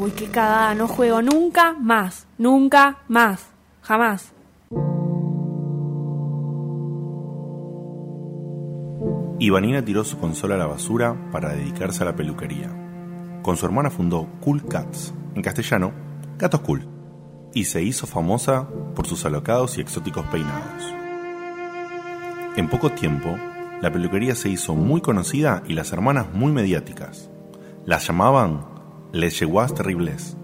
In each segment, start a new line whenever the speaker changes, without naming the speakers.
uy, qué cagada, no juego nunca más, nunca más, jamás.
Ivanina tiró su consola a la basura para dedicarse a la peluquería. Con su hermana fundó Cool Cats, en castellano, Gatos Cool, y se hizo famosa por sus alocados y exóticos peinados. En poco tiempo, la peluquería se hizo muy conocida y las hermanas muy mediáticas. Las llamaban Les Yeguas Terribles.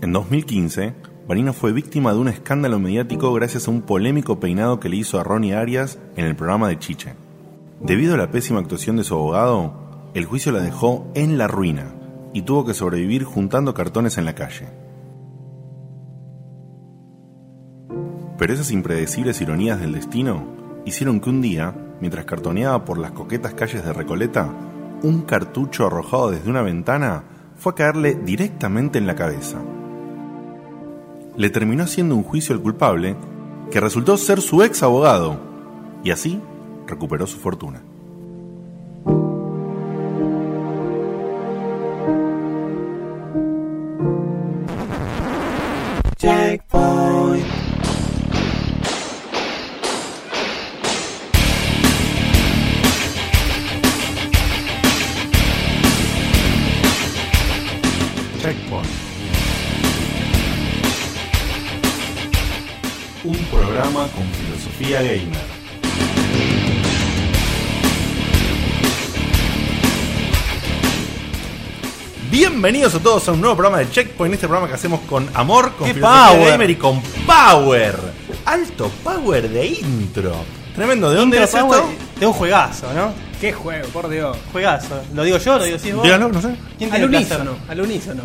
En 2015, Vanina fue víctima de un escándalo mediático gracias a un polémico peinado que le hizo a Ronnie Arias en el programa de Chiche. Debido a la pésima actuación de su abogado, el juicio la dejó en la ruina y tuvo que sobrevivir juntando cartones en la calle. Pero esas impredecibles ironías del destino hicieron que un día, mientras cartoneaba por las coquetas calles de Recoleta, un cartucho arrojado desde una ventana fue a caerle directamente en la cabeza. Le terminó haciendo un juicio al culpable, que resultó ser su ex abogado, y así recuperó su fortuna.
Checkpoint.
Checkpoint.
Un programa con filosofía gamer. Bienvenidos a todos a un nuevo programa de Checkpoint, este programa que hacemos con amor, con
¡Qué
filosofía
power!
gamer y con power. Alto power de intro. Tremendo, ¿de dónde es esto?
De un juegazo, ¿no?
¿Qué juego, por Dios?
Juegazo. ¿Lo digo yo? ¿Lo digo sí vos?
Dígalo, no sé.
¿Quién
Al
tiene el placer?
unísono, al unísono.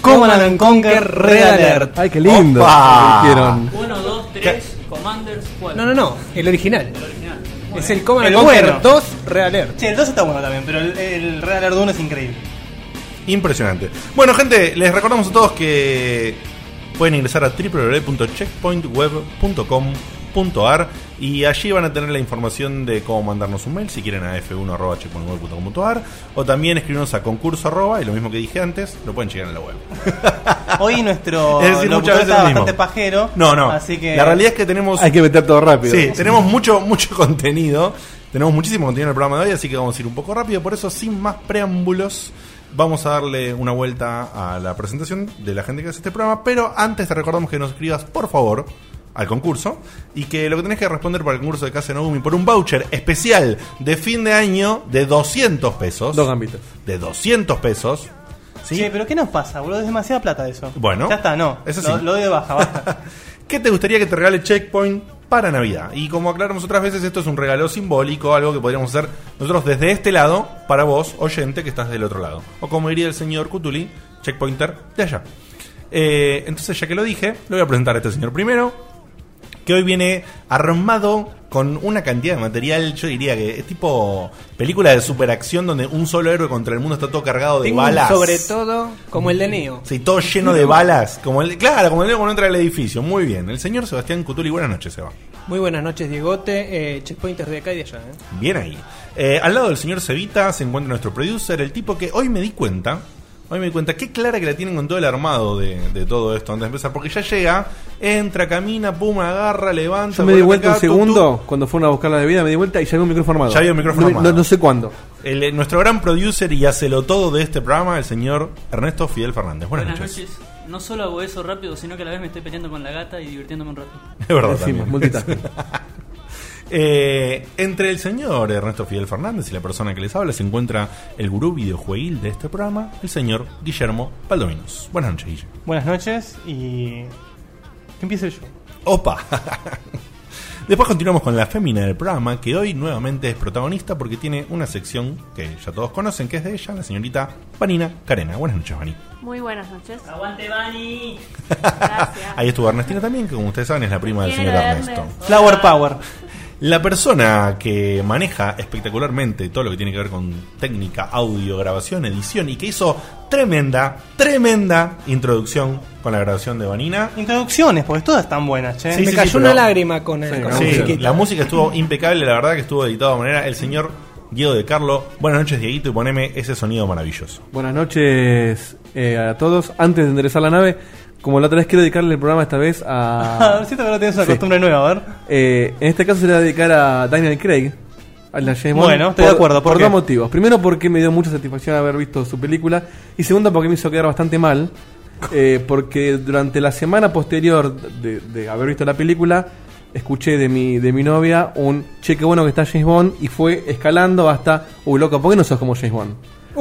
Command and Conquer Red Alert.
Ay, qué lindo.
¡Opa!
Lo hicieron.
1, 2, 3, Commanders, 4.
No, no, no, el original.
original.
Es el Command
El
and Conquer
bueno.
2 Red Alert.
Sí, el 2 está bueno también, pero el, el Red Alert 1 es increíble.
Impresionante. Bueno, gente, les recordamos a todos que pueden ingresar a www.checkpointweb.com.ar y allí van a tener la información de cómo mandarnos un mail si quieren a f1.checkpointweb.com.ar o también escribirnos a concurso arroba, y lo mismo que dije antes, lo pueden llegar en la web.
Hoy nuestro
Es decir,
locutor
muchas veces
está
lo mismo.
bastante pajero.
No, no.
Así que
La realidad es que tenemos
Hay que meter todo rápido.
Sí, tenemos mucho, mucho contenido. Tenemos muchísimo contenido en el programa de hoy, así que vamos a ir un poco rápido. Por eso, sin más preámbulos, vamos a darle una vuelta a la presentación de la gente que hace este programa. Pero antes te recordamos que nos escribas, por favor, al concurso. Y que lo que tenés que responder para el concurso de Casa Nogumi por un voucher especial de fin de año de 200 pesos.
Dos gambitos.
De 200 pesos. ¿sí?
Che, pero ¿qué nos pasa, boludo? Es demasiada plata eso.
Bueno.
Ya está, no.
Eso
Lo,
sí.
lo doy de baja, basta.
¿Qué te gustaría que te regale Checkpoint para Navidad? Y como aclaramos otras veces, esto es un regalo simbólico, algo que podríamos hacer nosotros desde este lado, para vos, oyente, que estás del otro lado. O como diría el señor Cutuli, Checkpointer de allá. Eh, entonces, ya que lo dije, lo voy a presentar a este señor primero, que hoy viene armado con una cantidad de material, yo diría que es tipo película de superacción donde un solo héroe contra el mundo está todo cargado de
Tengo un
balas.
sobre todo como el de Neo.
Sí, todo lleno de balas. Como el, claro, como el Leo cuando entra al edificio. Muy bien. El señor Sebastián Cutuli, buenas noches, Seba.
Muy buenas noches, Diegote. Eh, checkpointers de acá y de allá. ¿eh?
Bien ahí. Eh, al lado del señor Cevita se encuentra nuestro producer, el tipo que hoy me di cuenta. Hoy me di cuenta qué clara que la tienen con todo el armado de, de todo esto antes de empezar. Porque ya llega, entra, camina, puma, agarra, levanta.
Yo me di
vuelve
vuelta un
acá, tu, tu.
segundo cuando fueron a buscar la bebida, me di vuelta y ya había un micrófono armado.
Ya había un micrófono
no,
armado.
no- no sé cuándo.
El, eh, nuestro gran producer y hacelo todo de este programa, el señor Ernesto Fidel Fernández. Buenas,
Buenas
noches.
noches. No solo hago eso rápido, sino que a la vez me estoy peleando con la gata y divirtiéndome un rato.
Es verdad.
Encima,
también.
multitasking.
Eh, entre el señor Ernesto Fidel Fernández y la persona que les habla se encuentra el gurú videojueguil de este programa, el señor Guillermo Baldovinos. Buenas noches, Guillermo.
Buenas noches y. Que empiece yo.
¡Opa! Después continuamos con la fémina del programa, que hoy nuevamente es protagonista porque tiene una sección que ya todos conocen, que es de ella, la señorita Vanina Carena. Buenas noches, Vanina.
Muy buenas noches.
¡Aguante, Bani!
Gracias.
Ahí estuvo Ernestina también, que como ustedes saben es la prima del
Quiero
señor
verme.
Ernesto.
Flower Power.
La persona que maneja espectacularmente todo lo que tiene que ver con técnica, audio, grabación, edición y que hizo tremenda, tremenda introducción con la grabación de Vanina.
Introducciones, porque todas están buenas, che.
Sí,
me
sí,
cayó
sí,
una
pero-
lágrima con el.
Sí,
con
no,
la
Sí,
musiquita.
la música estuvo impecable, la verdad que estuvo editado de manera. El señor Diego de Carlo. Buenas noches, Dieguito, y poneme ese sonido maravilloso.
Buenas noches eh, a todos. Antes de enderezar la nave, como la otra vez quiero dedicarle el programa esta vez a...
Siento que ahora tenés una
Sí.
costumbre nueva, a ver.
Eh, en este caso se le va a dedicar a Daniel Craig. A la James Bond,
Bueno, estoy de acuerdo, ¿por
Por,
qué?
dos motivos. Primero, porque me dio mucha satisfacción haber visto su película. Y segundo, porque me hizo quedar bastante mal. eh, porque durante la semana posterior de, de haber visto la película, escuché de mi, de mi novia un che, qué bueno que está James Bond. Y fue escalando hasta, uy, loco, ¿por qué no sos como James Bond?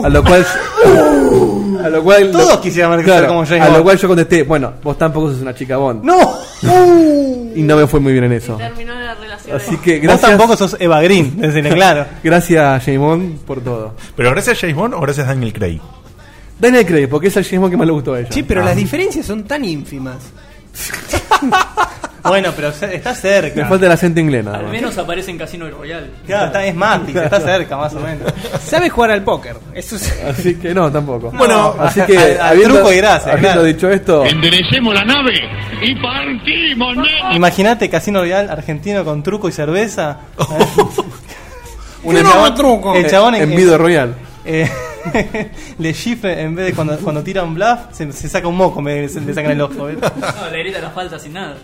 A lo cual. a lo cual
Uh. Todos quisieran ser
Claro,
como James
A
Bond.
lo cual yo contesté, bueno, vos tampoco sos una chica Bond.
¡No! ¡Uh!
Y no me fue muy bien en eso.
Terminó la relación.
Así que
Vos
gracias.
tampoco sos Eva Green, decirle claro.
Gracias, Jamon, por todo.
¿Pero gracias a James Bond o gracias a Daniel Craig?
Daniel Craig, porque es el Jamon que más le gustó a ella.
Sí,
Ah.
pero las diferencias son tan ínfimas.
Bueno, pero se- está
Me
cerca.
falta el acento inglés, nada
Al
más.
menos aparece en Casino Royal.
Claro, está- es Matrix, está cerca más o menos.
Sabe jugar al póker. Eso es.
Así que no, tampoco.
Bueno,
así que
al- al truco y gracias,
habiendo
claro.
dicho esto,
Enderecemos la nave y partimos, nene.
Imagínate Casino Royal argentino con truco y cerveza.
Yo no hago truco.
El chabón en,
eh, en Vido Royal.
eh, le chifre en vez de cuando, cuando tira un bluff, se, se saca un moco, en vez de- se- le sacan el ojo. ¿ves?
No, le grita la falta sin nada.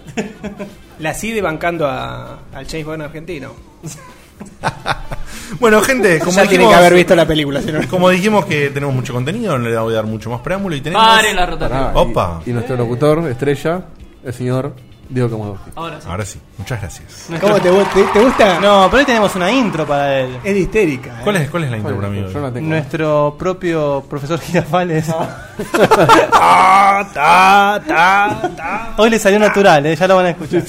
La sigue bancando a, al James Bond argentino.
Bueno, gente, como
ya tiene
dijimos-
que haber visto la película, si no.
Como dijimos que tenemos mucho contenido, no le voy a dar mucho más preámbulo y tenemos.
Paren la rotación.
Pará,
Opa.
Y, y nuestro locutor, estrella, el señor Diego Comodowski.
Ahora sí.
Ahora sí, muchas gracias.
¿Cómo te, gu- te, te gusta?
No, pero hoy tenemos una intro para él.
Es histérica. eh.
¿Cuál es, cuál es la intro para mí
Yo no
hoy?
la tengo.
Nuestro propio profesor Girafales.
Ah.
¡Ah!
Ta, ta, ta, ta.
Hoy le salió natural, eh, ya lo van a escuchar.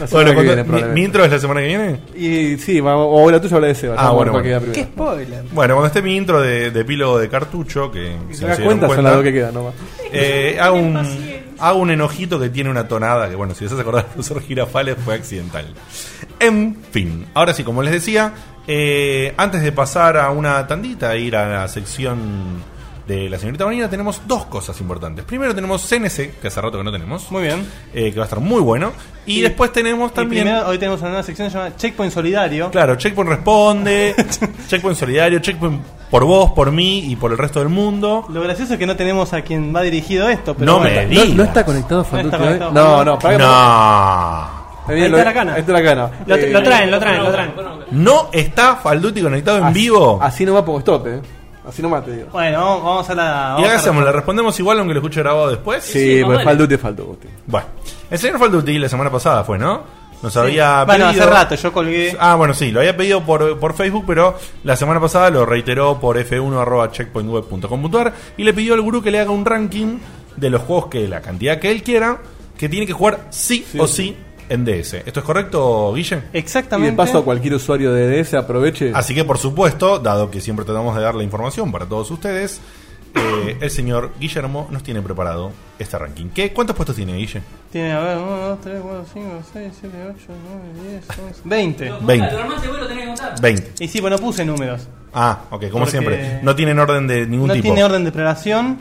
La semana
Bueno,
que
cuando- mi-
viene,
mi,
probablemente.
intro es la semana que viene?
Y sí, va- o la tuya o la de Seba.
Ah,
vamos a ver
bueno, bueno.
cuál queda
Qué
primero.
spoiler.
Bueno, cuando esté mi intro de, de epílogo de cartucho, que si
Se
no
da
se dieron
cuenta, son las
cuenta,
dos que quedan nomás.
eh, hago, un, hago un enojito que tiene una tonada, que bueno, si os hace acordar, el profesor Girafales fue accidental. En fin, ahora sí, como les decía, eh, antes de pasar a una tandita e ir a la sección de la señorita Bonina, tenemos dos cosas importantes. Primero tenemos CNC, que hace rato que no tenemos,
Muy bien.
eh, que va a estar muy bueno. Y,
Y-
después tenemos
Y
también...
primero, hoy tenemos una nueva sección llamada Checkpoint Solidario.
Claro, Checkpoint responde, Checkpoint solidario, Checkpoint por vos, por mí y por el resto del mundo.
Lo gracioso es que no tenemos a quien va dirigido esto, pero
No
bueno,
me
No,
digas.
no está conectado Fanduti hoy.
conectado.
No, no, para
No.
Ahí viene
Ahí
lo-
está la cana.
Ahí está la cana.
Lo-
Eh,
lo traen, lo traen, lo traen.
No está Falduti conectado en
así-
vivo.
Así nomás pongo stop, eh. Así nomás te digo.
Bueno, vamos, vamos a la.
¿Y
vamos
qué
a la-
hacemos? ¿Le respondemos igual aunque lo escuche grabado después?
Sí,
Sí, más
pues
vale.
falduti es falduti.
Bueno, el señor Falduti la semana pasada fue, ¿no? Nos había
Bueno, hace
pedido-
rato yo colgué.
Ah, bueno, sí, lo había pedido por, por Facebook, pero la semana pasada lo reiteró por f1.checkpointweb.com.ar y le pidió al gurú que le haga un ranking de los juegos que la cantidad que él quiera, que tiene que jugar sí, o sí en DS. ¿Esto es correcto, Guille?
Y
Exactamente.
de paso, cualquier usuario de DS aproveche.
Así que, por supuesto, dado que siempre tratamos de dar la información para todos ustedes, eh, el señor Guillermo nos tiene preparado este ranking. ¿Qué? ¿Cuántos puestos tiene, Guille?
Tiene, a ver, 1, 2, 3, 4, 5, 6, 7, 8, 9, 10, 11, 20.
Veinte.
Lo armaste vos, lo tenés que contar.
20.
Y sí, bueno, puse números.
Ah, ok, como
Ah. Porque-
siempre. No tienen orden de ningún
No
tipo.
tiene orden de prelación,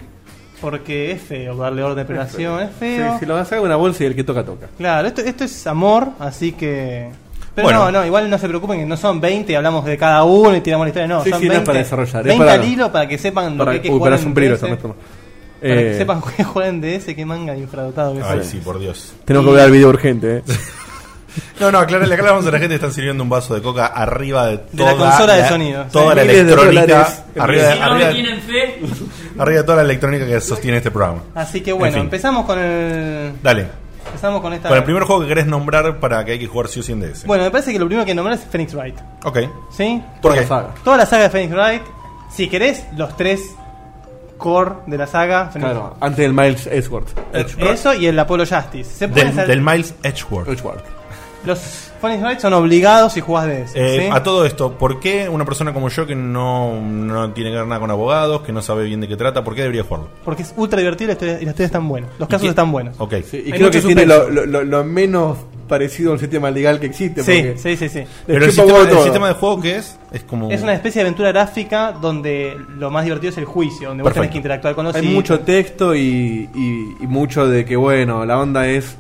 porque es feo darle orden de prelación, es
Sí,
feo.
si lo vas a hacer una bolsa y el que toca, toca.
Claro, esto, esto es amor, así que. Pero
Bueno.
no, no, igual no se preocupen que no son 20 y hablamos de cada uno y tiramos la historia, no,
Sí,
son
sí, no
20.
es para desarrollar, es
20
para-
al hilo para que sepan lo
Para,
que hay que
uy,
jugar.
para
en
sombrero,
DS,
también toma.
Para que
Eh,
sepan que juegan DS, qué manga infradotado que
Ay,
soy.
sí, por Dios.
Tenemos que volver al video urgente, eh.
No, no, aclarale, aclaramos a la gente que están sirviendo un vaso de coca arriba de toda
la consola de sonido.
Toda
Sí,
la
miles de
electrónica.
dólares.
Arriba,
Si no
arriba-
me tienen fe,
arriba de toda la electrónica que sostiene este programa.
Así que bueno,
En fin.
empezamos con el.
Dale.
Empezamos con esta.
Con el primer juego que querés nombrar para que hay que jugar sí o sí en DS.
Bueno, me parece que lo primero que nombrar es Phoenix Wright.
Ok.
¿Sí?
¿Por
Toda
qué?
la saga.
Toda la saga de Phoenix Wright. Si querés, los tres core de la saga. Phoenix
Claro, antes del Miles Edgeworth.
Eh,
Wright. Eso y el Apollo Justice. Se pueden
Del,
hacer-
del Miles Edgeworth.
Edgeworth.
Los Phoenix Wright son obligados si jugás de ese.
Eh, A todo esto, ¿por qué una persona como yo que no, no tiene que ver nada con abogados, que no sabe bien de qué trata, por qué debería jugarlo?
Porque es ultra divertido y la historia- y las historias están buenas. Los
¿Y
casos
qué-
están buenos.
Ok.
Sí, y
Hay
creo que
mucho
tiene
suspenso.
lo, lo- lo- lo menos parecido a un sistema legal que existe.
Sí,
porque
sí, sí, sí.
le
Pero el
chupa
sistema,
huevo
el
todo.
sistema de juego que es, es como.
Es una especie de aventura gráfica donde lo más divertido es el juicio, donde vos
Perfecto.
tenés que interactuar con los
Hay
hitos.
mucho texto y, y- y mucho de que, bueno, la onda es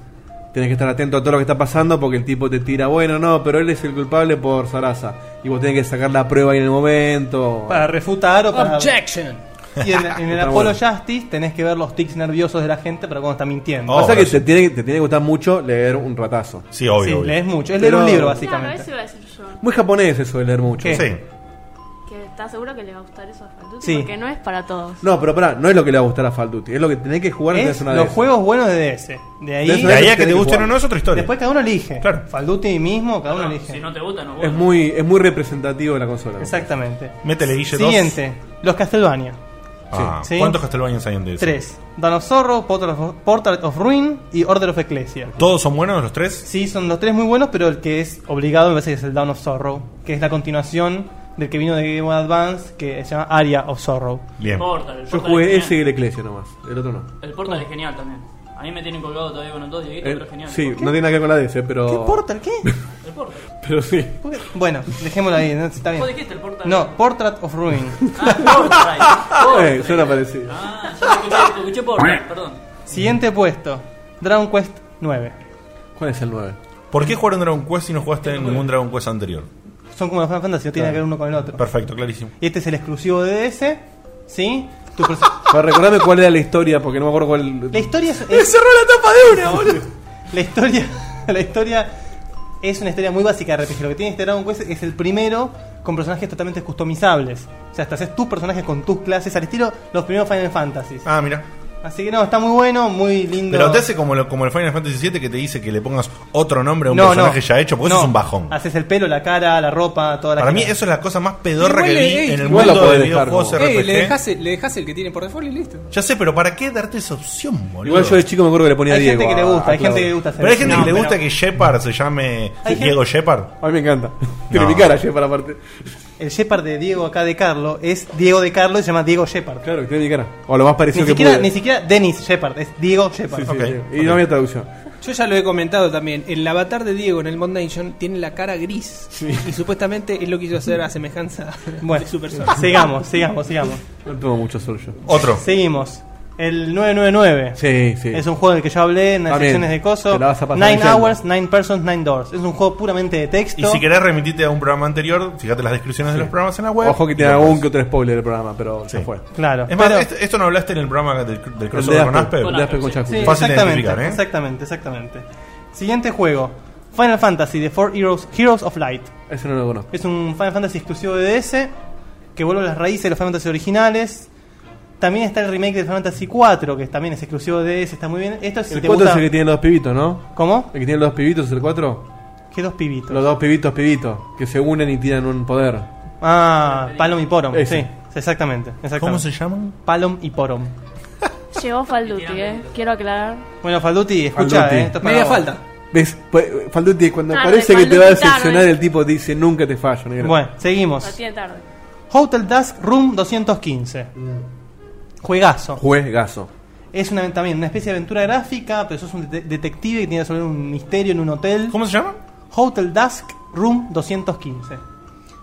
Tenés que estar atento a todo lo que está pasando porque el tipo te tira, bueno, no, pero él es el culpable por Sarasa. Y vos tenés que sacar la prueba ahí en el momento.
Para refutar o para.
Objection.
Y en, en el
Está
Apollo
bueno.
Justice tenés que ver los tics nerviosos de la gente para cuando está mintiendo.
Oh,
Pasa que
rayos.
te tiene, te tiene que gustar mucho leer un ratazo.
Sí, obvio.
sí,
obvio.
lees mucho. Es
Pero-
leer un libro,
Claro,
básicamente.
eso iba a decir yo.
Muy japonés eso de leer mucho.
¿Qué?
Sí.
Que está seguro que le va a gustar eso a Falduti.
Sí.
Porque no es para todos.
No, pero pará, no es lo que le va a gustar a Fall Duty, es lo que tenés que jugar
Es
antes de una
los
vez.
juegos buenos de DS. De ahí,
De eso
De ahí
Tenés
a que
que
te gusten
jugar.
o no es otra historia.
después cada uno elige.
Claro.
Falduti mismo, cada uno elige.
Si no te gusta, no
Es
gusta.
muy, es muy representativo de la consola.
Exactamente.
Métele Guille dos.
Siguiente, los Castlevania.
Ah,
Sí.
¿Cuántos Castlevanias hay en DS?
3. Dawn of Zorro, Portal of, Portal of Ruin y Order of Ecclesia.
¿Todos son buenos los tres?
Sí, son los tres muy buenos, pero el que es obligado me parece que es el Dawn of Sorrow, que es la continuación del que vino de Game Boy Advance, que se llama Aria of Sorrow.
Bien.
Portal, el
Yo
Portal
jugué ese
es
y
genial.
el Ecclesia nomás, el otro no.
El Portal es genial también. A mí me tienen colgado todavía con los dos, Dieguito,
Eh,
pero es genial.
sí, no tiene nada que ver con la DS, pero.
¿Qué Portal? ¿Qué?
El Portal.
Pero sí.
Oh. ¿Por qué? bueno, dejémoslo ahí, ¿no? está
¿Vos
bien.
dijiste el Portal?
No, Portrait of Ruin.
Ah, Portal.
Eh, suena parecido.
Ah, yo escuché, escuché Portal, perdón.
Siguiente puesto, Dragon Quest 9.
¿Cuál es el 9?
¿Por qué jugaron Dragon Quest si no jugaste en ningún Dragon Quest anterior?
Son como los Final Fantasy, no tienen que ver uno con el otro.
Perfecto, clarísimo.
Y este es el exclusivo de DS, ¿sí? Tu perso-
Para recordarme cuál era la historia, porque no me acuerdo cuál.
La historia es. es-
la tapa de una, boludo!
la historia. La historia es una historia muy básica de RPG. Lo que tiene este Dragon Quest es el primero con personajes totalmente customizables. O sea, hasta haces tus personajes con tus clases al estilo los primeros Final Fantasy.
Ah, mira.
Así que no, está muy bueno, muy lindo.
Pero te hace como, lo- como el Final Fantasy VII que te dice que le pongas otro nombre a un
No,
personaje
no.
ya hecho, porque
No.
eso es un bajón.
Haces el pelo, la cara, la ropa, toda la
Para mí,
cara.
eso es la cosa más pedorra
Igual
que vi
le-
en el
igual
mundo
lo
de
podés dejar
videojuegos
como-
RPG.
Ey, le dejás, el- le dejás el que tiene por default y listo.
Ya sé, pero ¿para qué darte esa opción, boludo?
Igual yo de chico me acuerdo que le ponía
Hay
Diego.
gente que le
a-
gusta, hay
a
gente que
Claudio.
le gusta hacer
Pero hay
eso.
gente que le
No,
gusta
pero
que Shepard se llame
Hay gente-
Diego Shepard.
A mí me encanta. Tiene
No.
mi cara, Shepard, aparte.
El Shepard de Diego acá de Carlo es Diego de Carlo y se llama Diego Shepard.
Claro, que tiene mi cara. O lo más
Ni
parecido que
siquiera,
pude.
ni siquiera Dennis Shepard, es Diego Shepard.
Sí, sí,
Ok,
sí. Y
ok.
no había traducción.
Yo ya lo he comentado también. El avatar de Diego en el Mod Nation tiene la cara gris. Y supuestamente él lo quiso hacer a semejanza
Bueno,
de su persona.
sigamos, sigamos, sigamos.
No tomo mucho sol yo.
Otro.
Seguimos. El 999.
Sí, sí.
Es un juego del que yo hablé en las
También.
secciones de coso.
Te la vas a pasar
9
leyendo.
hours, 9 persons, 9 doors. Es un juego puramente de texto.
Y si querés remitirte a un programa anterior, fíjate las descripciones de los programas en la web.
Ojo que tiene algún que otro spoiler del programa, pero
Sí.
ya fue.
Claro.
Es más,
pero-
esto, esto no hablaste en el programa del, del
El de
crossover con Asper.
el de Asper con
Sí.
Yakuza.
Sí,
Fácil de
exactamente,
identificar, ¿eh?
exactamente, exactamente. Siguiente juego. Final Fantasy The Four Heroes, Heroes of Light.
Ese no lo conozco.
Es un Final Fantasy exclusivo de DS que vuelve a las raíces de los Final Fantasy originales. También está el remake del Final Fantasy 4, que también es exclusivo de DS, está muy bien. Esto es si
El
te
4 es
gusta-
el que tiene los pibitos, ¿no?
¿Cómo?
El que tiene los dos pibitos es el 4.
¿Qué dos pibitos?
Los dos pibitos, pibitos, que se unen y tiran un poder.
Ah, Palom y Porom,
Ese.
sí, exactamente, exactamente.
¿Cómo se llaman?
Palom y Porom.
Llegó Falduti, eh. Quiero aclarar.
Bueno, Falduti, escucha,
Falduti.
eh, esto es para
Media
vos.
falta.
¿Ves? Pues, Falduti, cuando
Tarde,
parece que te
Falduti,
va a
tarde.
decepcionar, el tipo te dice: Nunca te fallo, negro.
Bueno,
Lo
seguimos.
tiene tarde.
Hotel Dusk Room 215. Juegazo.
Juegazo.
Es una, también una especie de aventura gráfica, pero sos un dete- detective que tiene que resolver un misterio en un hotel.
¿Cómo se llaman?
Hotel Dusk Room 215.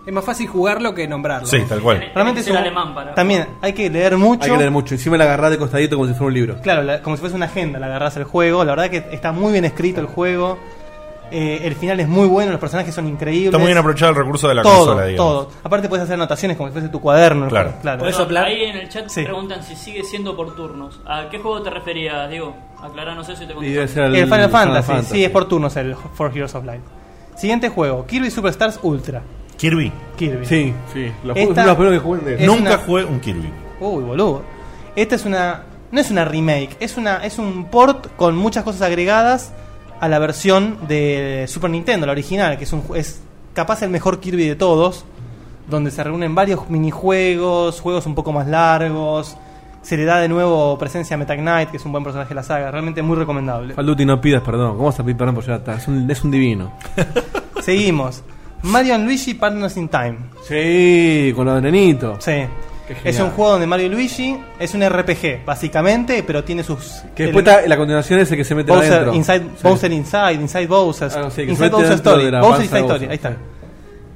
Es más fácil jugarlo que nombrarlo.
Sí, tal cual.
Realmente
Es
es
el
un,
alemán para-
También hay que leer mucho.
Hay que leer mucho. Encima la agarrás de costadito como si fuera un libro.
Claro, la- como si fuese una agenda, la agarrás el juego. La verdad que está muy bien escrito el juego. Eh, el final es muy bueno, los personajes son increíbles.
Está muy bien aprovechado el recurso de la
todo,
consola, digamos.
todo. Aparte puedes hacer anotaciones como si fuese tu cuaderno.
Claro.
claro.
¿Podés soplar?
Ahí en el chat
Sí.
preguntan si sigue siendo por turnos. ¿A qué juego te referías, Diego? Aclaranos eso y te
Y debe
contesto.
ser
El Final Fantasy, sí, es por turnos el Four Heroes of Light. Siguiente juego, Kirby Superstars Ultra.
Kirby.
Kirby.
Sí, sí. Los
Esta-
juegos son los primeros que jueguen de
Es
Nunca
una-
jugué un Kirby.
Uy, boludo. Esta es una. No es una remake, es, una, es un port con muchas cosas agregadas a la versión de Super Nintendo, la original, que es, un, ju- es capaz el mejor Kirby de todos, donde se reúnen varios minijuegos, juegos un poco más largos. Se le da de nuevo presencia a Meta Knight, que es un buen personaje de la saga, realmente muy recomendable.
Falduti, no pidas perdón. ¿Cómo vas a pedir perdón por llegar tarde? Es un, es un divino.
Seguimos. Mario and Luigi Partners in Time.
Sí, con los nenitos.
Sí.
Qué genial.
Es un juego donde Mario y Luigi es un RPG, básicamente, pero tiene sus.
Que después está- la continuación es el que se mete
Bowser
adentro.
Inside,
Sí.
Bowser Inside, Inside Bowser,
Ah, sí, que se
Inside
mete
Bowser
dentro
Story,
de la
Bowser
panza
Inside
de
Story, ahí
Bowser.
está.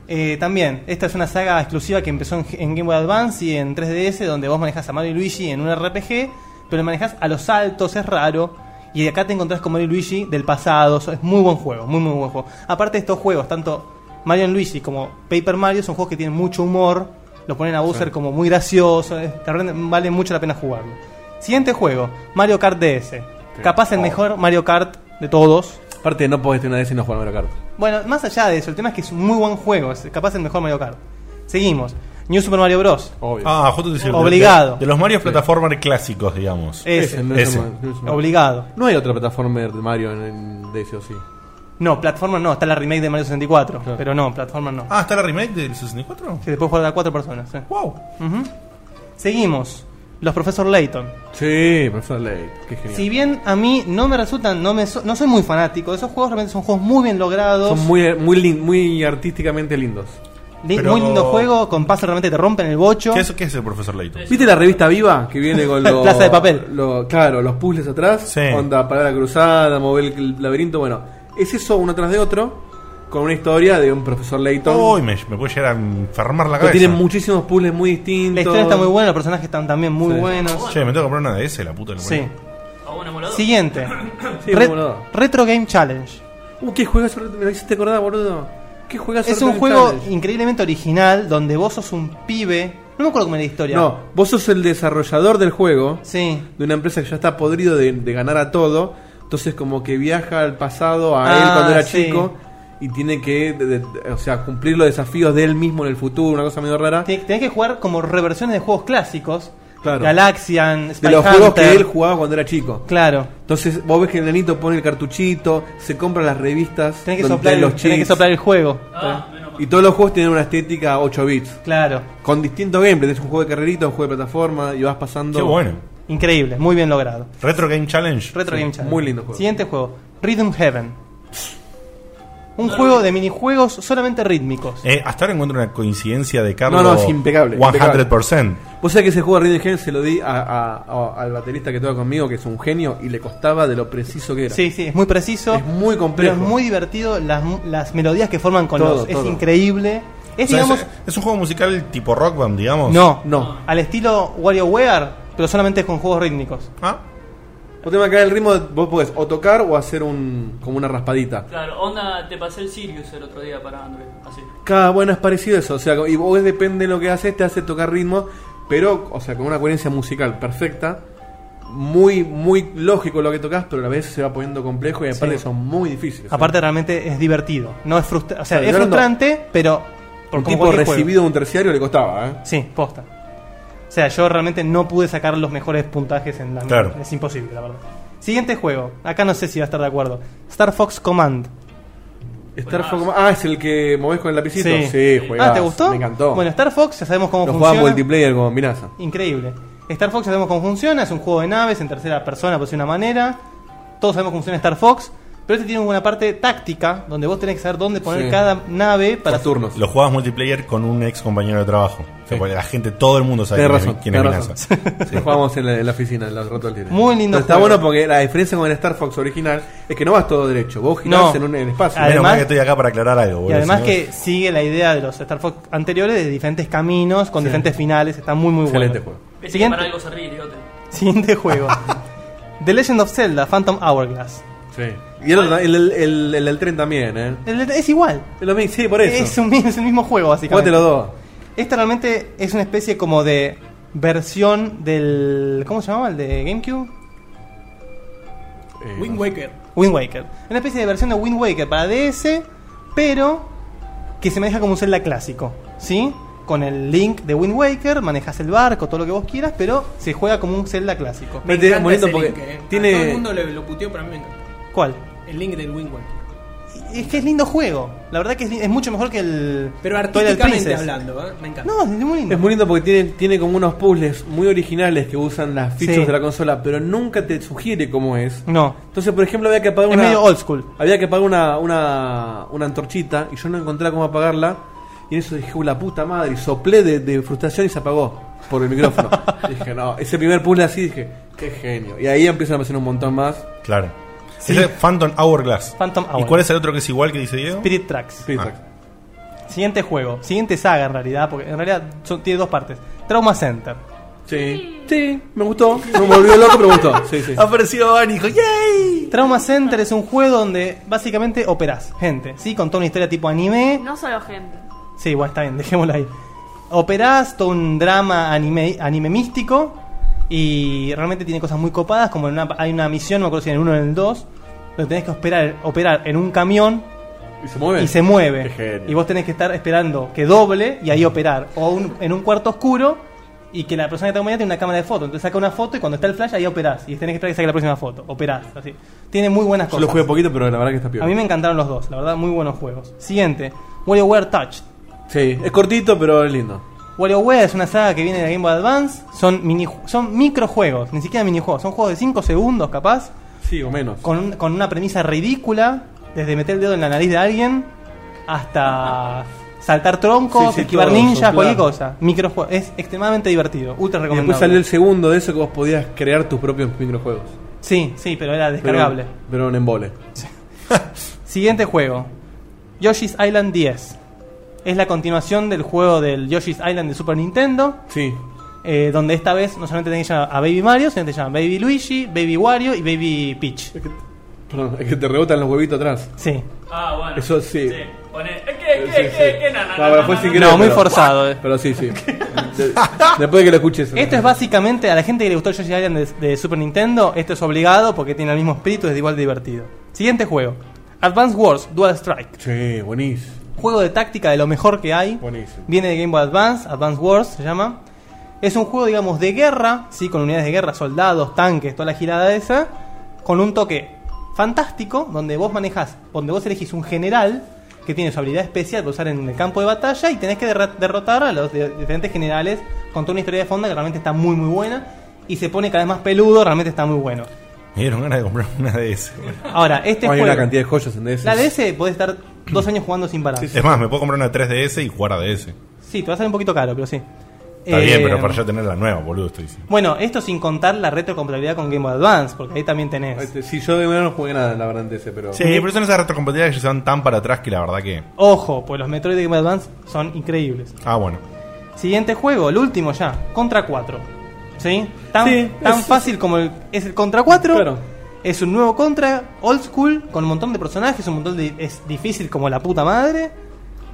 Eh, también, esta es una saga exclusiva que empezó en, en Game Boy Advance y en 3DS, donde vos manejás a Mario y Luigi en un RPG, pero manejás a los saltos, es raro. Y acá te encontrás con Mario y Luigi del pasado. so- Es muy buen juego, muy, muy buen juego. Aparte de estos juegos, tanto Mario y Luigi como Paper Mario son juegos que tienen mucho humor. Lo ponen a Bowser como muy gracioso. es- la verdad, vale mucho la pena jugarlo. Siguiente juego, Mario Kart DS. Capaz el mejor Mario Kart de todos.
Aparte, no podés tener una DS y no jugar a Mario Kart.
Bueno, más allá de eso, el tema es que es un muy buen juego, es capaz el mejor Mario Kart. Seguimos. New Super Mario Bros.
Obvio.
Ah, justo te decía,
Obligado.
De, de los Mario plataformas clásicos, digamos.
Ese.
no es
ese.
un- no es un-
Obligado.
No hay otra plataforma de Mario en, en DS o sí.
No, plataforma no, está la remake de Mario 64,
Claro.
pero no, plataforma no.
Ah, ¿está la remake del 64?
Sí, después jugar a cuatro personas. sí.
Wow.
Ujú. Seguimos. Los Professor Layton.
Sí, profesor Late. Qué genial.
Si bien a mí no me resultan, no me so- no soy muy fanático, esos juegos realmente son juegos muy bien logrados.
Son muy, muy, lin- muy artísticamente lindos.
li-
pero-
muy lindo juego, con pases realmente te rompen el bocho.
¿Qué es, qué es el profesor Layton?
¿Viste la revista Viva? Que viene con los.
Plaza de papel.
lo- claro, los puzzles atrás.
Sí.
Onda, palabra cruzada, mover el laberinto. Bueno, es eso uno tras de otro. Con una historia de un profesor Layton.
Uy, me, me puede llegar a enfermar la
que
cabeza.
tiene muchísimos puzzles muy distintos.
La historia está muy buena, los personajes están también muy
Sí.
buenos.
Che, me tengo que comprar una DS, la puta que lo
Sí.
parió.
¿O un emulador?
Siguiente.
Sí,
Re-
cómo no.
Retro Game Challenge.
Uh, qué juegas Me lo hiciste acordar, boludo. ¿Qué juegas
Es un juego increíblemente original donde vos sos un pibe. No me acuerdo cómo era la historia.
No, vos sos el desarrollador del juego.
Sí.
de una empresa que ya está podrido de, de ganar a todo. Entonces como que viaja al pasado a él
Ah,
cuando era
sí.
chico y tiene que de- de- o sea, cumplir los desafíos de él mismo en el futuro, una cosa medio rara.
Te- Tenés que jugar como reversiones de juegos clásicos.
Claro.
Galaxian, Spy
de los juegos que
Hunter.
él jugaba cuando era chico.
Claro.
Entonces vos ves que el nenito pone el cartuchito, se compra las revistas,
Tenés que,
donde
soplar
están
el, tenés
los
que
cheats,
soplar el juego.
Ah, menos mal.
Y todos los juegos tienen una estética 8 bits.
Claro.
Con distinto gameplay, es un juego de carrerita, un juego de plataforma y vas pasando...
Qué bueno.
Increíble, muy bien logrado.
Retro Game Challenge.
Retro
Sí,
Game Challenge.
muy lindo juego.
Siguiente juego, Rhythm Heaven. Un juego de minijuegos solamente rítmicos.
Eh, hasta ahora encuentro una coincidencia de Carlos.
No, no, es impecable,
100%.
Vos sabés que ese juego de Rhythm Heaven se lo di a- a- a- al baterista que toca conmigo, que es un genio, y le costaba de lo preciso que era.
Sí, sí, es muy preciso.
Es muy
Pero
complejo.
es muy divertido las, las melodías que forman con
Todo,
los. Es
todo.
increíble. Es,
O sea,
digamos.
es, es un juego musical tipo Rock Band, digamos.
No,
No.
Al estilo WarioWare, pero solamente con juegos rítmicos.
Ah,
Vos tenés que acá el ritmo, vos podés o tocar o hacer un como una raspadita.
Claro, onda, te pasé el Sirius el otro día para Android. Así.
Cada bueno es parecido a eso, o sea, y vos depende de lo que haces, te hace tocar ritmo, pero, o sea, con una coherencia musical perfecta. Muy, muy lógico lo que tocas, pero a la vez se va poniendo complejo y aparte
Sí.
son muy difíciles. ¿eh?
Aparte, realmente es divertido. No es frustrante. O sea,
Claro,
es
yo no-
frustrante, pero.
por
como
tipo
cualquier juego.
recibido un terciario le costaba, ¿eh?
Sí, posta. O sea, yo realmente no pude sacar los mejores puntajes en la.
Claro.
Es imposible, la verdad. Siguiente juego. Acá no sé si va a estar de acuerdo. Star Fox Command.
Star Fox- Ah, es el que movés con el lapicito. Sí, juegazo,
Ah, ¿te gustó?
Me encantó.
Bueno, Star Fox ya sabemos cómo
Lo jugaba
funciona.
multiplayer con Minaza.
Increíble. Star Fox ya sabemos cómo funciona, es un juego de naves en tercera persona, por decir una manera. Todos sabemos cómo funciona Star Fox, pero este tiene una parte táctica donde vos tenés que saber dónde poner
Sí.
cada nave para
Para turnos.
lo jugabas multiplayer con un ex compañero de trabajo. O sea,
Sí.
La gente, todo el mundo sabe
Tenés
quién es-
razón,
quién es
tenés
Minaza.
Lo jugábamos en la, en la oficina, en los ratos libres.
Muy lindo
Pero Está
juego.
bueno porque la diferencia con el Star Fox original es que no vas todo derecho. Vos girás
No.
en un en espacio.
Además-
Menos mal que estoy acá para aclarar algo,
Y
boludo,
además
si no-
que sigue la idea de los Star Fox anteriores de diferentes caminos, con diferentes finales, está muy muy
Excelente
bueno.
juego.
Viste que
Siguiente,
para algo se ríe, idiote.
siguiente juego. The Legend of Zelda, Phantom Hourglass.
Y el, otro- el, el, el- el del tren también, ¿eh?
El- Es igual.
Es lo mismo, sí, por eso.
Es, un, mi- es el mismo juego, básicamente.
Jugate los dos.
Esta realmente es una especie como de versión del. ¿Cómo se llamaba? El de GameCube.
Eh,
Wind
no sé.
Waker.
Wind Waker. Una especie de versión de Wind Waker para DS, pero que se maneja como un Zelda clásico. ¿Sí? Con el link de Wind Waker, manejas el barco, todo lo que vos quieras, pero se juega como un Zelda clásico.
Me
Me
encanta
encanta
bonito
ese
porque
link, eh.
tiene-
A todo el mundo lo, lo puteó, pero a mí me encanta.
¿Cuál?
El link del Wing Waker.
Es que es lindo juego. La verdad que es, li- es mucho mejor que el.
Pero
Twilight
artísticamente
Princess.
hablando, ¿eh? me encanta.
No, es muy lindo.
Es muy lindo porque tiene, tiene como unos puzzles muy originales que usan las fichas
Sí.
de la consola, pero nunca te sugiere cómo es.
No.
Entonces, por ejemplo, había que apagar
Es
una.
medio old school.
Había que apagar una, una, una antorchita y yo no encontraba cómo apagarla. Y en eso dije, "Uh, la puta madre. Y soplé de, de frustración y se apagó por el micrófono. dije, no, ese primer puzzle así dije, qué genio. Y ahí empiezan a aparecer un montón más.
Claro. Ese es Phantom Hourglass.
Phantom
¿Y
Hourglass.
cuál es el otro que es igual que dice Diego?
Spirit Tracks.
Sí,
Ah.
exacto.
Siguiente juego, siguiente saga en realidad, porque en realidad son- tiene dos partes. Trauma Center.
Sí. Sí, me gustó. Me volvió loco, pero me gustó. Sí, sí.
Apareció Van y dijo, ¡Yay!
Trauma Center es un juego donde básicamente operás gente, ¿sí? Con toda una historia tipo anime.
No solo gente.
Sí, bueno, está bien, dejémoslo ahí. Operás todo un drama anime, anime místico y realmente tiene cosas muy copadas, como en una- hay una misión, no me acuerdo si en el 1 o en el 2, donde tenés que operar, operar en un camión
¿Y se mueve?
y se
Qué
mueve.
genio. Mm.
Y vos tenés que estar esperando que doble y ahí operar. O un- en un cuarto oscuro y que la persona que te acompaña tiene una cámara de foto. Entonces saca una foto y cuando está el flash ahí operás. Y tenés que esperar que saque la próxima foto. Operás, así. Tiene muy buenas
Yo
cosas.
lo jugué poquito, pero la verdad que está peor.
A mí me encantaron los dos, la verdad, muy buenos juegos. Siguiente, WarioWare Touch.
Sí, es cortito, pero es lindo.
WarioWare es una saga que viene de la Game Boy Advance. Son, mini, son microjuegos, ni siquiera minijuegos. Son juegos de 5 segundos, capaz.
Sí, o menos.
Con, un- con una premisa ridícula. Desde meter el dedo en la nariz de alguien hasta saltar troncos,
Sí, sí,
esquivar
todo,
ninjas,
soplar.
cualquier cosa. Microjuegos. Es extremadamente divertido, ultra
Y después
recomendable.
salió el segundo de eso que vos podías crear tus propios microjuegos.
Sí, sí, pero era
Pero-
descargable.
Pero, en embole.
Siguiente juego. Yoshi's Island 10. Es la continuación del juego del Yoshi's Island de Super Nintendo.
Sí.
eh, donde esta vez no solamente tenés ya a Baby Mario, sino que te llaman Baby Luigi, Baby Wario y Baby Peach.
Es que, perdón, es que te rebotan los huevitos atrás.
Sí.
Ah, bueno.
Eso sí.
Pone. ¿Qué,
Sí,
qué,
sí.
qué, qué, qué, na, na,
No,
na,
pero
na,
fue
na,
sin
na.
querer,
No, muy
pero-
forzado, eh.
Pero sí, sí. De- después de que lo escuches.
Esto es básicamente, a la gente que le gustó Yoshi Island de, de Super Nintendo, esto es obligado porque tiene el mismo espíritu, es igual de divertido. Siguiente juego. Advance Wars Dual Strike.
Sí, buenísimo.
Juego de táctica de lo mejor que hay.
Buenísimo.
Viene de Game Boy Advance, Advance Wars se llama. Es un juego, digamos, de guerra, ¿sí? Con unidades de guerra, soldados, tanques, toda la girada esa. Con un toque fantástico, donde vos manejás, donde vos elegís un general que tiene su habilidad especial para usar en el campo de batalla y tenés que derra- derrotar a los de- diferentes generales con toda una historia de fondo que realmente está muy, muy buena. Y se pone cada vez más peludo, realmente está muy bueno.
Me dieron ganas de comprar una de esas.
Ahora, este
hay
juego.
una cantidad de joyas en DS.
La DS podés estar dos años jugando sin parar. Sí,
Es más, me puedo comprar una 3DS y jugar a DS.
te va a salir un poquito caro, pero sí.
Está
Eh,
bien, pero para ya tener la nueva, boludo, estoy diciendo.
Bueno, esto sin contar la retrocompatibilidad con Game Boy Advance, porque ahí también tenés.
Este, Sí, yo de verdad no jugué nada, la verdad, en DS, pero.
Sí, pero son esas retrocompatibilidades que se van tan para atrás que la verdad que.
Ojo, pues los Metroid de Game Boy Advance son increíbles.
Ah, bueno.
Siguiente juego, el último ya, Contra 4. ¿Sí? Tan,
Sí,
tan
es-
fácil como el- es el Contra 4.
Claro.
Es un nuevo Contra, old school, con un montón de personajes, un montón de... Es difícil como la puta madre.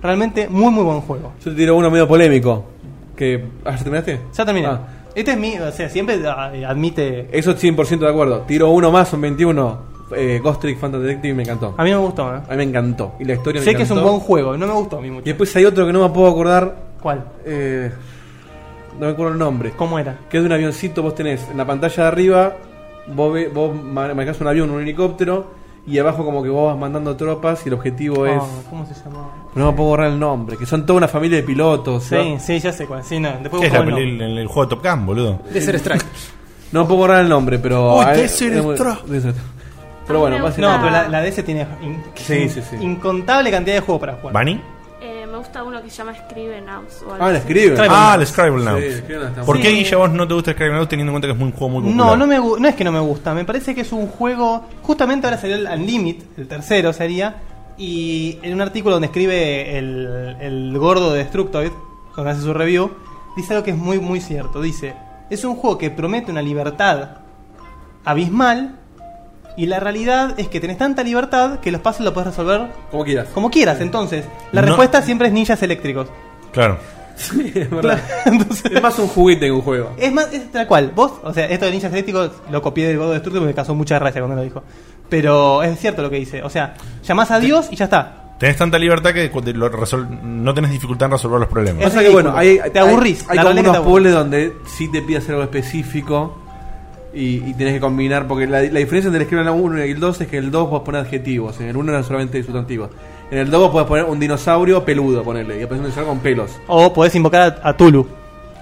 Realmente muy, muy buen juego.
Yo te tiro uno medio polémico. Que, ¿Ah, ¿Ya terminaste?
Ya terminé.
Ah. Eh,
Este es mi... O sea, siempre ah, admite...
Eso 100% de acuerdo. Tiro uno más, son 21. Eh, Ghost Trick Phantom Detective me encantó.
A mí me gustó, ¿eh?
A mí me encantó. Y la historia
Sé
me
que es
encantó.
un buen juego, no me gustó a mí
Y
mucho.
después hay otro que no me puedo acordar.
¿Cuál?
eh, no me acuerdo el nombre.
¿Cómo era?
Que es de un avioncito, vos tenés en la pantalla de arriba, vos, ve, vos ma- manejás un avión, un helicóptero, y abajo como que vos vas mandando tropas y el objetivo es...
Oh, ¿Cómo se llamaba?
No me puedo borrar el nombre, que son toda una familia de pilotos.
Sí,
¿no?
sí, ya sé cuál. Sí, no, después
¿Qué es la
busco el
peli-
nombre.
el, el juego de Top Gun, boludo?
De ser Strike.
No me puedo borrar el nombre, pero...
Uy,
a ver,
Desert
es muy-
Strong.
Desert Strong. Pero bueno,
me
más
gusta.
No, pero la, la DS tiene in-
Sí, sí, sí.
incontable cantidad de juegos para jugar.
¿Bunny?
Eh, me gusta uno que se llama Scribe Nows. o algo
Ah, la
así.
escribe.
Ah, el Scribble Now.
Sí, Scribble Now está
¿Por
bueno.
qué,
Sí.
Guilla, vos no te gusta el Scribble Now teniendo en cuenta que es muy- un juego muy popular?
No, no, me, gu- no es que no me gusta. Me parece que es un juego. Justamente ahora salió el Unlimit, el tercero sería. Y en un artículo donde escribe el, el gordo de Destructoid, donde hace su review, dice algo que es muy, muy cierto. Dice: Es un juego que promete una libertad abismal. Y la realidad es que tenés tanta libertad que los pasos los podés resolver
Como quieras.
como quieras. Entonces, la
No.
respuesta siempre es ninjas eléctricos.
Claro.
Sí, es verdad.
Entonces-
Es más un juguete que un juego.
Es más, es tal cual. Vos, o sea, esto de ninjas eléctricos lo copié del God de Sturdy porque me causó mucha gracia cuando lo dijo. Pero es cierto lo que dice. O sea, llamás a Dios y ya está.
Tenés tanta libertad que cu- te lo resol- no tenés dificultad en resolver los problemas.
Es
Pasa que bueno, hay,
ridículo. Te aburrís.
Hay,
La
como
realidad
unos
te aburre.
puzzles donde sí te pide hacer algo específico y, y tenés que combinar. Porque la, la diferencia entre el Scribble 1 y el 2 es que el 2 vos pones adjetivos, en el 1 eran solamente sustantivos. En el 2 vos podés poner un dinosaurio peludo, ponerle, y aparece un dinosaurio con pelos.
O podés invocar a, a Tulu.
Eh,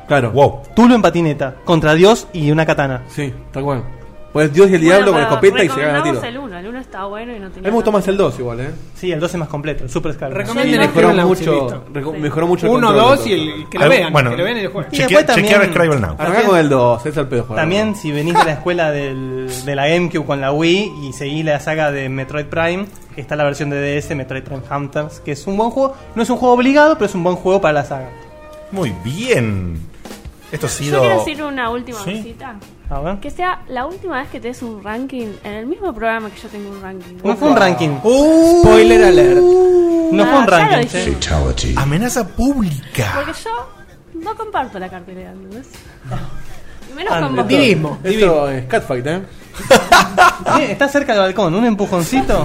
Claro.
Wow.
Tulu en patineta, contra Dios y una katana.
Sí, tal cual. Pones Dios y el
Bueno,
diablo con
pero
escopeta y se gana
recomendamos
tiro.
el uno, el uno está bueno y no
A
tenía.
mí me gustó
tanto.
más el 2 igual, eh.
Sí, el 12 es más completo, el Super Scarlet.
Recom-
Sí,
Y
el
mejoró
Scribble Now, sí,
mucho,
listo.
reco- mejoró mucho el
Uno,
control del
dos y
control.
el que lo
Algo-
vean.
bueno,
que lo vean y lo jueguen.
Y después
Chequea,
también-
chequear Scribble Now.
Arrancá con el 2, es el pedo jugar.
También si venís de la escuela del- de la GameCube con la Wii y seguís la saga de Metroid Prime, está la versión de DS, Metroid Prime Hamptons, que es un buen juego. No es un juego obligado, pero es un buen juego para la saga.
Muy bien. Esto ha
Yo
sido.
quiero decir una última
Sí.
cosita.
A ver.
Que sea la última vez que te des un ranking en el mismo programa que yo tengo un ranking.
No fue un ranking. Uh.
Spoiler alert.
No fue un
Ah, ya lo
ranking.
dije.
che.
Amenaza pública.
Porque yo no comparto la cartelera, ¿entendés? Y menos
Ah,
con vos.
Divismo.
Esto es catfight, ¿eh?
Eh, Está cerca del balcón, un empujoncito.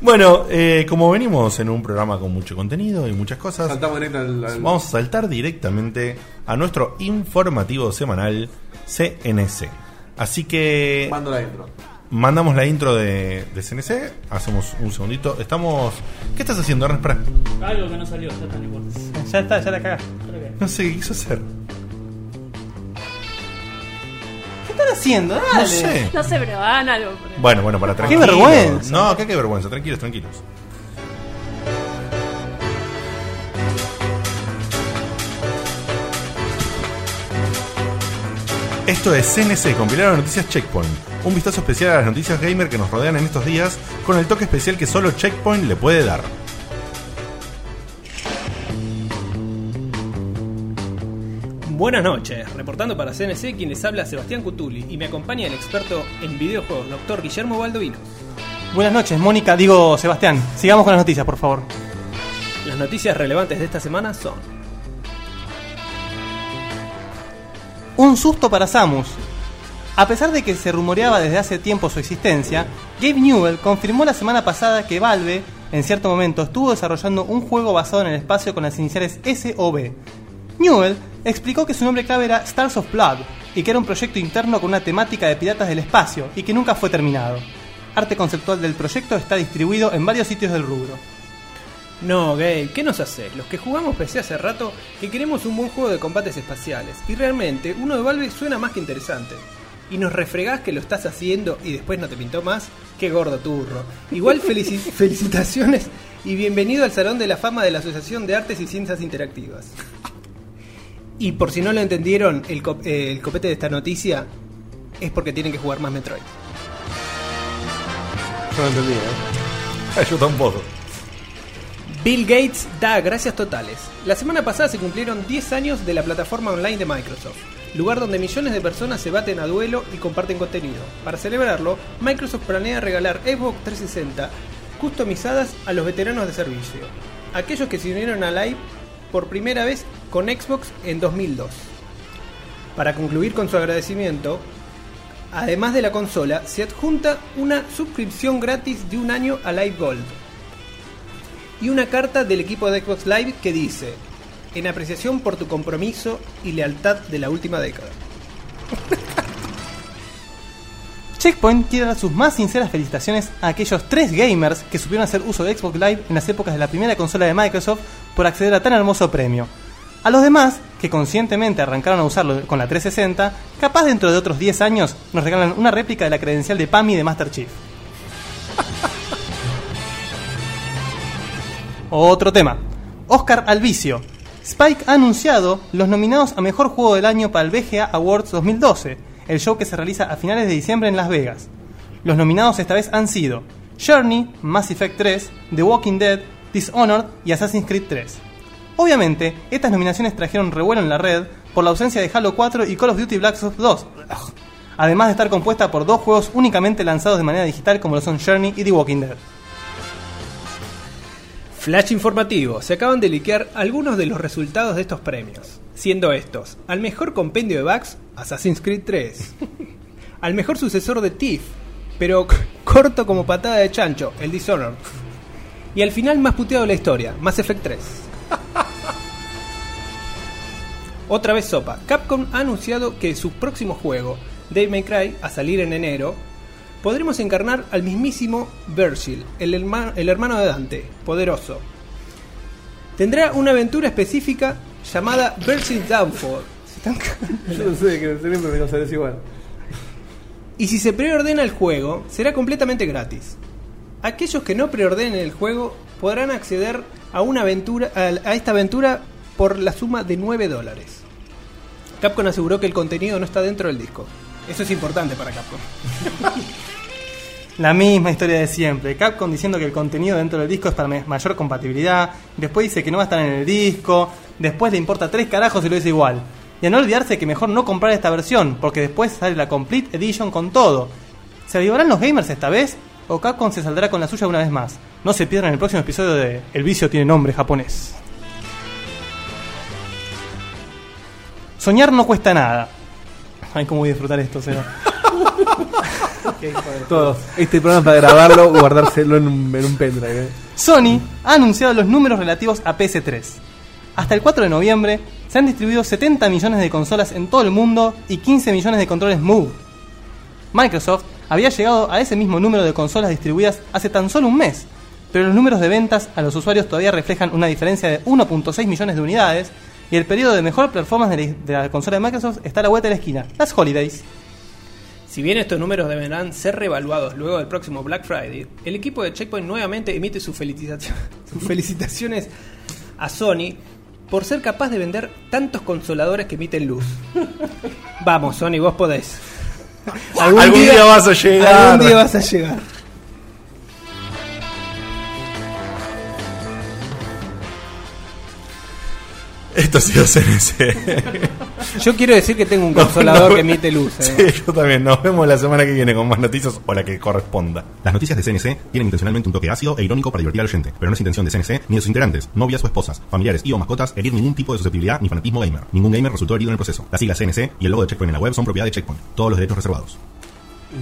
Bueno, eh, como venimos en un programa con mucho contenido y muchas cosas,
Saltamos directo al. al-
vamos a saltar directamente a nuestro informativo semanal CNC. Así que
Mando la intro.
mandamos la intro de, de CNC, hacemos un segundito. Estamos. ¿Qué estás haciendo, Ernest? Pará.
Algo que no salió, ya está, no importa.
ya está, ya la cagaste.
No sé qué quiso hacer.
¿Qué están haciendo? Dale.
No sé.
No sé, pero hagan algo. por ahí.
Bueno, bueno, para tranquilos.
vergüenza.
No, acá qué vergüenza, tranquilos, tranquilos. Esto es CNC, compilado de noticias Checkpoint. Un vistazo especial a las noticias gamer que nos rodean en estos días, con el toque especial que solo Checkpoint le puede dar.
Buenas noches, reportando para CNC quien les habla Sebastián Cutuli y me acompaña el experto en videojuegos, doctor Guillermo Baldovino.
Buenas noches, Mónica. Digo, Sebastián. Sigamos con las noticias, por favor.
Las noticias relevantes de esta semana son
Un susto para Samus. A pesar de que se rumoreaba desde hace tiempo su existencia, Gabe Newell confirmó la semana pasada que Valve, en cierto momento, estuvo desarrollando un juego basado en el espacio con las iniciales SOB. Newell explicó que su nombre clave era Stars of Blood y que era un proyecto interno con una temática de piratas del espacio y que nunca fue terminado. Arte conceptual del proyecto está distribuido en varios sitios del rubro.
No, Gabe, ¿qué nos haces? Los que jugamos PC hace rato que queremos un buen juego de combates espaciales. Y realmente, uno de Valve suena más que interesante. Y nos refregás que lo estás haciendo y después no te pintó más. Qué gordo turro. Igual felici- felicitaciones y bienvenido al Salón de la Fama de la Asociación de Artes y Ciencias Interactivas. Y por si no lo entendieron, el, co- eh, el copete de esta noticia es porque tienen que jugar más Metroid.
Yo no entendí, ¿eh?
Yo tampoco.
Bill Gates da gracias totales. La semana pasada se cumplieron 10 años de la plataforma online de Microsoft, lugar donde millones de personas se baten a duelo y comparten contenido. Para celebrarlo, Microsoft planea regalar Xbox 360 customizadas a los veteranos de servicio, aquellos que se unieron a Live por primera vez con Xbox en 2002. Para concluir con su agradecimiento, además de la consola, se adjunta una suscripción gratis de un año a Live Gold y una carta del equipo de Xbox Live que dice, en apreciación por tu compromiso y lealtad de la última década.
Checkpoint quiere dar sus más sinceras felicitaciones a aquellos tres gamers que supieron hacer uso de Xbox Live en las épocas de la primera consola de Microsoft por acceder a tan hermoso premio. A los demás, que conscientemente arrancaron a usarlo con la 360, capaz dentro de otros 10 años nos regalan una réplica de la credencial de PAMI de Master Chief. Otro tema. Oscar Alvicio. Spike ha anunciado los nominados a Mejor Juego del Año para el BGA Awards 2012, el show que se realiza a finales de diciembre en Las Vegas. Los nominados esta vez han sido Journey, Mass Effect 3, The Walking Dead, Dishonored y Assassin's Creed 3. Obviamente, estas nominaciones trajeron revuelo en la red por la ausencia de Halo 4 y Call of Duty Black Ops 2, además de estar compuesta por dos juegos únicamente lanzados de manera digital como lo son Journey y The Walking Dead.
Flash informativo, se acaban de liquear algunos de los resultados de estos premios, siendo estos, al mejor compendio de bugs, Assassin's Creed 3, al mejor sucesor de Thief, pero c- corto como patada de chancho, el Dishonored, y al final más puteado de la historia, Mass Effect 3. Otra vez sopa, Capcom ha anunciado que su próximo juego, Dave May Cry, a salir en enero, podremos encarnar al mismísimo Virgil, el, herma- el hermano de Dante, poderoso. Tendrá una aventura específica llamada Virgil Downfall. Se están cagando.
Yo no sé, que siempre me cansaré igual.
Y si se preordena el juego, será completamente gratis. Aquellos que no preordenen el juego podrán acceder a, una aventura, a, a esta aventura por la suma de 9 dólares. Capcom aseguró que el contenido no está dentro del disco. Eso es importante para Capcom.
La misma historia de siempre. Capcom diciendo que el contenido dentro del disco es para me- mayor compatibilidad. Después dice que no va a estar en el disco. Después le importa tres carajos y lo dice igual. Y a no olvidarse que mejor no comprar esta versión, porque después sale la Complete Edition con todo. ¿Se avivarán los gamers esta vez? ¿O Capcom se saldrá con la suya una vez más? No se pierdan el próximo episodio de El vicio tiene nombre japonés. Soñar no cuesta nada. Ay, cómo voy a disfrutar esto, Seba.
Todos. Este programa para grabarlo, guardárselo en un, en un pendrive. eh.
Sony ha anunciado los números relativos a PS3. Hasta el 4 de noviembre se han distribuido 70 millones de consolas en todo el mundo y 15 millones de controles Move. Microsoft había llegado a ese mismo número de consolas distribuidas hace tan solo un mes, pero los números de ventas a los usuarios todavía reflejan una diferencia de 1.6 millones de unidades y el periodo de mejor performance de la, de la consola de Microsoft está a la vuelta de la esquina, las Holidays.
Si bien estos números deberán ser revaluados luego del próximo Black Friday, el equipo de Checkpoint nuevamente emite sus felicitaci- sus felicitaciones a Sony por ser capaz de vender tantos consoladores que emiten luz. Vamos, Sony, vos podés.
Algún, día, vas a llegar.
Algún día vas a llegar.
Esto ha sido CNC.
Yo quiero decir que tengo un consolador que emite luz. eh.
Sí, yo también. Nos vemos la semana que viene con más noticias o la que corresponda.
Las noticias de CNC tienen intencionalmente un toque ácido e irónico para divertir al oyente, pero no es intención de CNC ni de sus integrantes, novias o esposas, familiares y o mascotas herir ningún tipo de susceptibilidad ni fanatismo gamer. Ningún gamer resultó herido en el proceso. Las siglas CNC y el logo de Checkpoint en la web son propiedad de Checkpoint. Todos los derechos reservados.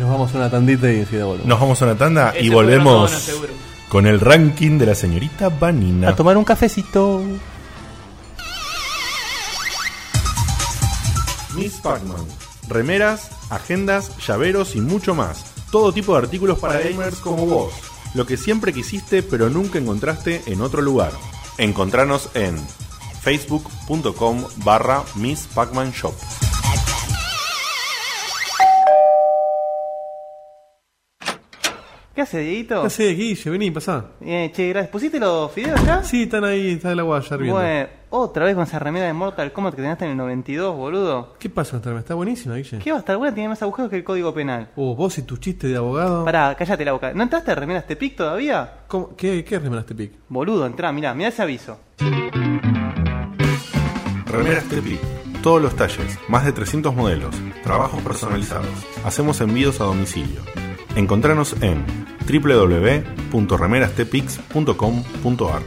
Nos vamos a una tandita y enseguida volvemos.
Nos vamos a una tanda y
Ese
volvemos
programa no, no, seguro.
con el ranking de la señorita Vanina.
A tomar un cafecito.
Miss Pac-Man. Remeras, agendas, llaveros y mucho más. Todo tipo de artículos para gamers como vos. Lo que siempre quisiste pero nunca encontraste en otro lugar. Encontranos en facebook.com barra Miss Pac-Man Shop.
¿Qué hace, Dieguito?
¿Qué haces, Guille? Vení, pasá.
Eh, che, gracias. ¿Pusiste los fideos ya?
Sí, están ahí, está el agua ya hirviendo.
Bueno, otra vez con esa remera de Mortal Kombat que tenías en el 92, boludo.
¿Qué pasa, Tarma? Está buenísima, Guille.
¿Qué va a estar buena? Tiene más agujeros que el código penal.
Oh, vos y tu chiste de abogado.
Pará, cállate la boca. ¿No entraste a remeras Tepic todavía?
¿Cómo? ¿Qué, ¿Qué remera este pic?
Boludo, entrá, mirá, mirá ese aviso.
Remeras Tepi. Todos los talles, más de 300 modelos, trabajos personalizados. Hacemos envíos a domicilio. Encontranos en www.remerastepix.com.ar.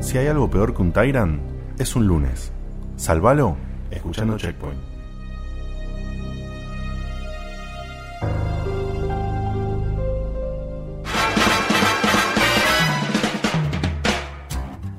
Si hay algo peor que un Tyrant, es un lunes. Salvalo escuchando Checkpoint.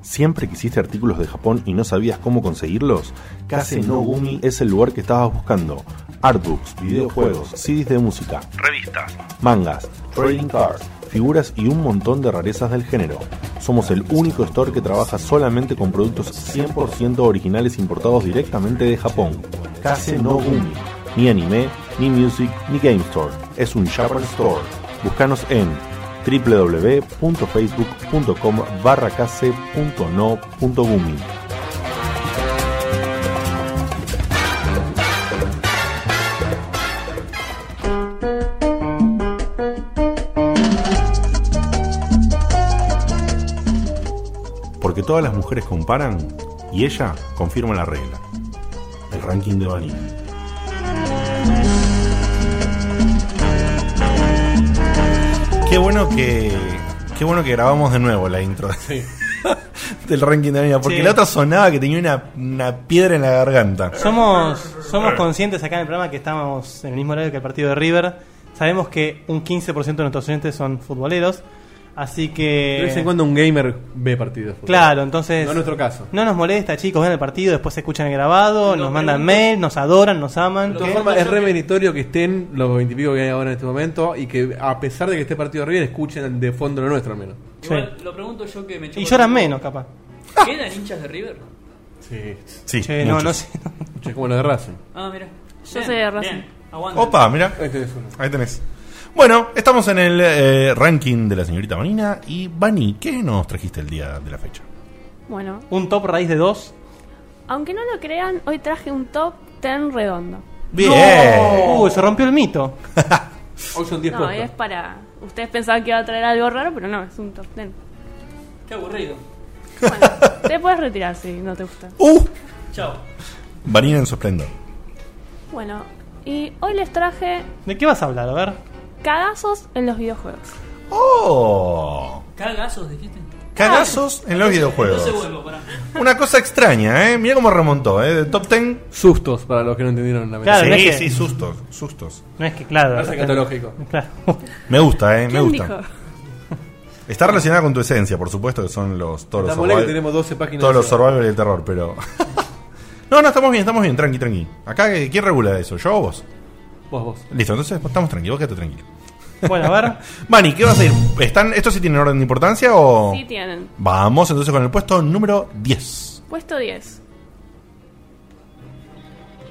¿Siempre quisiste artículos de Japón y no sabías cómo conseguirlos? Kase no Gumi es el lugar que estabas buscando. Artbooks, videojuegos, CDs de música, revistas, mangas, trading cards, figuras y un montón de rarezas del género. Somos el único store que trabaja solamente con productos 100% originales importados directamente de Japón. Kase no Gumi. Ni anime, ni music, ni game store. Es un Japan store. Búscanos en www.facebook.com barra case.no.gumi. Porque todas las mujeres comparan y ella confirma la regla. El ranking de Vanilla. Qué bueno que. Qué bueno que grabamos de nuevo la intro del ranking de Vanilla. Porque
Sí.
la otra sonaba que tenía una, una piedra en la garganta.
Somos, somos conscientes acá en el programa que estamos en el mismo horario que el partido de River. Sabemos que un 15% de nuestros oyentes son futboleros. Así que.
De vez en cuando un gamer ve partidos. de fútbol.
Claro, entonces.
No en nuestro caso.
No nos molesta, chicos, ven el partido, después se escuchan el grabado, nos mandan mail, nos adoran, nos aman.
De todas formas, es re meritorio que estén los 20 y pico que hay ahora en este momento y que, a pesar de que esté partido arriba, escuchen de fondo lo nuestro al menos.
Igual, lo pregunto yo que me chupo
Y
el
lloran
huevo.
menos, capaz.
¿Quedan hinchas de River?
Sí.
Sí,
Che, no,
muchos.
no sé.
Escuché como lo de Racing.
Ah, mira.
Yo soy de Racing.
Aguanta.
Opa, mira.
Ahí tenés Este uno.
Ahí tenés. Bueno, estamos en el eh, ranking de la señorita Vanina. Y Vani, ¿qué nos trajiste el día de la fecha?
Bueno,
Un top raíz de dos.
aunque no lo crean, hoy traje un top ten redondo.
Bien.
No. Uh, se rompió el mito.
Hoy son 10
no,
podcasts.
es para. Ustedes pensaban que iba a traer algo raro, pero no, es un top ten.
Qué aburrido.
Te puedes retirar si no te gusta.
Chao.
Uh, Vanina en su esplendor.
Bueno, y hoy les traje
¿De qué vas a hablar? A ver.
cagazos en los videojuegos.
¡Oh!
Cagazos, dijiste.
Cagazos en los
No se
videojuegos.
vuelvo, pará.
Una cosa extraña, ¿eh? Mira cómo remontó, ¿eh? De top 10.
Sustos, para los que no entendieron la
Claro, no es
sí,
que-
sí, sustos, sustos.
No es que, claro.
Parece catológico.
Claro.
Me gusta, ¿eh? Me
¿Quién
gusta.
dijo?
Está relacionada con tu esencia, por supuesto, que son los todos los
La mole que
survival-
tenemos 12 páginas.
todos
de
los
eso.
survival y el terror, pero. no, no, estamos bien, estamos bien, tranqui, tranqui. Acá, eh, ¿quién regula eso? ¿Yo o vos?
Vos, vos.
Listo, entonces pues, estamos tranquilos, quédate tranquilo.
Bueno, a ver.
Mani, ¿qué vas a ir? ¿Están, ¿Esto sí tiene orden de importancia o.?
Sí tienen.
Vamos entonces con el puesto número 10.
Puesto 10.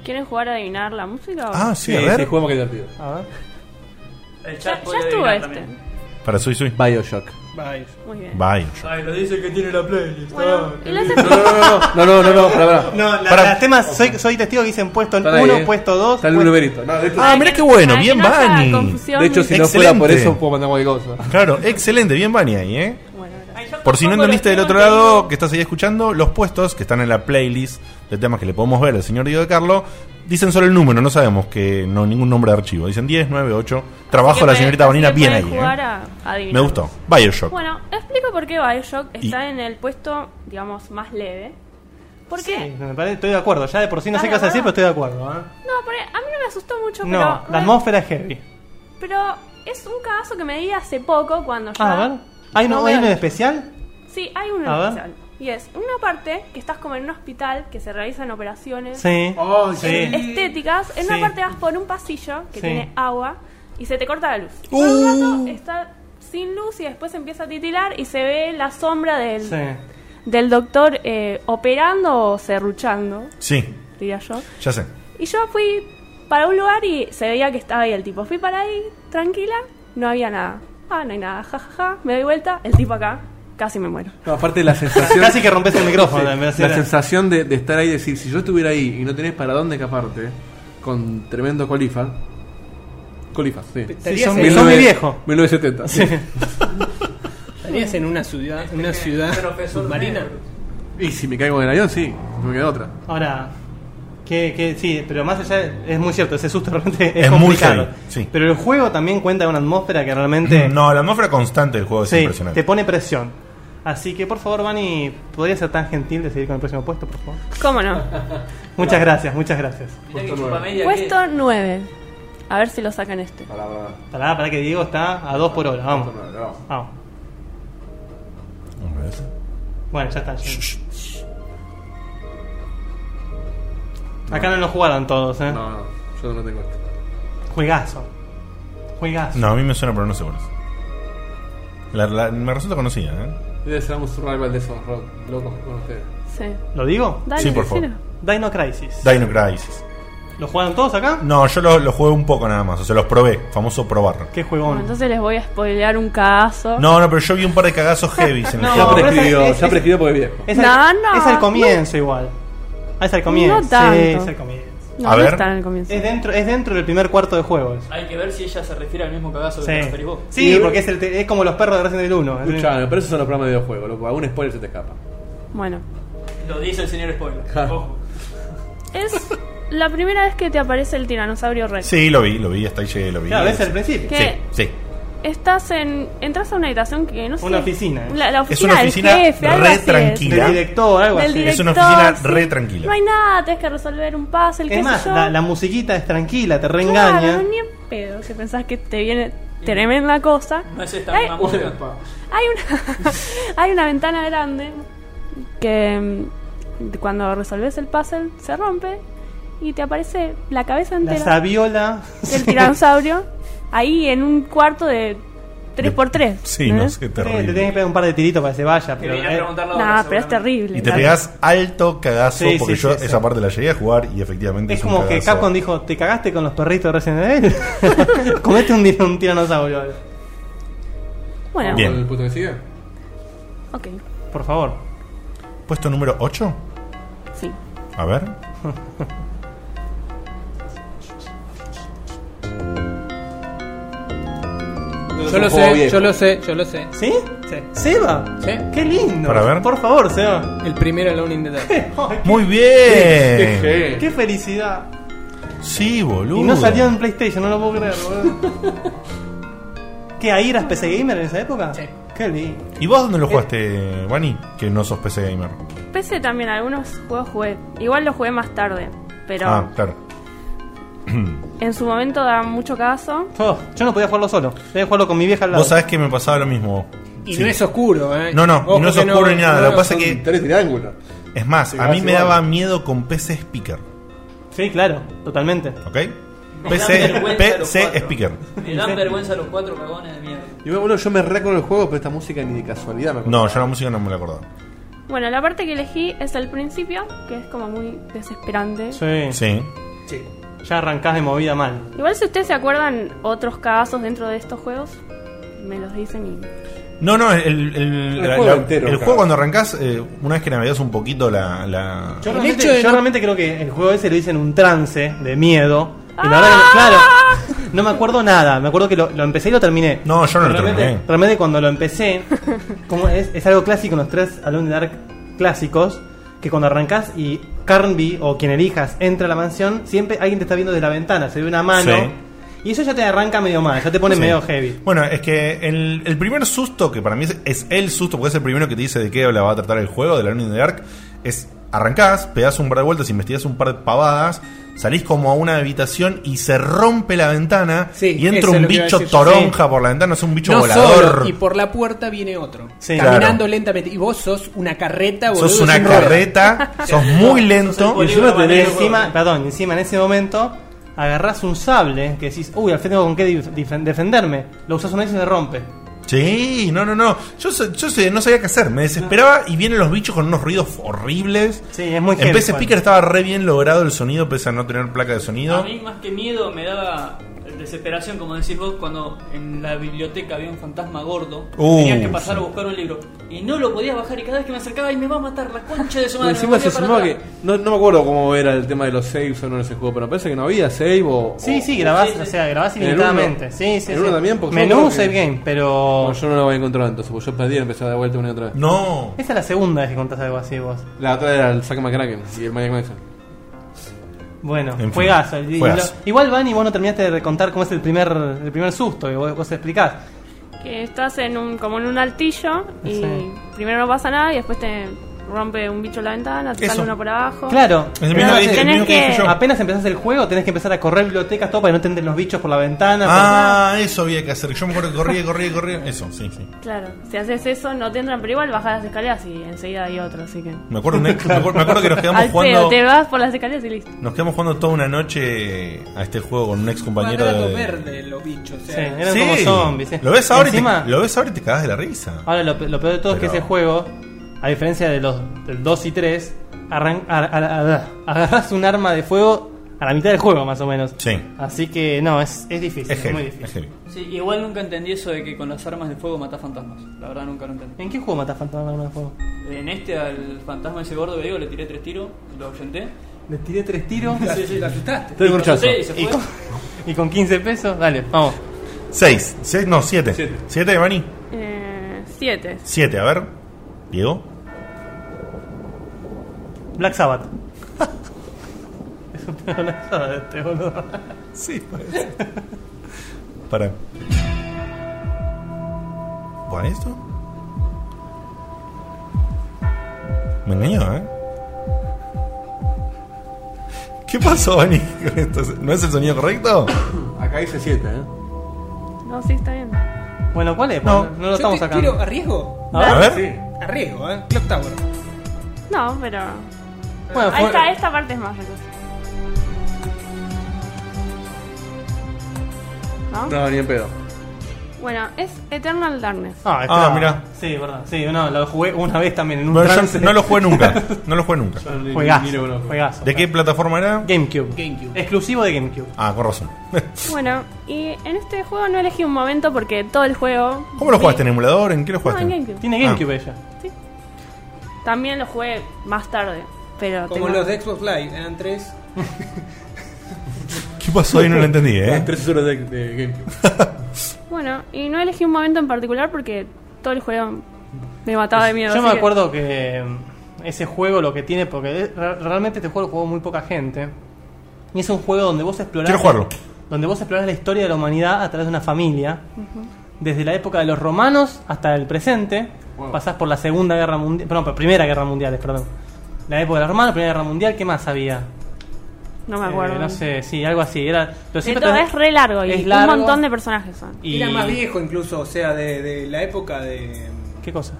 ¿Quieren jugar a adivinar la música? o-
Ah, sí, a ver.
Sí, juego que divertido.
A ver.
El
ya,
chat
ya
puede
estuvo
adivinar
este.
también.
Para Sui Sui.
Bioshock.
Bye.
Muy bien.
Vaya.
Ay, lo dice que tiene la playlist. Ah.
Bueno, y
Ah,
les
No, no, no, no, no, no, no, pará, pará.
No, la-
Para-
las temas, soy, soy testigo que dicen puesto
Está ahí,
1,
eh.
puesto pues- 2.
Está el numerito. No, de, hecho,
Ah, mirá qué bueno, bien, Bani.
de hecho, si no fuera por
Excelente.
eso, puedo mandar cualquier cosa.
Claro, excelente, bien Bani ahí, ¿eh?
Bueno, gracias.
Por si no entendiste del otro lado que estás ahí escuchando, los puestos que están en la playlist de temas que le podemos ver al señor Diego de Carlo, dicen solo el número, no sabemos que no ningún nombre de archivo. Dicen 10, 9, 8. Trabajo
Así
la
que
señorita
así
Bonina
que
bien
pueden
ahí.
jugar
¿eh?
a adivinar.
Me gustó. Bioshock.
Bueno, explico por qué Bioshock
Y-
está en el puesto, digamos, más leve. ¿Por
Sí,
qué?
me parece, estoy de acuerdo. Ya de por sí no sé
¿Estás
qué vas a
de
decir, pero estoy
acuerdo?
de acuerdo. ¿eh?
No, porque a mí no me asustó mucho,
No,
pero...
la atmósfera es heavy.
Pero es un cagazo que me di hace poco cuando ya...
Ah, a ver. ¿Hay uno,
No
hay
veo.
uno en especial?
Sí, hay uno
A ver.
especial. Y es una parte que estás como en un hospital, que se realizan operaciones
Sí.
Oh,
sí.
estéticas. En
Sí.
una parte vas por un pasillo que
Sí. Uh.
tiene agua y se te corta la luz. Y Por un rato está sin luz y después empieza a titilar y se ve la sombra del,
Sí.
del doctor eh, operando o serruchando,
Sí,
diría yo.
ya sé.
Y yo fui para un lugar y se veía que estaba ahí el tipo. Fui para ahí, tranquila, no había nada. Ah, no hay nada, jajaja. Me doy vuelta, el tipo acá, casi me muero.
No, aparte la sensación.
Casi que rompes el micrófono.
Sí,
me hace-
la sensación de, de estar ahí y decir, si yo estuviera ahí y no tenés para dónde escaparte, con tremendo colifa. Colifas, sí.
Sí, son,
Estarías en-
son muy viejo.
1970. sí.
Estarías en una ciudad, en una ciudad submarina.
Y si me caigo en el avión, sí, no me queda otra.
Ahora, que, que sí, pero más allá, de- es muy cierto, ese susto realmente es,
Es muy
complicado.
heavy, sí.
Pero el juego también cuenta con una atmósfera que realmente
No, la atmósfera constante del juego es
sí,
impresionante.
te pone presión. Así que por favor, Vani, ¿podrías ser tan gentil de seguir con el próximo puesto, por favor?
¿Cómo no?
Muchas gracias, muchas gracias.
Mirá que chupa media
Puesto 9. A ver si lo sacan este.
Pará, pará,
Pará, pará que Diego está a dos por hora, vamos.
pará, no.
Vamos. Bueno, ya está. ya. Acá no lo jugaron todos, ¿eh?
No, no, yo no tengo esto.
Juegazo. Juegazo.
No, a mí me suena, pero no sé cuál es. La- la- me resulta conocida, ¿eh?
Debe ser un survival de esos rock, locos con ustedes.
Sí.
¿Lo digo?
Dale,
Sí, por favor.
decilo.
Dino Crisis.
Dino Crisis.
¿Lo jugaron todos acá?
No, yo los lo jugué un poco nada más, o sea, los probé, famoso probar.
Qué
Bueno,
juegón.
entonces les voy a spoilear un caso.
No, no, pero yo vi un par de cagazos heavy en el
No,
juego.
ya
pero
prescribió,
esa- es-
ya
es-
prescribió porque es viejo.
Es
No, no,
es al comienzo igual. Ah, es al comienzo.
No tanto.
Sí, es al comienzo.
No,
A
no
ver.
están en el comienzo.
Es dentro, es dentro del primer cuarto de juego. eso.
Hay que ver si ella se refiere al mismo cagazo que te
Sí,
referís vos.
sí porque es, el te- es como los perros de Resident Evil 1. así.
Escuchame, pero esos son los programas de videojuegos, loco. Algún spoiler se te escapa.
Bueno,
Lo dice el señor spoiler.
Claro.
Ojo.
es la primera vez que te aparece el tiranosaurio rex.
Sí, lo vi, lo vi, hasta ahí llegué, lo vi.
Claro, es el principio.
¿Qué?
Sí, sí.
Estás en. Entras a una habitación que no sé.
Una oficina, ¿eh?
La, la oficina
Es una
del
oficina
jefe, algo
re
así es.
tranquila.
Del director, algo
Del
así.
director,
Es una oficina
sí.
re tranquila.
No hay nada, tenés que resolver un puzzle. qué sé
Es más,
yo.
la, la musiquita es tranquila, te
Claro,
reengaña.
ni en pedo. Que pensás que te viene tremenda cosa.
No es esta
Ay,
misma música.
Hay una, hay una ventana grande que mm, cuando resolves el puzzle se rompe y te aparece la cabeza
La
entera
sabiola.
del tiranosaurio ahí en un cuarto de 3x3.
Sí, no sé,
Sí, te
terrible.
tenés que pegar un par de tiritos para que se vaya.
Que
Pero,
venía a
eh,
preguntarlo ahora,
Nada, pero es
seguramente.
terrible.
Y te pegás alto cagazo,
Sí,
porque
sí,
yo
sí,
esa
sí.
parte la llegué a jugar y efectivamente es,
es como
un
que
cagazo.
Capcom dijo: Te cagaste con los perritos de Resident Evil. Comete un, dir- un tiranosaurio.
Bueno,
Bien.
¿El puto que sigue?
ok,
Por favor.
Puesto número 8.
sí.
A ver.
Yo lo sé, yo lo sé, yo lo sé.
¿Sí? ¿Seba?
Sí.
¡Qué lindo!
Para ver.
Por favor, Seba.
El primero Alone in the Dark.
Muy bien.
¡Qué felicidad!
Sí, boludo.
Y no salió en PlayStation, no lo puedo creer, boludo. ¿Qué? ¿Ahí eras PC Gamer en esa época?
Sí.
¡Qué lindo!
¿Y vos dónde lo jugaste, Vani? Que no sos PC gamer.
PC también, algunos juegos jugué. Igual los jugué más tarde, pero
Ah, claro.
en su momento daba mucho caso.
Oh, yo no podía jugarlo solo. Podía jugarlo con mi vieja al lado.
Vos sabés que me pasaba lo mismo.
Y
Sí.
no es oscuro, ¿eh?
No, no,
Ojo
no es
que
oscuro ni nada, lo que pasa
son-
es que-
Tres triángulos.
Es más, a
vas
mí me
igual.
daba miedo con PC Speaker,
Sí, claro. Totalmente.
¿ok?
da
PC,
vergüenza los
PC
cuatro.
Speaker.
Me dan vergüenza los cuatro cagones de mierda.
Y bueno, boludo, yo me recuerdo el juego, pero esta música ni de casualidad me acuerdo.
No, yo la música no me la acordaba.
Bueno, la parte que elegí es el principio, que es como muy desesperante.
Sí.
Sí.
Sí.
Ya arrancás de movida mal.
Igual si ustedes se acuerdan otros casos dentro de estos juegos, me los dicen y...
No, no, el, el-
El
la-
juego
la-
entero,
el
claro.
juego cuando arrancás, eh, una vez que navegas un poquito la... la-
Yo,
El
realmente,
hecho de
yo
no-
realmente creo que el juego ese lo hice en un trance de miedo.
Ah.
Y la verdad que, no- claro, no me acuerdo nada. Me acuerdo que lo, lo empecé y lo terminé.
No, yo no lo
realmente,
terminé.
realmente cuando lo empecé, como es, es algo clásico en los tres Alone in the Dark clásicos, que cuando arrancás y Carnby o quien elijas entra a la mansión, siempre alguien te está viendo desde la ventana, se ve una mano.
Sí.
Y eso ya te arranca medio mal, ya te pone
Sí.
medio heavy.
Bueno, es que el, el primer susto, que para mí es, es el susto, porque es el primero que te dice de qué la va a tratar el juego, de la Union de Dark, es arrancás, pegás un par de vueltas, investigás un par de pavadas, salís como a una habitación y se rompe la ventana
Sí,
y entra
eso es
un
lo que iba a
bicho
decir yo.
toronja por la ventana, es un bicho
No
volador.
solo, y por la puerta viene otro.
Sí.
caminando
Claro.
lentamente. Y vos sos una carreta, boludo.
sos una
sin ruedas.
carreta, sos muy lento.
Y
Bolívar
encima tenés-
Valero.
encima- perdón, encima en ese momento agarrás un sable que decís, uy, al fin tengo con qué dif- dif- defenderme. Lo usás una vez y se rompe.
Sí, no, no, no. Yo, so- yo sé- no sabía qué hacer. Me desesperaba y vienen los bichos con unos ruidos horribles.
Sí, es muy
En
heavy,
PC
Juan.
Speaker estaba re bien logrado el sonido, pese a no tener placa de
A
sonido.
mí más que miedo me daba desesperación, como decís vos, cuando en la biblioteca había un fantasma gordo.
Uh,
tenías que pasar
sí.
a buscar un libro. Y no lo podías bajar y cada vez que me acercaba y me va a matar la concha de su
Y
madre.
encima
me
se
volvía para
sumaba que.
atrás.
No, no me acuerdo cómo era el tema de los saves o no en ese juego, pero me parece que no había save o.
Sí,
o-
sí, grabás,
sí, sí.
o sea, grabás
Oh, En el
ilimitadamente.
uno.
Sí, sí,
En el uno
sí.
también, porque yo
Menú
creo que-
save game, pero
No, yo no lo había encontrado entonces, porque yo perdí y empecé a dar vuelta una y otra vez.
No.
esa es la segunda vez que contás algo así vos.
La otra era el Zack McCracken y el Maya Connection.
Bueno,
fin,
juegazo. Y- y
juegazo.
lo- igual Vani, vos no terminaste de contar cómo es el primer el primer susto que vos, vos explicás.
Que estás en un, como en un altillo y
Sí.
primero no pasa nada y después te rompe un bicho la ventana, te
Eso.
sale uno por abajo.
Claro.
Es
eh,
el
Pero
mismo que dije- el
tenés
mismo que dije
que-
yo.
Apenas empezás el juego, tenés que empezar a correr bibliotecas todo para que no te entren los bichos por la ventana.
Ah, eso había que hacer. Yo me acuerdo que corría, corría, corría. Eso, sí, sí.
Claro, si haces eso no te entran, pero igual bajas las escaleras y enseguida hay otro, así que...
Me acuerdo, un ex- me acuerdo- me acuerdo que nos quedamos
Al pedo,
jugando.
te vas por las escaleras y listo.
Nos quedamos jugando toda una noche a este juego con un ex compañero
Cuadrado
de.
verde, los bichos. o
Sí,
sea.
eran como zombies. sí.
Lo ves ahora y te-
Encima-
lo ves ahora y te cagás de la risa.
Ahora, lo, pe- lo peor de todo es
Pero-
que ese juego, a diferencia de los, del 2 y 3, arran- a- a- a- agarras un arma de fuego a la mitad del juego, más o menos.
Sí.
Así que, no, es, es difícil,
Es
es, muy
heavy,
difícil.
es heavy.
Sí, igual nunca entendí eso de que con las armas de fuego matás fantasmas. La verdad nunca lo entendí.
¿En qué juego matas fantasma con arma de fuego?
En este al fantasma ese gordo que digo le tiré tres tiros, lo ahuyenté.
Le tiré tres tiros
Sí, sí, la asustaste.
Estoy
Lo
corchazo.
asusté y se
y,
fue.
con, y con 15 pesos, dale, vamos.
Seis. Seis, no, siete.
Siete.
Siete, Bani.
Eh, siete.
Siete, a ver. Diego.
Black Sabbath. es un tema de Black Sabbath este, boludo.
Sí, parece. Para. ¿Para esto? Me engañó, ¿eh? ¿Qué pasó, Ani? con esto? ¿No es el sonido correcto?
Acá dice 7, ¿eh?
No, sí, está bien.
Bueno, ¿cuál es?
No.
Bueno, no lo
Yo
estamos
te
sacando.
tiro a riesgo.
A ver.
A riesgo, ¿eh? Clock Tower.
No, pero...
Ah,
Bueno,
Ahí
fue-
está, esta parte es más recursiva. ¿No?
No, ni en pedo.
Bueno, es Eternal Darkness.
Ah,
Ah,
está.
mirá.
Sí, verdad. Sí, no, lo jugué una vez también en un
Bueno, yo
trance.
no lo jugué nunca. No lo jugué nunca.
Ni-
Juegazo,
ni lo conozco.
juegazo.
¿De qué plataforma era?
GameCube.
GameCube.
Exclusivo de GameCube.
Ah, con razón.
Bueno, y en este juego no elegí un momento porque todo el juego...
¿Cómo lo jugaste? ¿En emulador? ¿En qué lo
No,
jugaste?
en GameCube.
Tiene
Ah.
GameCube ella.
También lo jugué más tarde, pero...
Como
tengo-
los de Xbox Live, eran tres.
¿Qué pasó ahí? No lo entendí,
Las
¿eh?
13 horas de, de GameCube.
Bueno, y no elegí un momento en particular porque todo el juego me mataba de miedo.
Yo
así
me
que-
acuerdo que mm, ese juego lo que tiene, porque es- re- realmente este juego lo jugó muy poca gente. Y es un juego donde vos explorás.
Quiero jugarlo.
Donde vos explorás la historia de la humanidad a través de una familia.
Ujú.
Desde la época de los romanos hasta el presente. Pasás por la Segunda Guerra Mundial. Perdón, por Primera Guerra Mundial, perdón. La época de los romanos, Primera Guerra Mundial, ¿qué más había?
No me
Eh,
acuerdo.
no sé, sí, algo así. Era, pero siempre
Entonces,
tenés-
es re largo y
es largo.
un montón de personajes son.
Y-
Era más viejo incluso, o sea, de, de la época de...
¿Qué cosa?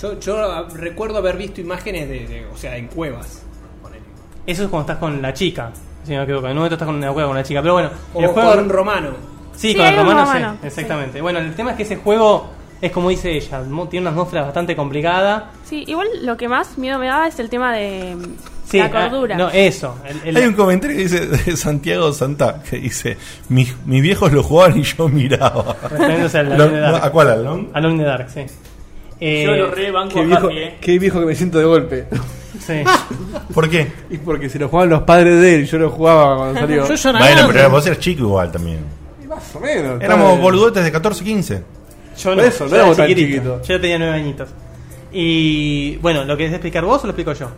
Yo, yo recuerdo haber visto imágenes de, de- o sea, en cuevas.
Eso es cuando estás con la chica. Si no me equivoco, en un momento estás con una cueva con la chica. Pero bueno,
O
el juego.
con un romano.
Sí,
Sí,
con
hay
el
un
romano,
romano,
sí, exactamente. Bueno, el tema es que ese juego es como dice ella, mo- tiene una atmósfera bastante complicada.
Sí, igual lo que más miedo me daba es el tema de mm,
Sí,
la
ah,
cordura.
no, eso. el-
Hay un comentario que dice de Santiago Santa que dice: Mis, mis viejos lo jugaban y yo miraba.
Refiriéndose al
Lo-
Alone in the
no,
Dark.
¿A cuál, al Long?
Alone in the Dark, sí. Eh,
Yo lo re banco
Qué
a
viejo,
Harry, eh.
qué viejo que me siento de golpe.
Sí.
¿Por qué?
Y porque se lo jugaban los padres de él y yo lo jugaba cuando salió.
Yo ya no
Bueno,
hago.
pero vos eras chico igual también.
Más o menos.
Éramos
tal.
boludotes de 14, 15.
Yo
Por
Pues,
eso, no
yo era
éramos tan
chiquitito.
chiquitos.
Yo tenía nueve añitos. Y bueno, ¿lo querés explicar vos o lo explico yo?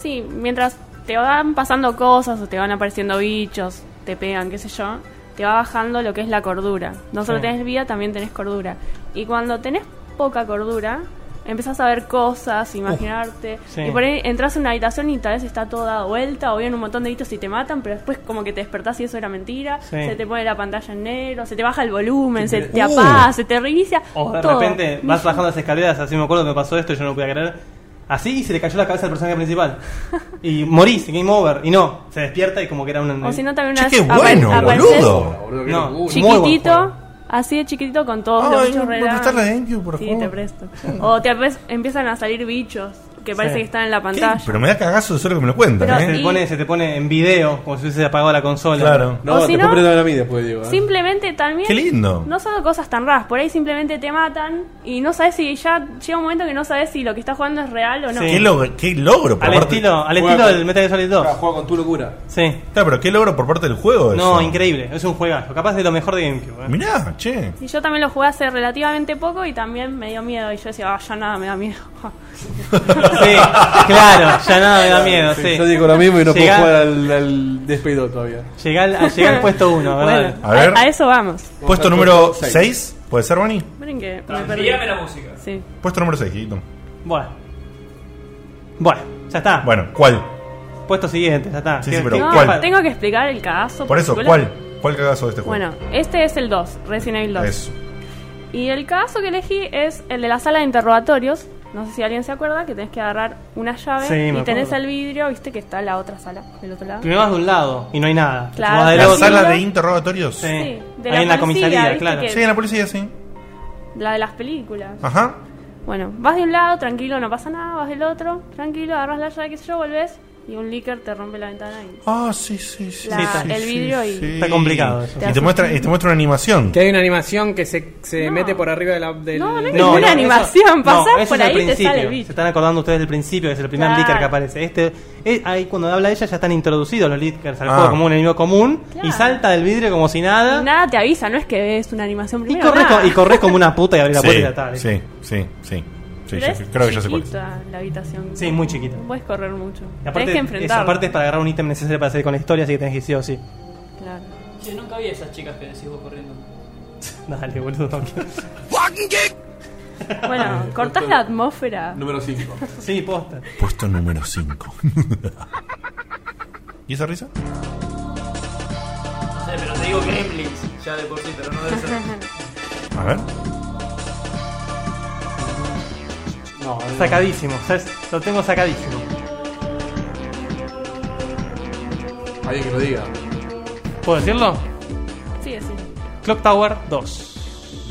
Sí, mientras te van pasando cosas o te van apareciendo bichos, te pegan, qué sé yo, te va bajando lo que es la cordura. No solo
Sí.
tenés vida, también tenés cordura. Y cuando tenés poca cordura, empezás a ver cosas, imaginarte.
Uh, sí.
Y por ahí entras a una habitación y tal vez está todo dado vuelta o bien un montón de hitos y te matan, pero después como que te despertás y eso era mentira.
Sí.
Se te pone la pantalla en negro, se te baja el volumen, se
pero-
te
Uh.
apaga, se te reinicia.
O de
todo.
repente vas bajando las escaleras, así me acuerdo que me pasó esto, yo no lo podía creer. Así y se le cayó la cabeza al personaje principal. Y morís, game over. Y no, se despierta y como que era un.
O si no, también
Che,
una
qué
vez
bueno,
apare-
boludo.
No, muy buen
chiquitito,
juego.
así de chiquitito con todos
Ay,
los
¿me
bichos
puedes
redados.
prestar la GameCube, por
Sí,
favor?
te presto. O te apes- empiezan a salir bichos que parece
Sí.
que están en la
¿Qué?
pantalla.
Pero me da cagazo solo que me lo
Pero
cuentan,
Se
¿eh?
te,
Y-
pone, se te pone en video, como si hubiese apagado la consola.
Claro.
No,
O
te
si no-
compré la a mí después, Diego. ¿eh?
Simplemente también
Qué lindo.
no son cosas tan raras, por ahí simplemente te matan y no sabes si ya llega un momento que no sabes si lo que estás jugando es real o no.
Sí.
¿Qué, log- qué logro por
Al
parte
estilo, al
Juega
estilo
con-
del Metal Gear Solid 2.
Ah, juega con tu locura.
Sí.
Claro, pero qué logro por parte del juego.
No,
eso.
increíble. Es un juegazo. Capaz de lo mejor de GameCube. ¿eh?
Mirá, che.
Y yo también lo jugué hace relativamente poco y también me dio miedo y yo decía, ah, ya nada me da miedo.
Sí, claro. Ya nada me da miedo.
Sí,
Sí.
Yo digo lo mismo y no
Llega-
puedo jugar al, al despedido todavía.
Llega al, a- llega al puesto 1, ¿verdad?
Bueno,
A ver.
A, a eso vamos.
Puesto número 6. ¿Puede ser, Bonnie?
Miren que me perdí.
Transferíame la música.
Sí.
Puesto número 6, Guito.
Bueno. Bueno, ya está.
Bueno, ¿cuál?
Puesto siguiente, ya está.
Sí,
¿Qué-
sí, pero
qué-
No,
¿cuál?
tengo que explicar el caso.
Por eso,
particular.
¿cuál? ¿Cuál cagazo de este juego?
Bueno, este es el 2, Resident Evil 2.
Eso.
Y el caso que elegí es el de la sala de interrogatorios. No sé si alguien se acuerda que tenés que agarrar una llave
Sí, me
y tenés
acuerdo.
el vidrio, viste que está la otra sala del otro lado.
Primero vas de un lado y no hay nada.
Claro.
Vas del
¿La
otro.
sala
¿no?
de interrogatorios?
Sí.
Sí,
de
Ahí en
policía,
la comisaría,
¿viste
claro. Ah.
que-
en la policía, sí.
La de las películas.
Ajá.
Bueno, vas de un lado, tranquilo, no pasa nada, vas del otro, tranquilo, agarras la llave, qué sé yo, volvés y un lícker te rompe la ventana y
Ah, sí, sí, sí.
La-
sí,
el
sí,
vidrio
sí,
y-
sí.
Está complicado eso.
Y te muestra, y te muestra una animación.
Que hay una animación que se, se
No.
mete por arriba de la, del...
No, no hay
No,
ninguna
no.
animación, pasás
eso
por
es
ahí y
al
te
principio.
sale el bicho.
Se están acordando ustedes del principio, que es el primer
Claro.
leaker que aparece. Este, eh, ahí cuando habla ella ya están introducidos los leakers al
Ah.
juego como un enemigo común
Claro.
y salta del vidrio como si nada.
nada te avisa, no es que ves una animación
Ah. Y
primero.
corres,
nada.
co- y corres como una puta y abrís la
Sí,
puerta y ya está. ¿eh? ¿viste?
sí, sí, sí. Sí,
Pero
yo
es
creo que ya sé cuál es.
chiquita la habitación.
Sí, muy chiquita.
No puedes correr mucho.
Y
tenés que
aparte,
enfrentar.
esa parte es para agarrar un ítem necesario para seguir con la historia, así que tenés que ir sí o sí.
Claro.
Che, nunca vi a esas chicas que decís vos corriendo.
Dale, boludo.
Bueno, cortás la atmósfera.
Número 5.
sí, posta.
Puesto número 5. ¿Y esa risa?
No sé, pero te digo Gremlins ya de por sí, pero no debe ser.
A ver.
No,
Sacadísimo, ¿sabes? Lo tengo sacadísimo.
alguien que lo diga.
¿Puedo decirlo?
Sí, sí.
Clock Tower 2.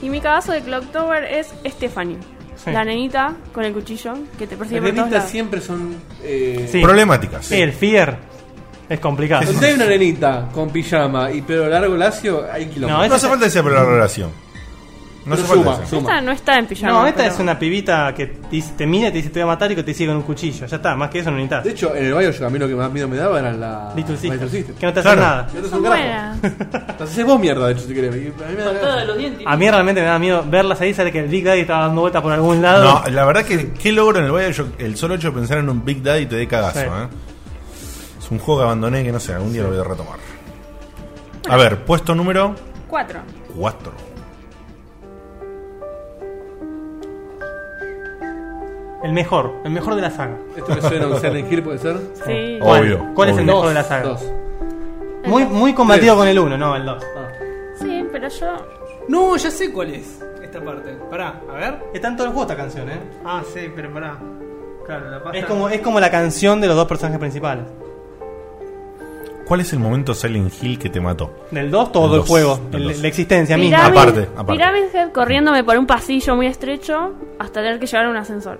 Y mi cagazo de Clock Tower es Stephanie.
Sí.
La nenita con el cuchillo que te persigue
Las
por todos
nenitas
lados.
siempre son. Eh...
Sí.
Problemáticas.
Sí, el Fear es complicado.
Donde hay una nenita con pijama y pelo largo lacio, hay quilombo.
No,
No
ese
hace falta que sea por la relación. No
Pero
hace falta
suma,
eso.
suma.
Esta no está en pijama.
No, esta
pero-
es una pibita que te, dice- te mira y te dice te voy a matar y que te sigue con un cuchillo. Ya está, más que eso no necesitas.
De hecho, en el baño yo a mí lo que más miedo me daba eran las
Little Sister,
Little Sister.
Que no te hacen
Claro.
nada.
Yo te
Son
un grapo.
buenas.
Las haces vos mierda, de hecho, si querés. Y A mí me da
Patada
gracia.
de los dientes.
A mí realmente me da miedo verlas ahí, saber que el Big Daddy estaba dando vueltas por algún lado.
No, la verdad que qué logro en el Bioshock. El solo hecho de pensar en un Big Daddy te dé cagazo.
Sí.
¿eh? Es un juego que abandoné que no sé, algún día lo voy a retomar. A ver, puesto número
Cuatro.
4.
El mejor, el mejor de la saga.
Esto me suena a un Silent Hill, ¿puede ser?
Sí.
Oh.
¿Cuál,
Obvio,
¿Cuál es el
obvio.
mejor de la saga?
Dos.
Muy, muy combatido
Tres.
con el 1, no, el 2.
Sí, pero yo.
No, ya sé cuál es esta parte. Pará, a ver.
Está en todo el juego esta canción, ¿eh?
Ah, sí, pero pará. Claro, la pasa.
Es como, es como la canción de los dos personajes principales.
¿Cuál es el momento Silent Hill que te mató?
Del 2, todo
Del
el
dos,
juego,
del
el-
dos.
la existencia misma.
Pyramid,
Aparte, aparte.
Pyramid Head corriéndome por un pasillo muy estrecho hasta tener que llegar a un ascensor.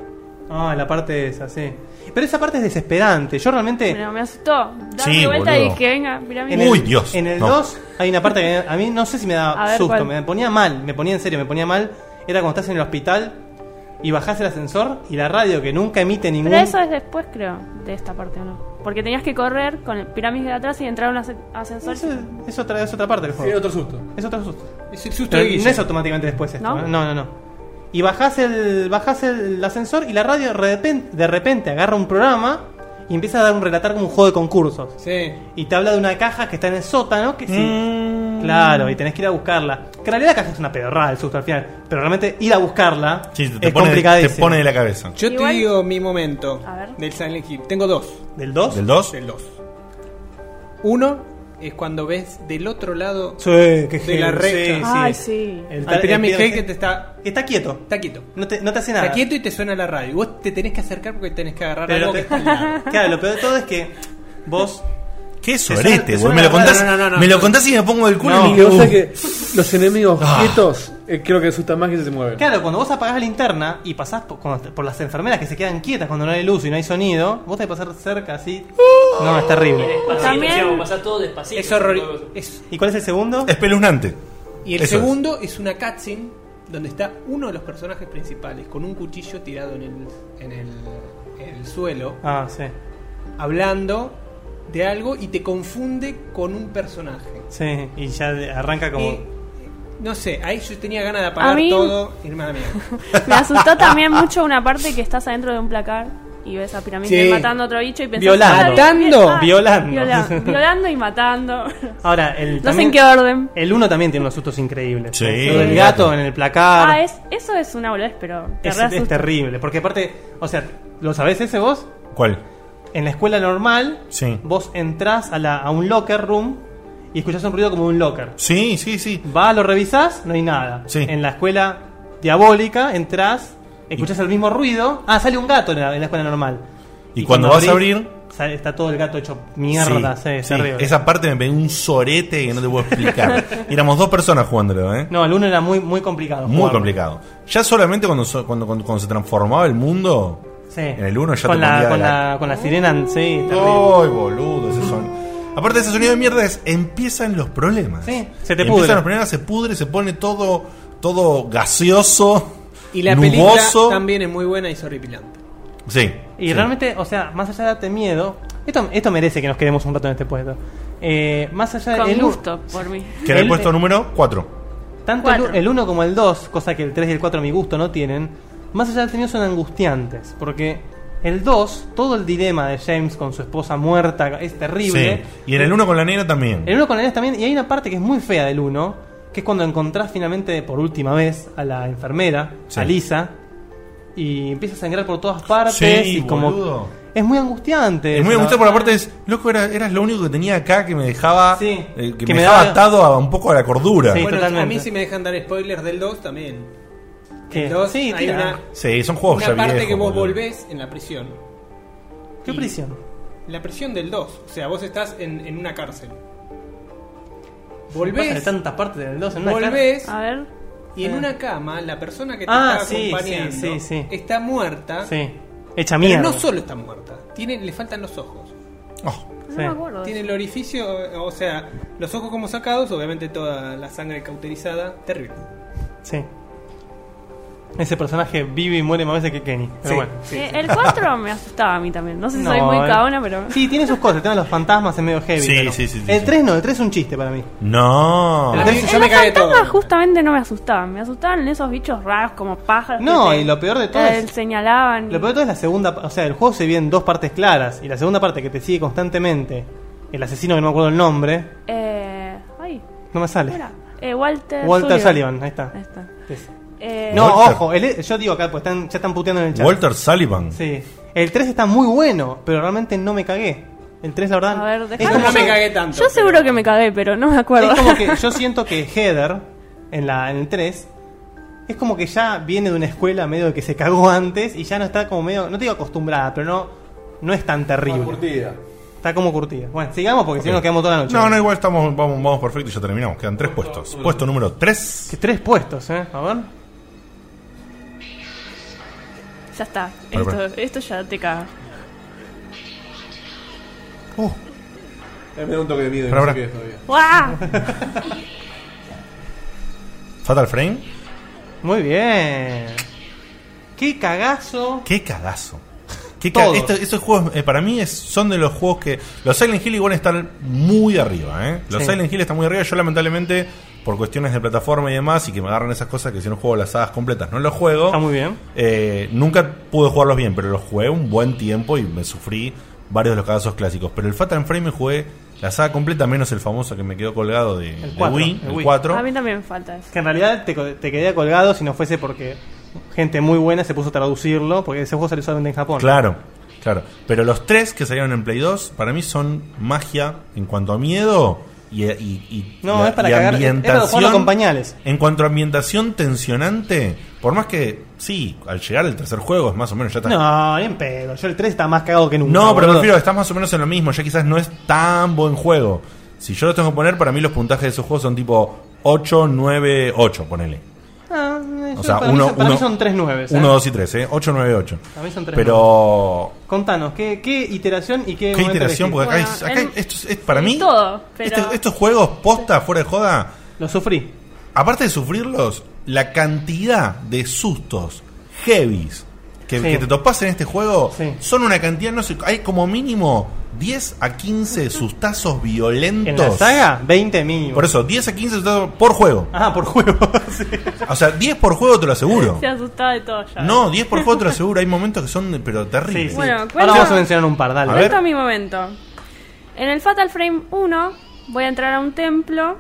Ah, la parte esa, sí. Pero esa parte es desesperante. Yo realmente.
Pero me asustó. Darme
Sí,
vuelta
boludo.
y que venga,
En
Pyramid
el,
Uy, Dios,
En el
no.
2 hay una parte que a mí no sé si me
A
daba
ver,
susto,
¿cuál?
me ponía mal, me ponía en serio, me ponía mal. Era cuando estás en el hospital y bajás el ascensor y la radio que nunca emite ningún.
Pero eso es después, creo, de esta parte, ¿o ¿no? Porque tenías que correr con el pirámide de atrás y entrar a un ase- ascensor.
Eso es, es otra, es otra parte del
Tiene
juego.
otro susto.
Es otro susto.
Es el susto
Pero
de
no
Guille.
es automáticamente después esto,
¿No?
¿eh? no, no, no. Y bajás el, bajás el ascensor y la radio de repente, de repente agarra un programa y empieza a dar un relatar como un juego de concursos.
Sí.
Y te habla de una caja que está en el sótano, que sí.
Mm.
Claro, y tenés que ir a buscarla. Que en realidad la caja es una pedorrada el susto al final. Pero realmente ir a buscarla
Sí, te,
es
pone, te
complicadísimo.
pone de la cabeza.
Yo
Igual-
te digo mi momento
A ver.
del Silent Hill. Tengo dos.
¿Del 2?
¿Del 2?
Del dos. Uno es cuando ves del otro lado
Sí, que
de la recta.
Ay, sí.
El,
al Pyramid Head que
que
te está,
está quieto.
está quieto.
No te, no te hace nada.
Está quieto y te suena la radio. Y Vos te tenés que acercar porque tenés que agarrar
Pero
algo
lo
que
pe-
está al lado.
Claro, lo peor de todo es que vos
Qué
suena-
sorete,
te
vos. Me
suena
lo
la
contás,
radio. No, no, no, no.
me lo contás y me pongo el culo
No.
y
Y
digo,
vos
"Uh".
sabés que los enemigos quietos eh, creo que asustan más que si se mueven.
Claro, cuando vos apagás la linterna y pasás por, cuando- por las enfermeras que se quedan quietas cuando no hay luz y no hay sonido, vos tenés que pasar cerca así.
Uh.
No, es terrible.
Despacito,
También-
decíamos, pasá todo despacito.
Es horror.
Todo-
es-
¿Y cuál es el segundo?
Espeluznante.
Y el
Eso es.
segundo es. una cutscene donde está uno de los personajes principales con un cuchillo tirado en el, en el, en el suelo,
Ah, sí.
hablando de algo y te confunde con un personaje.
Sí, y ya de- arranca como.
Y, eh, no sé, ahí yo tenía ganas de apagar
A mí-
todo, irme a la mierda.
Me asustó también mucho una parte que estás adentro de un placar y ves a Pirámide
Sí.
matando a otro bicho y pensás...
Violando.
"Ah, bien, bien,
¿Matando?
ah,
Violando.
viola- violando y matando.
Ahora, el.
No sé en
también-
qué orden.
El uno también tiene unos sustos increíbles.
Sí.
Lo del gato en el placar.
Ah, es, eso es una boludez, pero te
Es-
re
es
asusta.
terrible. Porque aparte, o sea, ¿lo sabés ese vos?
¿Cuál?
En la escuela normal,
Sí.
vos entrás a, la- a un locker room y escuchás un ruido como un locker.
Sí, sí, sí.
Vas, lo revisás, no hay nada.
Sí.
En la escuela diabólica entras, escuchás el mismo ruido. Ah, sale un gato en la, en la escuela normal.
Y cuando vas a abrir-
sale- está todo el gato hecho mierda.
Sí,
sí, es
sí.
terrible.
Esa parte me pegó un sorete que no te puedo explicar. Y Éramos dos personas jugándolo, ¿eh?
No, el uno era muy, muy complicado.
Muy
jugarlo.
complicado. Ya solamente cuando, so- cuando, cuando, cuando se transformaba el mundo.
Sí.
En el uno ya
con
te
la,
ponía
con
la- Oh.
la, con la sirena, sí,
¡Ay,
terrible.
boludo! Ese son... Aparte de ese sonido de mierda, es, empiezan los problemas.
Sí, se te
empiezan
pudre.
los problemas, se pudre, se pone todo, todo gaseoso.
Y la película
nuboso.
también es muy buena y es horripilante.
Sí.
Y
sí.
realmente, o sea, más allá de darte miedo, esto, esto merece que nos quedemos un rato en este puesto. Eh, más allá
Con
del
gusto, por mí.
Que era el
el-
puesto número 4.
Tanto el-
Cuatro.
el 1 como el 2, cosa que el 3 y el 4 a mi gusto no tienen, más allá de tenido son angustiantes, porque el 2, todo el dilema de James con su esposa muerta es terrible.
Y en el 1 con la nena también.
¿eh? El 1 con Elena también, y hay una parte que es muy fea del 1, que es cuando encontrás finalmente por última vez a la enfermera,
Sí.
a Lisa, y empieza a sangrar por todas partes,
Sí,
y como...
boludo.
Es muy angustiante.
Es muy
eso,
gusta
¿no?
por la parte es, loco, era- eras lo único que tenía acá que me dejaba,
Sí.
eh, que,
Que
me,
me
dejaba
daba-
atado a, un poco a la cordura.
Sí.
Sí,
bueno, a
totalmente.
mí si me dejan dar spoilers del 2 también.
¿Qué?
Eh,
El 2
Sí,
hay
tira.
una,
son juegos
una
ya
parte
viejos,
que vos
boludo.
volvés en la prisión.
¿Qué
Y-
prisión?
La prisión del 2. O sea, vos estás en, en una cárcel.
Pasa de
Volvés,
tantas partes del 2 en una Ah,
volvés
A ver,
y en
Sí.
una cama la persona que te
Ah,
está
sí,
acompañando
sí, sí, sí.
está muerta.
cara. Sí. Hecha
Pero
mierda.
no solo está muerta, tiene, le faltan los ojos.
Oh,
no
Sí.
me acuerdo.
Tiene el orificio, o sea, los ojos como sacados, obviamente toda la sangre cauterizada, terrible.
Sí. Ese personaje vive y muere más veces que Kenny. Pero
Sí,
bueno.
Eh, El 4 me asustaba a mí también. No sé si soy muy caona, pero.
eh. Sí, tiene sus cosas. El tema de los fantasmas es medio heavy.
Sí,
pero-
sí, sí, sí,
El
sí.
3 no, el 3 es un chiste para mí.
No.
A mí- yo me
los
cagué todo.
fantasmas justamente no me asustaban. Me asustaban esos bichos raros como pájaros.
No,
que te-
y lo peor de todo
te
es-
señalaban.
Lo peor de todo es la segunda. pa- O sea, el juego se divide en dos partes claras. Y la segunda parte que te sigue constantemente. El asesino que no me acuerdo el nombre.
Eh, ay,
No me
¿cómo
sale.
era? Eh, Walter,
Walter Sullivan,
Sullivan.
ahí está.
Ahí está.
Ese.
Eh,
No,
Walter.
ojo, el- yo digo acá, pues están, ya están puteando en el chat.
Walter Sullivan.
Sí. El 3 está muy bueno, pero realmente no me cagué. El 3, la verdad.
A ver,
es
dejame-
como,
No me
yo-
cagué tanto,
Yo
pero-
seguro que me cagué, pero no me acuerdo.
es como que yo siento que Heather, en, la, en el 3, es como que ya viene de una escuela medio que se cagó antes y ya no está como medio. No te digo acostumbrada, pero no, no es tan terrible. Está como curtida. Bueno, sigamos porque si no nos quedamos toda la noche.
No, no, igual estamos, vamos, vamos perfecto y ya terminamos. Quedan tres puestos. Puesto número
Que
3.
tres puestos, ¿eh? A ver.
Ya está.
Para,
Esto,
para.
esto ya te caga.
Me da un toque de miedo.
Pará,
no sé
pará.
qué es todavía.
¡Guau!
Fatal Frame.
Muy bien. Qué cagazo.
Qué cagazo. Qué ca-
Todos.
esto- estos juegos eh, para mí es- son de los juegos que los Silent Hill igual están muy arriba, ¿eh? Los
Sí.
Silent Hill están muy arriba, yo lamentablemente por cuestiones de plataforma y demás y que me agarran esas cosas que si no juego las hadas completas, no los juego.
Está muy bien.
Eh, nunca pude jugarlos bien, pero los jugué un buen tiempo y me sufrí varios de los cagazos clásicos. Pero el Fatal Frame me jugué la saga completa, menos el famoso que me quedó colgado de, de
cuatro,
Wii,
el
el
Wii. Ah,
4.
A mí también me falta eso.
Que en realidad te, co- te quedaría colgado si no fuese porque gente muy buena se puso a traducirlo, porque ese juego salió solamente en Japón.
Claro, claro. Pero los tres que salieron en Play 2, para mí son magia en cuanto a miedo y, y- y-
No,
y-
es para
y
cagar- es para jugarlo con pañales.
En cuanto a ambientación tensionante, por más que sí, al llegar el tercer juego es más o menos ya está.
No, bien pedo. Yo el 3 está más cagado que nunca.
No, pero me
boludo.
refiero, Ah, estás más o menos en lo mismo, ya quizás no es tan buen juego. Si yo lo tengo que poner, para mí los puntajes de esos juegos son tipo 8, 9, 8, ponele.
Ah, yo-
O sea,
para
1,
mí, son- para mí son 3 9
1, 2 y 3, ¿eh? 8, 9, 8.
Para mí son tres
Pero...
Contanos, ¿qué, qué iteración y
¿Qué
qué. momento
iteración? Porque
elegiste?
Bueno,
acá, hay- acá
el-
hay- esto es para mí...
Todo, pero.
Este- estos juegos posta, fuera de joda,
Lo sufrí.
aparte de sufrirlos, la cantidad de sustos heavies que,
Sí.
que te topas en este juego
Sí.
son una cantidad, no sé, hay como mínimo 10 a 15 sustazos violentos.
En la saga, 20 mínimo.
Por eso, 10 a 15 sustazos por juego.
Ah, por juego. sí.
O sea, 10 por juego te lo aseguro.
Se asustaba de todo ya.
No, 10 por juego te lo aseguro. Hay momentos que son, pero
Sí,
terribles.
sí.
Bueno,
Ahora
cuento-
vamos a mencionar un par, dale.
A ver.
Cuento mi momento. En el Fatal Frame 1 voy a entrar a un templo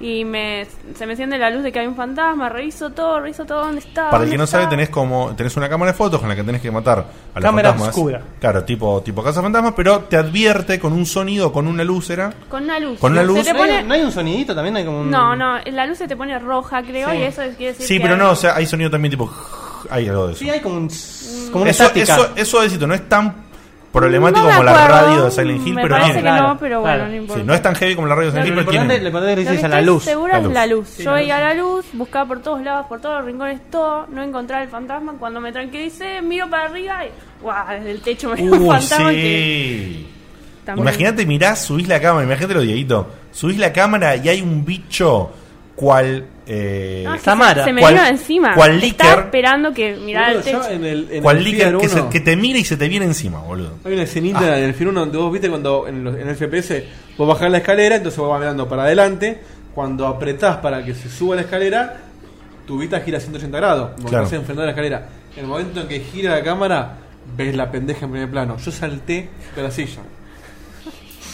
y me, se me enciende la luz de que hay un fantasma. Reviso todo, reviso todo dónde está.
Para
dónde
el que no
está.
sabe, tenés como tenés una cámara de fotos con la que tenés que matar a los
Cámara
fantasmas.
oscura.
Claro, tipo tipo casa fantasmas, pero te advierte con un sonido, con una luz era.
Con una luz.
Con una luz.
Se te
¿No, hay,
pone...
no hay un sonidito también? Hay como un...
No, no, la luz se te pone roja, creo,
Sí.
y eso quiere decir.
Sí,
que
pero
hay-
no, o sea, hay sonido también tipo hay algo de eso.
Sí, hay como un.
Mm.
tss, Como una
eso,
estática.
eso, eso decito, no es tan problemático
No me
como la
acuerdo,
radio de Silent Hill,
me
pero
parece
bien.
que
Claro,
no, pero
claro.
bueno, no
Sí,
importa.
no es tan heavy como la radio de
Claro,
Silent
lo
Hill, pero
importante,
tiene.
lo importante es que
Lo que
dices a
estoy
la luz.
segura
La
es
luz.
la luz.
Sí,
Yo
la
iba a
luz.
la luz, buscaba por todos lados, por todos los rincones, todo. No encontraba el fantasma. Cuando me tranquilicé, miro para arriba y. ¡Guau! Desde el techo me veo un
Uy,
fantasma. que
Uh, sí.
también-
Imagínate, mirás, subís la cámara, imagínate lo Dieguito. Subís la cámara y hay un bicho cual eh,
No, es Ah, que
Samara,
Se, se me
cual-
vino encima. Estaba
cual licker.
esperando que mirara el
Boludo, yo
techo.
en el- en el
cual líder
Fear
que, se-
1,
que te mira y se te viene encima, boludo.
Hay una
Ah.
escenita en el Fear 1 donde vos viste cuando en, los- en el FPS vos bajás la escalera, entonces vos vas mirando para adelante. Cuando apretás para que se suba la escalera, tu vista gira 180 grados. Como
Claro.
que vas a enfrentar la escalera. En el momento en que gira la cámara, ves la pendeja en primer plano. Yo salté de la silla.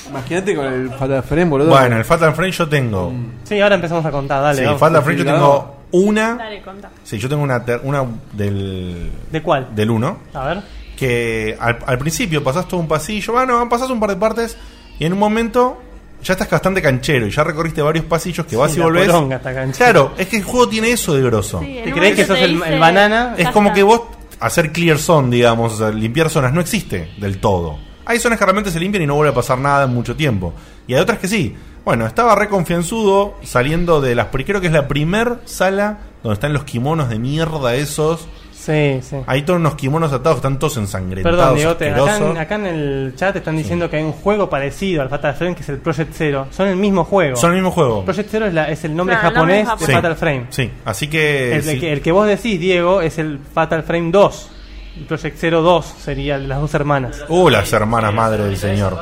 Imagínate con el fatal frame, boludo.
Bueno, el Fatal Frame yo tengo.
Sí, ahora empezamos a contar, Mm. dale.
sí,
vamos.
Fatal Frame yo
Configurador.
tengo una.
Dale, contá.
Sí, yo tengo una, ter- una del.
¿De cuál?
Del 1.
A ver.
Que al, al principio pasás todo un pasillo. Bueno, pasás un par de partes. Y en un momento. Ya estás bastante canchero y ya recorriste varios pasillos que vas
Sí,
y
la
volvés.
poronga está canchero.
Claro, es que el juego tiene eso de grosso.
Sí, en
¿Te
un
crees que
momento
sos
te
el-
dice,
el banana?
Es
"Ya
como
está".
que vos hacer clear zone, digamos, o sea, limpiar zonas, no existe del todo. Hay zonas que realmente se limpian y no vuelve a pasar nada en mucho tiempo. Y hay otras que sí. Bueno, estaba re confianzudo saliendo de las... pri- Creo que es la primer sala donde están los kimonos de mierda esos.
Sí, sí.
Hay todos unos kimonos atados, están todos ensangrentados.
Perdón, Diegote, acá, en-
asquerosos.
acá en el chat están diciendo que hay un juego parecido al Fatal Frame que es el Project Zero. Son el mismo juego.
Son el mismo juego.
Project Zero es, la- es el nombre
Claro, el nombre
japonés
japonés.
de
Sí.
Fatal Frame.
Sí, así que
El, de
sí.
que. el que vos decís, Diego, es el Fatal Frame 2. El Project Zero 2 sería el de las dos hermanas.
Uh, las hermanas madre del señor.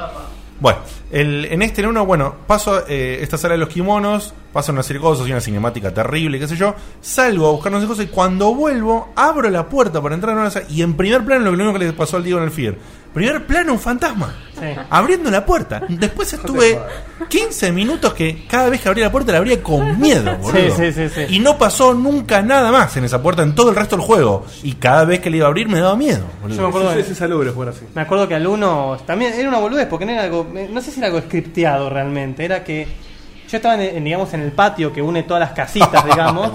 Bueno, el- en este en uno, bueno, paso eh, esta sala de los kimonos, paso una serie de cosas y una cinemática terrible, qué sé yo. Salgo a buscar no sé qué cosa y cuando vuelvo, abro la puerta para entrar a una sala. Y en primer plano, lo único que le pasó al Diego en el FIER. Primer plano, un fantasma. Abriendo la puerta. Después estuve 15 minutos que cada vez que abría la puerta la abría con miedo, boludo.
Sí, sí, sí, sí.
Y no pasó nunca nada más en esa puerta en todo el resto del juego. Y cada vez que le iba a abrir me daba miedo, boludo.
Yo me acuerdo de-
Es insalubre jugar así.
Me acuerdo que al uno también era una boludez porque no era algo, no sé si era algo scripteado realmente, era que yo estaba en, en, digamos en el patio que une todas las casitas, digamos.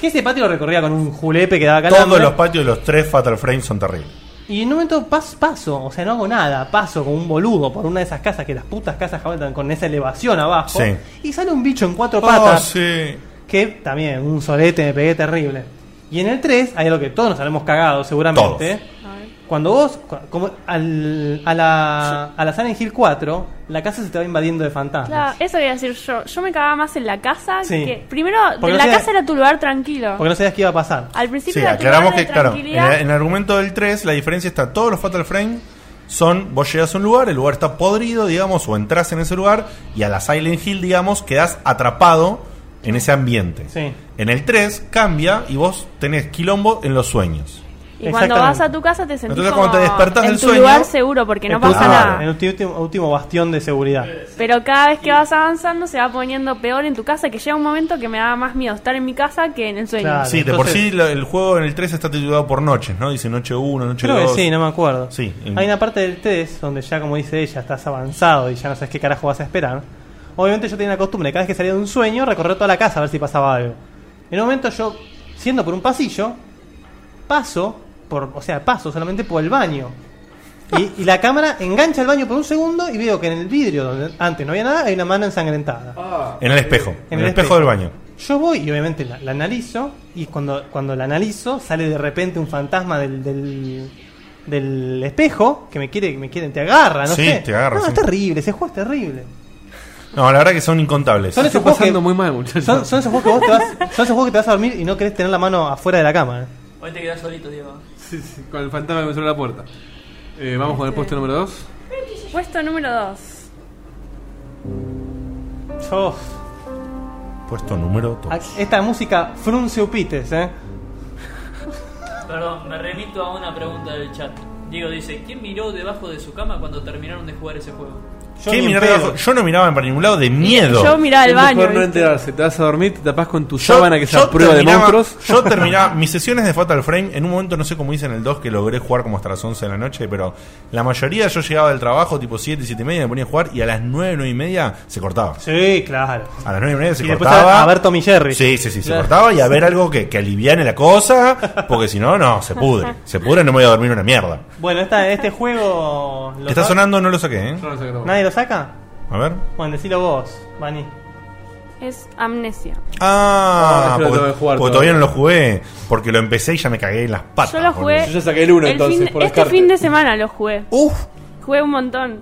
que ese patio lo recorría con un julepe que daba calambre.
Todos los patios de los tres Fatal Frames son terribles.
Y en un momento paso, paso, o sea, no hago nada, paso como un boludo por una de esas casas que las putas casas jabonetan con esa elevación abajo.
Sí.
Y sale un bicho en cuatro patas.
Oh, sí.
Que también, un solete me pegué terrible. Y en el 3, hay algo que todos nos habremos cagado seguramente. Cuando vos, cu- como al, a, la, a la Silent Hill 4, la casa se te va invadiendo de fantasmas.
Claro, eso quería decir yo. Yo me cagaba más en la casa
Sí.
que. Primero,
Porque no
la
sé-
casa era tu lugar tranquilo.
Porque no sabías qué iba a pasar.
Al principio
Sí,
era tu
aclaramos
lugar
que,
de
claro, en,
tranquilidad.
la- en el argumento del 3, la diferencia está: todos los Fatal Frame son, vos llegas a un lugar, el lugar está podrido, digamos, o entras en ese lugar, y a la Silent Hill, digamos, quedás atrapado en ese ambiente.
Sí.
En el 3 cambia y vos tenés quilombo en los sueños.
Y cuando vas a tu casa te sentís
Entonces,
como
cuando te despertás
en
del
tu
sueño-
lugar seguro porque no
En tu-
pasa
claro,
nada.
En tu último, último bastión de seguridad.
Pero cada vez que vas avanzando se va poniendo peor en tu casa, que llega un momento que me daba más miedo estar en mi casa que en el sueño.
Claro.
sí, de por
entonces-
sí la- el juego en el 3 está titulado por noches, ¿no? Dice noche 1, noche
Creo
2.
que sí, no me acuerdo.
Sí, en-
Hay una parte del test donde ya, como dice ella, estás avanzado y ya no sabes qué carajo vas a esperar. Obviamente yo tenía la costumbre, cada vez que salía de un sueño, recorrer toda la casa a ver si pasaba algo. En un momento yo, siendo por un pasillo, paso, por, o sea, paso solamente por el baño. Y, y la cámara engancha el baño por un segundo y veo que en el vidrio, donde antes no había nada, hay una mano ensangrentada.
En el espejo, en, el, espejo del baño.
Yo voy y obviamente la, la analizo y cuando, cuando la analizo sale de repente un fantasma del, del, del espejo que me quiere, que me quiere, te agarra, no
Sí,
sé.
te agarra,
no,
sí.
es terrible, ese juego es terrible.
No, la verdad que son incontables.
Son esos juegos que,
Muy mal, muchachos.
son, son esos juegos que vos te vas, son esos juegos que te vas a dormir y no querés tener la mano afuera de la cama. ¿eh?
Hoy te quedas solito, Diego.
Sí, sí, con el fantasma que me cerró la puerta. Eh, vamos con el puesto número 2.
Puesto número 2.
Yo-
Puesto número 2.
a- esta música frunce upites, eh.
Perdón, me remito a una pregunta del chat. Diego dice, ¿quién miró debajo de su cama cuando terminaron de jugar ese juego?
Yo
¿Qué
ni en
mirar
pedo.
abajo? Yo no miraba para ningún lado de miedo.
Yo miraba el
Es
baño.
Mejor no
¿viste?
enterarse, te vas a dormir, te tapás con tu
Yo-
sábana que es a
yo
prueba de
terminaba-
monstruos.
Yo terminaba mis sesiones de Fatal Frame. En un momento, no sé cómo hice en el 2, que logré jugar como hasta las 11 de la noche, pero la mayoría yo llegaba del trabajo tipo 7, 7 y media, me ponía a jugar y a las 9, 9 y media se cortaba.
Sí, claro.
A las 9 y media se
Y después
cortaba.
a- a ver Tommy Jerry.
Sí, sí, sí, se
Claro.
cortaba y a ver algo que, que aliviane la cosa, porque si no, no, se pudre. Se pudre, no me voy a dormir una mierda.
Bueno, esta, este juego. ¿lo
Está
sa-
sonando, no lo saqué, ¿eh?
Yo no sé qué tomo.
¿Nadie lo saca?
A ver.
Bueno, decilo vos, Vani.
Es amnesia.
Ah,
Ah, yo lo
porque,
tengo que jugar
porque todavía
todavía.
no lo jugué, porque lo empecé y ya me cagué en las patas.
Yo lo jugué-
Yo ya saqué el 1
El
entonces,
fin-
por
este
descarte.
fin de semana lo jugué.
boludo. Uf,
Jugué un montón.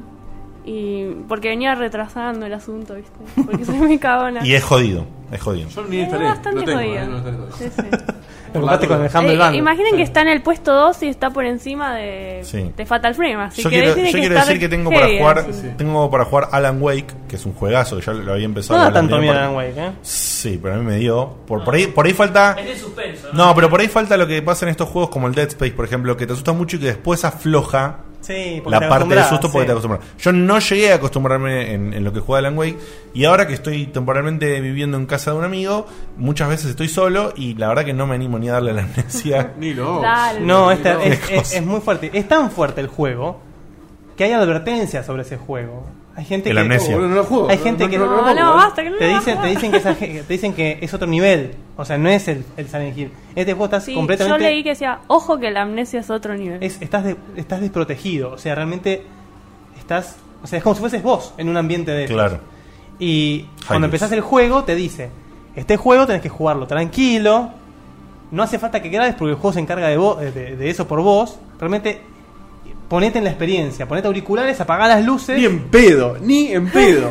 Y porque venía retrasando el asunto, ¿viste? Porque soy muy cagona.
y es jodido, es jodido.
Yo ni
Es
instalé,
bastante
lo tengo,
jodido.
eh, no lo instalé todavía.
Sí, sí.
Lo compraste con el Humble
Eh,
Bundle.
imaginen
Sí.
que está en el puesto 2 y está por encima de,
Sí.
de Fatal Frame. Así
yo
que
quiero,
tiene
yo
que
quiero
estar
decir que tengo para
heavy, ¿eh?
jugar
así.
tengo para jugar Alan Wake que es un juegazo que ya lo había empezado
No da
la
tanto miedo
anterior
a Alan
parte.
Wake, ¿eh?
sí pero a mí me dio por, por ahí por ahí falta
Es de suspenso, ¿no?
no pero por ahí falta lo que pasa en estos juegos como el Dead Space por ejemplo que te asusta mucho y que después afloja
Sí, porque te
la parte del
acostumbras,
susto porque
sí.
te acostumbras yo no llegué a acostumbrarme en, en lo que juega Alan Wake y ahora que estoy temporalmente viviendo en casa de un amigo muchas veces estoy solo y la verdad que no me animo ni a darle a la amnesia
Ni lo.
Dale.
No, esta-
Ni lo.
es, es- es muy fuerte. Es tan fuerte el juego que hay advertencias sobre ese juego. Hay gente
El
que.
amnesia.
Boludo, no lo juego.
Hay gente que-
lo
No,
toco,
no,
eh.
basta, que no
Te
lo
dicen,
vas
te
a-
dicen que esa ge- te dicen que es otro nivel. O sea, no es el, el Silent Hill. Este juego estás
Sí,
completamente.
Yo leí que decía, ojo que la amnesia es otro nivel.
es- estás, de- estás desprotegido. O sea, realmente estás. O sea, es como si fueses vos en un ambiente de. esos.
claro
Y
High
cuando
risk.
empezás el juego, te dice: Este juego tenés que jugarlo tranquilo. No hace falta que grabes porque el juego se encarga de, vo- eh, de, de eso por vos. Realmente ponete en la experiencia, ponete auriculares, apagá las luces. Ni en
pedo, ni en pedo.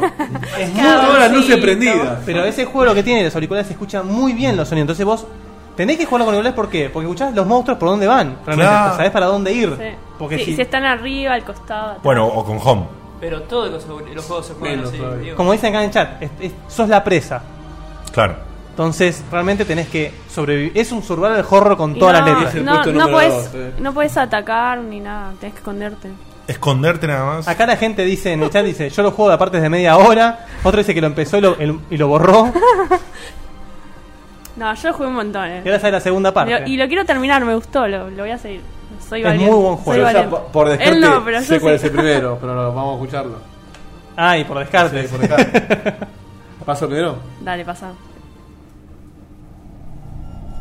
es muy
Cabroncito. Todas las luces prendidas.
Pero ese juego lo que tiene, los auriculares se escuchan muy bien los sonidos. Entonces vos tenés que jugarlo con auriculares, ¿por qué? Porque escuchás los monstruos por dónde van. Realmente,
Claro.
sabés para dónde ir.
Sí.
Porque
Sí,
si-
si están arriba, al costado. atrás.
Bueno, o con Home.
Pero todos los, los juegos se juegan así. digo.
Como dicen acá en el chat, es- es- sos la presa.
Claro.
Entonces, realmente tenés que sobrevivir. Es un survival horror con
Y
todas
no,
las letras.
No, no, puedes,
eh.
no puedes atacar ni nada, tenés que esconderte.
Esconderte nada más.
Acá la gente dice en el chat, dice, yo lo juego de partes de media hora. Otro dice que lo empezó y lo, el- y lo borró.
No, yo lo jugué un montón. eh.
Y ahora sale la segunda parte.
Lo- y lo quiero terminar, me gustó, lo, lo voy a seguir. Soy
Es
valiente.
muy buen
soy
juego.
valiente.
por descarte,
Él no, pero
sé
yo
cuál
sí.
es el primero, pero no, vamos a escucharlo.
Ah, y por descarte.
por descarte. ¿Paso primero?
Dale, pasa.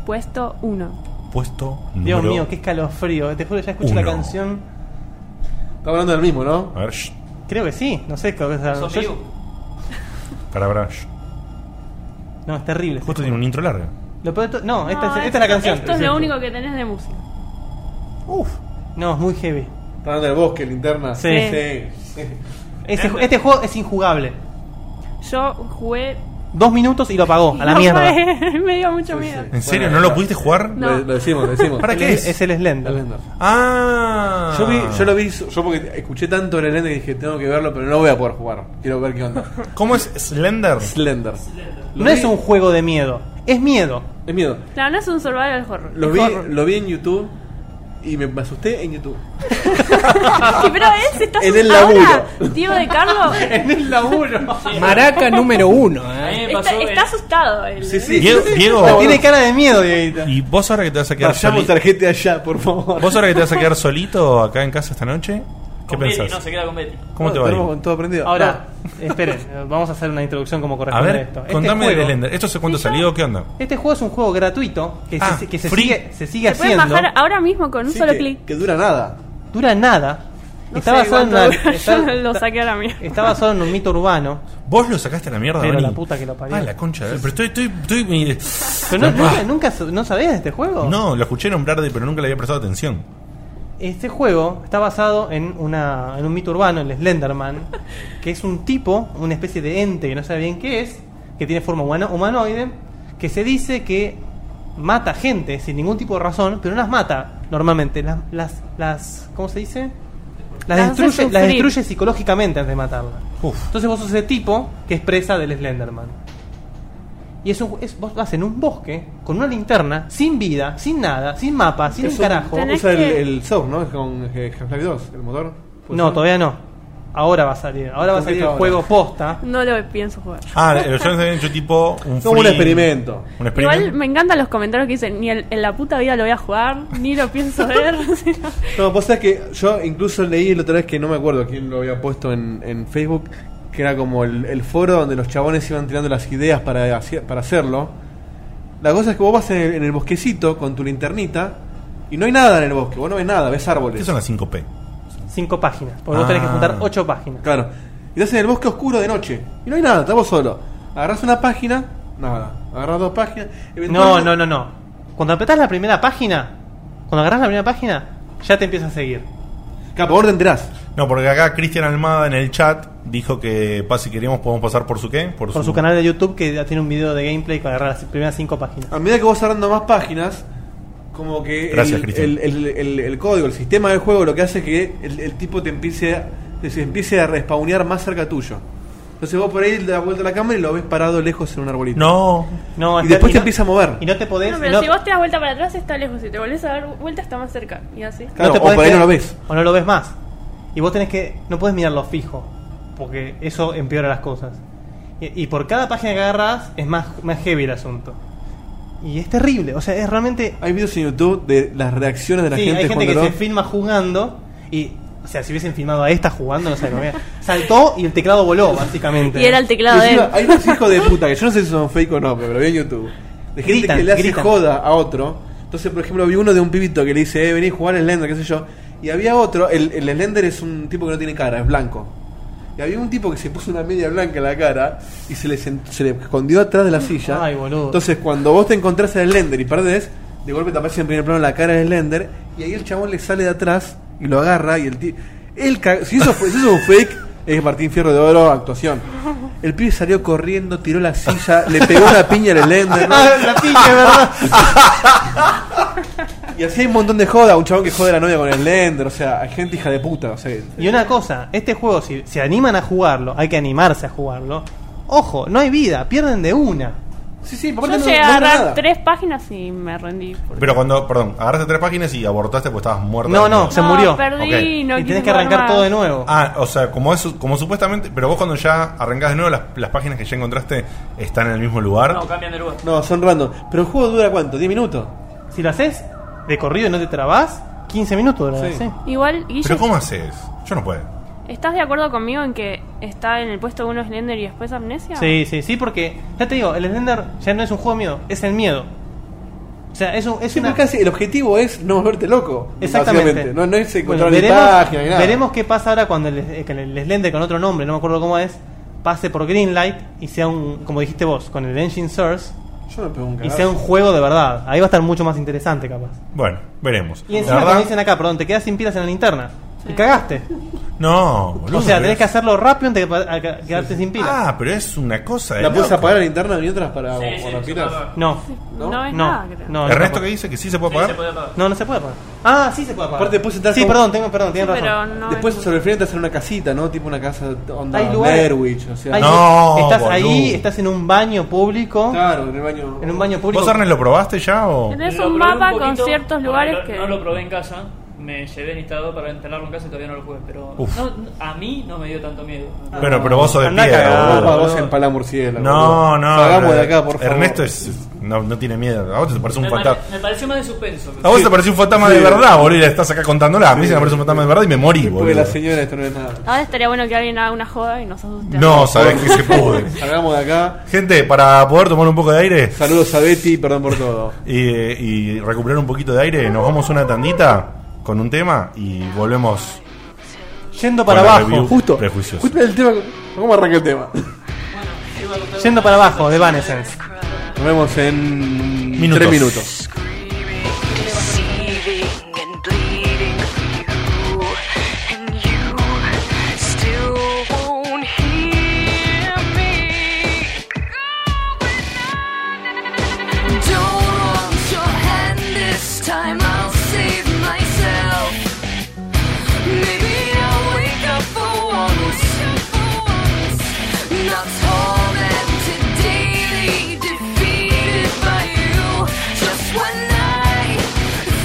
Puesto 1.
Puesto
Dios
número-
mío, qué escalofrío. eh, Te juro, ya escucho la
Uno.
canción.
Está hablando del mismo, ¿no?
A ver, shh,
Creo que sí, no sé. Creo que es la-
Sos
yo-
vivo.
para, para, shh.
No, es terrible.
Justo tiene un intro largo.
Lo peor de to- no, esta,
No,
es, esta es la canción.
Esto es lo único que tenés de música.
No, es muy heavy.
Está hablando del bosque, linterna.
Sí.
sí.
Ese ju- este juego es injugable.
Yo jugué.
Dos minutos y lo apagó, a la
No
mierda.
fue, me dio mucho miedo.
¿En serio? ¿No lo pudiste jugar?
No. Lo- lo
decimos, lo decimos.
¿Para qué es?
Es el Slender.
Ah.
Yo, vi, yo lo vi, yo porque escuché tanto el Elende que dije, tengo que verlo, pero no voy a poder jugar. Quiero ver qué onda.
¿Cómo es Slender?
Slender.
No es un juego de miedo, es miedo.
Es miedo.
Claro, no es un survival horror.
Lo
Es
vi,
horror.
lo vi en YouTube y me, me asusté en YouTube.
Sí, pero él se está
En el
asustando.
laburo.
Ahora, Tío de Carlos.
el laburo.
Maraca número uno,
A
¿eh?
mí me
Está,
pasó. eh,
está asustado él.
Sí, sí.
Diego, Diego,
Tiene cara de miedo, Dieguita.
¿y vos ahora que te vas a quedar
Vayamos
solito?
al GTA allá, por favor.
¿Vos ahora que te vas a quedar solito acá en casa esta noche? ¿Qué
con Betty,
pensás?
No, se queda con Betty.
¿Cómo te va a
Estamos
ir?
con todo aprendido.
Ahora, esperen, eh, vamos a hacer una introducción como
A
corresponde a,
ver,
esto. Este
contame
juego,
de Slender. ¿Esto hace cuánto salió? ¿Qué onda?
Este juego es un juego gratuito que
Ah,
se, que se
free.
sigue, se sigue
Se pueden
haciendo.
bajar ahora mismo con un
Sí,
solo
que,
clic.
que dura nada.
Dura nada.
No
está,
sé
basado en
cuánto
una-
dura,
está-
yo lo
está-
saqué ahora mismo.
está basado en un mito urbano.
¿Vos lo sacaste a la mierda,
Pero
Dani?
la puta que lo parió.
Ah, la concha. de- Pero estoy, estoy, estoy... mi-
Pero no, nunca,
Ah,
nunca su- no sabías de este juego.
No, lo escuché nombrar, de, pero nunca le había prestado atención.
Este juego está basado en, una, en un mito urbano, el Slenderman, que es un tipo, una especie de ente que no sabe bien qué es, que tiene forma humano, humanoide, que se dice que mata gente sin ningún tipo de razón, pero no las mata normalmente, las, las, las ¿cómo se dice? Las,
Las hace
destruye, las
sufrir.
destruye psicológicamente antes de matarla.
Uf.
Entonces vos sos ese tipo que es presa del Slenderman. Y es un, es- vos vas en un bosque con una linterna, sin vida, sin nada, sin mapa, sin un
Eso-
carajo.
Tenés
Usa el,
que-
el Source, ¿no? Es con eh, Half-Life 2, el motor. ¿Puede
No,
ser?
todavía no. Ahora va a salir. Ahora va a
Pues ¿Por qué
salir el
ahora?
juego posta.
No lo pienso jugar.
Ah, pero yo no habían hecho tipo un
Como un
free-
experimento.
Un experimento.
Igual me encantan los comentarios que dicen, ni el- en la puta vida lo voy a jugar, ni lo pienso ver.
No, vos sabés que yo incluso leí la otra vez que no me acuerdo quién lo había puesto en, en Facebook, que era como el, el foro donde los chabones iban tirando las ideas para, hacer- para hacerlo. La cosa es que vos vas en el, en el bosquecito con tu linternita y no hay nada en el bosque, vos no ves nada, ves
¿Qué
árboles.
son las 5P?
Cinco páginas. Porque vos
Ah.
tenés que juntar ocho páginas.
Claro. Y estás en el bosque oscuro de noche y no hay nada, estás vos solo. Agarrás una página, nada. Agarrás dos páginas.
No,
eventualmente-
no, no, no. Cuando apretás la primera página, cuando agarrás la primera página, ya te empieza a seguir.
Capo, vos te enterás.
No, porque acá Cristian Almada en el chat dijo que pa, si queremos podemos pasar por su qué? Por,
Por su canal de YouTube que ya tiene un video de gameplay que agarrar las primeras cinco páginas.
A medida que vas cerrando más páginas, como que
Gracias,
el,
Cristian.
el- el- el- el código, el sistema del juego lo que hace es que el, el tipo te empiece a, se empiece a respawnear más cerca tuyo. Entonces vos por ahí le das vuelta a la cámara y lo ves parado lejos en un arbolito.
No.
No,
Y
está-
después te
no-
empieza a mover.
Y no te podés.
No,
y
pero
no-
si vos te das vuelta para atrás está lejos, si te volvés a dar vuelta está más cerca. Y así.
no
Claro,
te
o
podés
por ahí no
quedar-
lo ves.
O no lo ves más. Y vos tenés que. No puedes mirarlo fijo. Porque eso empeora las cosas. Y, y por cada página que agarras es más, más heavy el asunto. Y es terrible. O sea, es realmente.
Hay videos en YouTube de las reacciones de la
Sí,
gente
hay gente que
cuando
se
lo-
filma jugando y. O sea, si hubiesen filmado a esta jugando, no sé cómo era. Saltó y el teclado voló, básicamente.
Y era el teclado de él.
Encima, hay unos hijos de puta que yo no sé si son fake o no, pero lo vi en YouTube. De gente
Gritan,
que le hace
gritan.
joda a otro. Entonces, por ejemplo, vi uno de un pibito que le dice, eh, vení a jugar Slender, qué sé yo. Y había otro, el, el Slender es un tipo que no tiene cara, es blanco. Y había un tipo que se puso una media blanca en la cara y se le, sent- se le escondió atrás de la silla.
Ay, boludo.
Entonces, cuando vos te encontrás al Slender y perdés, de golpe te aparece en primer plano la cara de Slender y ahí el chabón le sale de atrás y lo agarra y el tío... Él ca- si, eso fue, si eso fue un fake, es Martín Fierro de Oro, actuación. El pibe salió corriendo, tiró la silla, le pegó una piña al Slender. ¿no?
Ah, La piña, es verdad.
Y así hay un montón de joda, un chabón que jode a la novia con el Slender, o sea, hay gente hija de puta, o sea...
Y una cosa, este juego, si se animan a jugarlo, hay que animarse a jugarlo. Ojo, no hay vida, pierden de una.
Sí, sí,
Yo llegué a agarrar tres páginas y me rendí.
Pero cuando, perdón, agarraste tres páginas y abortaste porque estabas muerto.
No, no, se murió.
perdí,
Ok.
no
Y
quise
tenés que
jugar
arrancar
más.
todo de nuevo.
Ah, o sea, como eso, como supuestamente, pero vos cuando ya arrancás de nuevo las, las páginas que ya encontraste están en el mismo lugar.
No, cambian de lugar.
Ah,
No, son random. Pero el juego dura cuánto, 10 minutos.
Si lo haces de corrido y no te trabás, 15 minutos durará,
Sí.
sí.
Igual, Guille,
pero ¿cómo haces? Yo no puedo.
¿estás de acuerdo conmigo en que está en el puesto uno Slender y después Amnesia?
Sí, sí, sí, porque ya te digo, el Slender ya no es un juego de miedo, es el miedo. O sea, es, un, es
Sí,
una.
pero casi el objetivo es no volverte loco.
Exactamente.
básicamente. No, no es
Bueno,
encontrar ni
veremos,
página ni nada.
veremos qué pasa ahora cuando el, eh, que el Slender con otro nombre, no me acuerdo cómo es, pase por Greenlight y sea un, como dijiste vos, con el Engine Source
Yo no pego un
y
cagazo.
sea un juego de verdad. Ahí va a estar mucho más interesante, capaz.
Bueno, veremos.
Y
La
encima,
verdad-
como dicen acá, perdón, te quedas sin pilas en la linterna. Y cagaste.
No, boludo,
O sea,
pero
tenés que
es-
hacerlo rápido antes de que pa- a- a- quedarte sin pilas.
Ah, pero es una cosa. de
¿La puedes
loco.
apagar a la linterna mientras para
Sí, sí,
cuando
se
quieras?
puede apagar.
No,
No, es
no,
nada, creo.
no.
Ernesto que dice que sí se puede
Sí,
apagar.
se puede apagar.
No, no se puede apagar. Ah, sí se puede apagar.
Aparte, después entras
Sí,
como-
perdón, tengo, perdón,
Sí,
tienes
pero
razón.
no.
Después
es-
sobre el final te hacen una casita, ¿no? Tipo una casa onda
Hay lugares-
Berwich, o sea.
Ahí-
No,
estás
boludo.
ahí, estás en un baño público.
Claro, en el baño.
En un baño público.
¿Vos, Arnes, lo probaste ya o...?
Tenés
Lo
un
probé
mapa con
poquito,
ciertos
no,
lugares
lo-
que.
No lo probé en casa, me llevé el instalador para instalarlo en casa y todavía no lo jugué, pero
Uf.
no- no- a mí no me dio tanto miedo.
Bueno, pero vos sos de
Andá
piedra,
cagado,
boludo.
Ah, vos
boludo.
en Palamurciélago.
No, no.
Salgamos
pero
de acá, por favor.
Ernesto es, no, no tiene miedo. A vos te parece un
me, pare-
fantasma. Oh,
me pareció más de suspenso.
A vos te parece un fantasma de
Sí.
verdad, boludo. Y le estás acá contándola. A mí se me parece un fantasma de verdad y me morí,
Porque
boludo.
la señora esto no es nada.
Ahora estaría bueno que alguien haga una joda y nos asuste.
No, sabés que se pude.
Salgamos de acá.
Gente, para poder tomar un poco de aire
Saludos a Betty, perdón por todo.
y, y recuperar un poquito de aire, nos vamos una tandita con un tema y volvemos.
Yendo para
Con la
abajo,
review.
Justo.
Prejuicioso.
Justo el tema. ¿Cómo arranca el tema?
yendo para abajo, de Vanessence.
Nos vemos en
Minutos.
tres minutos.
deceiving and bleeding you, and you still won't hear me. Don't hold your hand this time, I'll save myself. Maybe I'll wake up for once. Not tormented, daily defeated by you. Just when I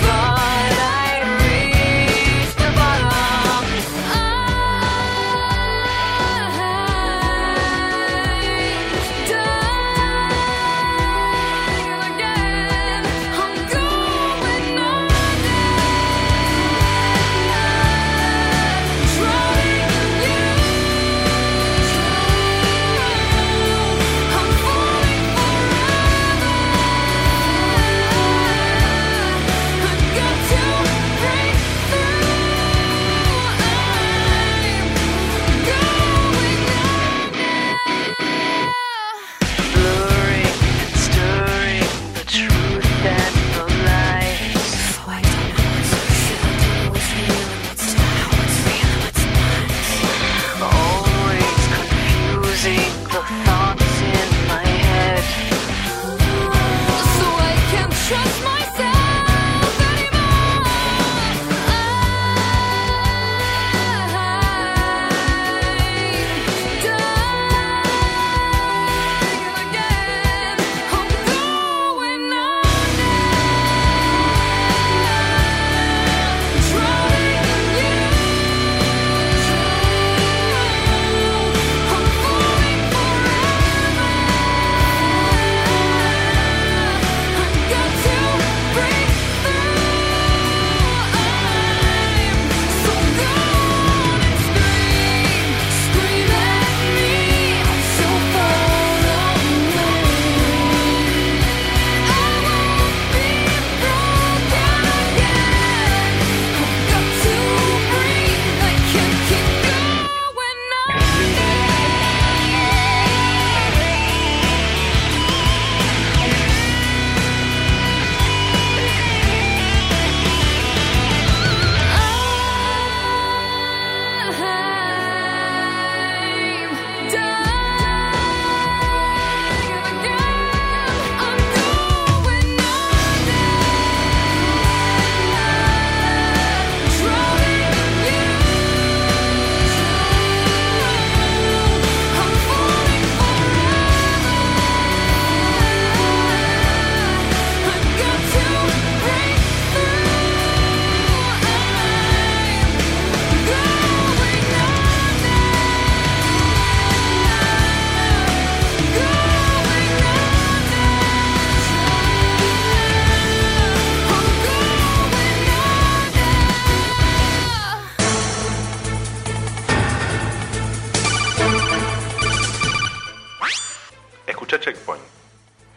thought I realized.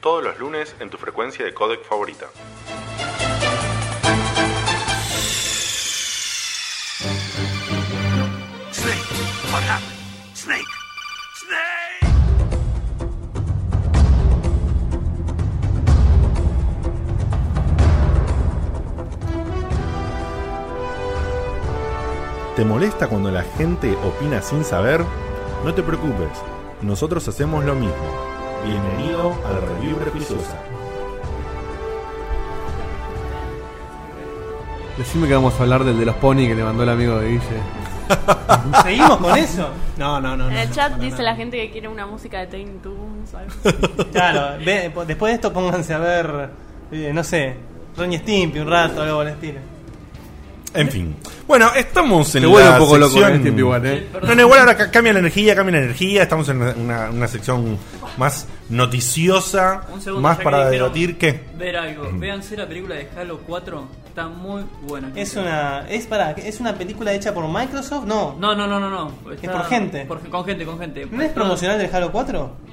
todos los lunes en tu frecuencia de codec favorita.
Snake, what happened? Snake, Snake!
¿Te molesta cuando la gente opina sin saber? No te preocupes, nosotros hacemos lo mismo. Bienvenido a la Review Repisosa.
Decime que vamos a hablar del de los ponis que le mandó el amigo de Guille.
¿Seguimos con eso? No, no, no.
En el chat dice la gente que quiere una música de Teen Toons. o algo.
Claro, ve- después de esto pónganse a ver, eh, no sé, Ronnie Stimpy un rato, algo por el estilo.
En fin. Bueno, estamos en
Te
la
vuelve un poco loco
sección...
con este tipo igual, ¿eh?
No, no, igual ahora ca- cambia la energía, cambia la energía. Estamos en una, una- una sección más noticiosa,
Un segundo,
más
ya que
para
dijeron
debatir que...
Ver algo. Véanse la película de Halo 4. Está muy buena.
Es una, es para, es una película hecha por Microsoft, no.
No, no, no, no, no. Está-
Es por gente.
por- con gente, con gente.
¿No es promocional del Halo 4?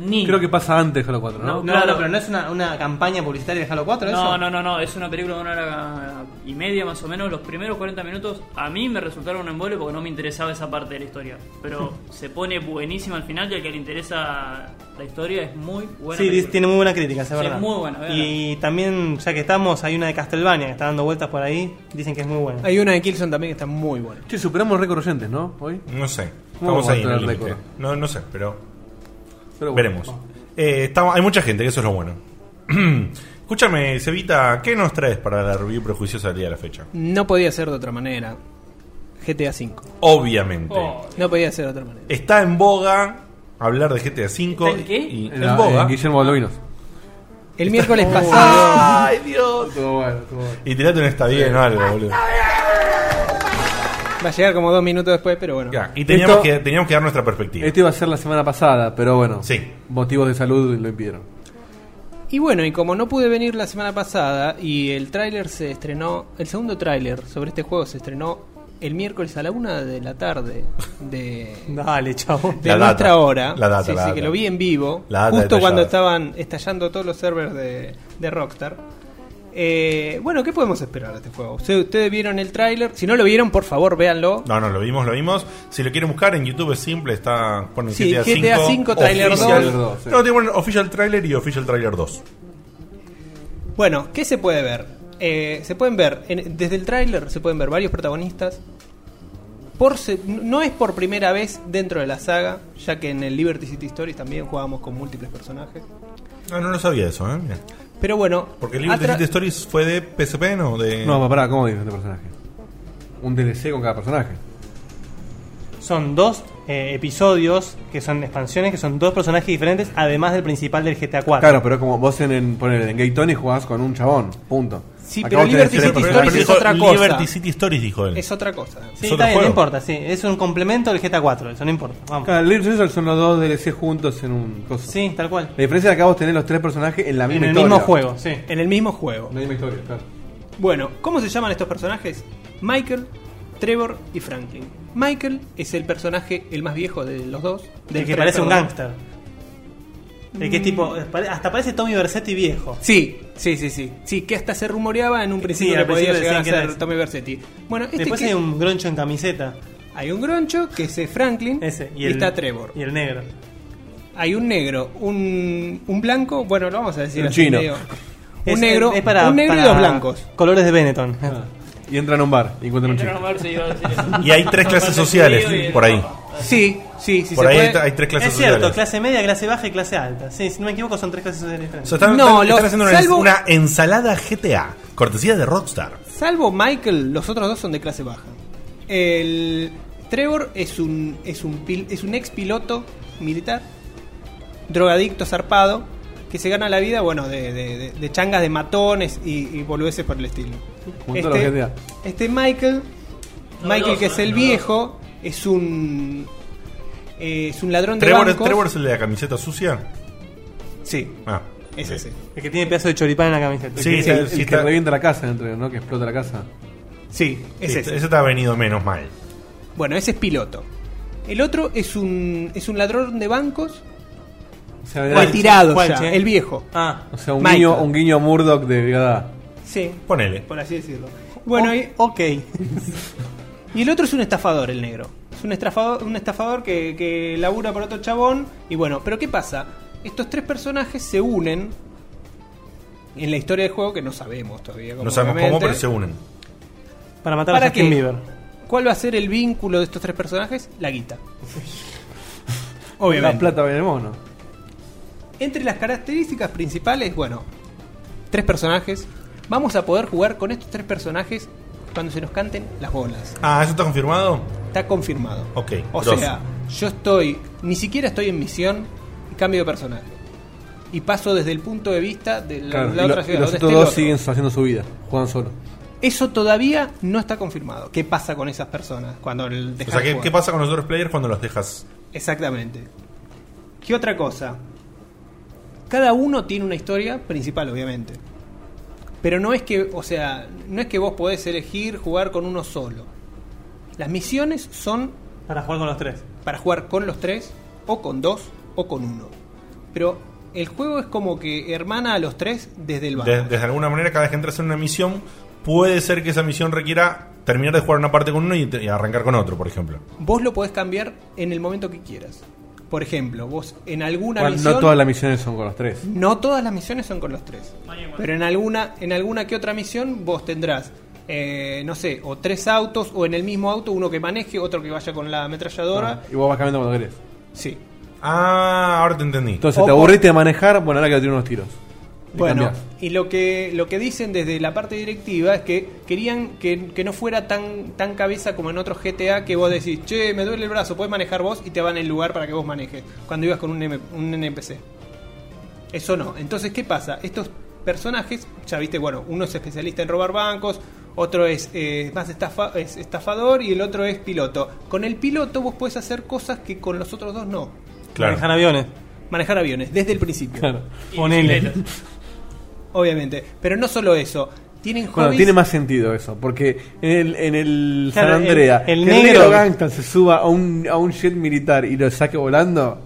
Ni.
Creo que pasa antes Halo 4, ¿no?
No,
claro.
no, pero no es una, una campaña publicitaria de Halo 4 eso.
No, no, no, no, es una película de una hora y media más o menos. Los primeros 40 minutos a mí me resultaron un embole porque no me interesaba esa parte de la historia. Pero se pone buenísima al final y al que le interesa la historia es muy buena.
sí, dice-
película.
tiene muy buena crítica, es
Sí,
verdad.
muy buena, véanla.
Y también, ya que estamos, hay una de Castlevania que está dando vueltas por ahí. Dicen que es muy buena.
Hay una de Kilson también que está muy buena.
Che, superamos récord oyentes, ¿no? Hoy.
No sé.
¿Cómo
Estamos
vamos
ahí
a
en el
tener
límite.
récord?
No, no sé, pero,
Pero bueno,
veremos.
vamos.
Eh, estamos- hay mucha gente, que eso es lo bueno. Escúchame, Cevita, ¿qué nos traes para la review prejuiciosa del día de la fecha?
No podía ser de otra manera. GTA V.
Obviamente.
Oh.
No podía ser de otra manera.
Está en boga hablar de GTA V.
¿Está en qué?
y-
En
en
la-
boga.
en Guillermo Baldovinos.
El miércoles pasado.
Oh. ¡Ay, Dios!
Estuvo bueno, estuvo bueno.
Y tirate un está bien o algo, boludo.
Ah.
Va a llegar como dos minutos después, pero bueno.
Ya, Y teníamos,
Esto-
que, teníamos que dar nuestra perspectiva.
Esto Este iba a ser la semana pasada, pero bueno.
Sí.
Motivos de salud lo impidieron.
Y bueno, y como no pude venir la semana pasada y el tráiler se estrenó, el segundo tráiler sobre este juego se estrenó el miércoles a la una de la tarde de,
Dale, chabón.
de
La data.
nuestra hora.
La data,
sí,
la
sí,
data.
que lo vi en vivo,
La data
justo
detallada.
cuando estaban estallando todos los servers de, de Rockstar. Eh, bueno, ¿qué podemos esperar de este juego? Si ustedes vieron el tráiler, si no lo vieron, por favor, véanlo.
No, no, lo vimos, lo vimos. Si lo quieren buscar en YouTube es simple, está ponen
Sí,
GTA,
GTA V,
cinco,
trailer
official-
dos. Trailer dos, sí.
No, te ponen Official Trailer y Official Trailer 2.
Bueno, ¿qué se puede ver? Eh, se pueden ver, en- desde el tráiler se pueden ver varios protagonistas. Por se- no es por primera vez dentro de la saga, ya que en el Liberty City Stories también jugábamos con múltiples personajes.
No, no lo sabía eso, ¿eh? Mira.
Pero bueno,
Porque el libro de
atra-
City Stories fue de PSP, ¿no? De...
No, pero pará, ¿cómo dices este personaje? Un DLC con cada personaje.
Son dos eh, episodios que son expansiones, que son dos personajes diferentes, además del principal del GTA 4.
Claro, pero es como vos en, en, ponele, en Gay Tony jugás con un chabón, punto.
Sí,
Acá
pero
vos tenés
Liberty
tres
City
personajes.
Stories es otra cosa.
Liberty City Stories, dijo él.
es otra cosa.
Sí,
Es
está
otro
bien, no
juego.
importa, sí. Es un complemento del GTA 4, eso no importa. Vamos.
Claro, Liberty City Stories son los dos DLC juntos en un coso.
Sí, tal cual.
La diferencia es que acá vos tenés los tres personajes en la
En
misma
el
historia.
mismo juego, sí.
En el mismo juego.
En la misma historia, claro.
Bueno, ¿cómo se llaman estos personajes? Michael, Trevor y Franklin. Michael es el personaje, el más viejo de los dos.
Del que
tres,
parece un
perdón.
gángster. El que es tipo. eh, pare- Hasta parece Tommy Versetti viejo.
Sí, sí, sí, sí. Sí, que hasta se rumoreaba en un principio
al
que podía
principio
llegar a
decían que era
ser
ese.
Tommy Versetti. Bueno, este
Después
que
hay
es-
un groncho en camiseta.
hay un groncho, que es eh, Franklin,
Ese.
y, está Trevor.
Y el negro.
Hay un negro, un, un blanco, bueno, lo vamos a decir
Un
así
chino.
medio. Un
Es-
negro,
es para-
un negro y
para
dos blancos.
Colores de Benetton.
Ah. Y entran a un bar y encuentran un
Entraron
chico.
a ver si iba a decir eso.
Y hay tres clases sociales
Y el
por ahí.
Papa.
Sí, sí, sí.
Por
se
ahí
puede.
hay- hay tres clases
es cierto,
sociales.
clase media, clase baja y clase alta. Sí, si no me equivoco, son tres clases sociales
O
diferentes.
sea, están,
No,
están-
los-
están haciendo una,
salvo-
una ensalada GTA, cortesía de Rockstar.
Salvo Michael, los otros dos son de clase baja. El Trevor es un es un pil- es un ex piloto militar, drogadicto zarpado, que se gana la vida, bueno, de, de- de- de changas de matones y, y boludeces por el estilo.
Junto a los GTA.
este Michael, Michael que es el
Novedoso,
viejo, es un eh, es un ladrón de
Trevor,
bancos.
Trevor es el de la camiseta sucia.
Sí,
Ah,
es ese.
El que tiene pedazo de choripán en la camiseta.
Sí,
Es el,
sí,
el que
está-
revienta la casa dentro, ¿no? Que explota la casa.
Sí, es
Sí,
ese.
ese te ha venido menos mal.
Bueno, ese es piloto. El otro es un, es un ladrón de bancos
sea, era-
retirado
¿Cuál,
ya,
che?
el viejo.
Ah,
O sea, un
Michael.
guiño, un guiño a Murdoch de "Ah, Brigada.
Sí.
Ponele.
Por así decirlo.
Oh,
Oh. Bueno, y, ok. y el otro es un estafador, el negro. Es un estafador, un estafador que, que labura por otro chabón. Y bueno, pero ¿qué pasa? Estos tres personajes se unen en la historia del juego que no sabemos todavía.
No sabemos cómo,
obviamente.
pero se unen.
Para matar
¿Para
a Justin
qué?
Bieber.
¿Cuál va a ser el vínculo de estos tres personajes? La guita. Obviamente.
La plata viene el mono.
Entre las características principales, bueno, tres personajes. Vamos a poder jugar con estos tres personajes cuando se nos canten las bolas.
Ah, ¿eso está confirmado?
Está confirmado.
Ok.
O
grosso.
sea, yo estoy, ni siquiera estoy en misión y cambio de personaje. Y paso desde el punto de vista de la,
Claro,
la
y lo-
otra
y
ciudad.
los
donde esté
otros
el
dos
otro.
siguen haciendo su vida, juegan solo.
Eso todavía no está confirmado. ¿Qué pasa con esas personas cuando el
O
dejar
sea,
de
¿qué,
jugar?
qué pasa con los otros players cuando los dejas?
Exactamente. ¿Qué otra cosa? Cada uno tiene una historia principal, obviamente. Pero no es que, o sea, no es que vos podés elegir jugar con uno solo. Las misiones son
Para jugar con los tres.
para jugar con los tres, o con dos, o con uno. Pero el juego es como que hermana a los tres desde el banco.
De- desde alguna manera, cada vez que entras en una misión, puede ser que esa misión requiera terminar de jugar una parte con uno y, te- y arrancar con otro, por ejemplo.
Vos lo podés cambiar en el momento que quieras. Por ejemplo, vos en alguna
Bueno,
misión.
no todas las misiones son con los tres.
No todas las misiones son con los tres. Pero en alguna, en alguna que otra misión vos tendrás, eh, no sé, o tres autos, o en el mismo auto, uno que maneje, otro que vaya con la ametralladora.
Y vos vas cambiando cuando querés.
Sí.
Ah, ahora te entendí.
Entonces
O
te
por-
aburriste de manejar, bueno, ahora que te tiran unos tiros. Y
Bueno,
cambiás.
y lo que, lo que dicen desde la parte directiva es que querían que, que no fuera tan, tan cabeza como en otros GTA que vos decís, che, me duele el brazo, podés manejar vos y te van el lugar para que vos manejes, cuando ibas con un, M un NPC. Eso no. Entonces, ¿qué pasa? Estos personajes, ya viste, bueno, uno es especialista en robar bancos, otro es eh, más estafa- es estafador y el otro es piloto. Con el piloto vos podés hacer cosas que con los otros dos no.
Claro.
Manejar aviones.
Manejar aviones, desde el principio.
Ponele.
Obviamente. Pero no solo eso. Tienen
Bueno,
hobbies-
tiene más sentido eso, porque en el, en el
Claro,
San
el-
Andrea,
el
que
negro-
gangsta se suba a un, a un jet militar y lo saque volando,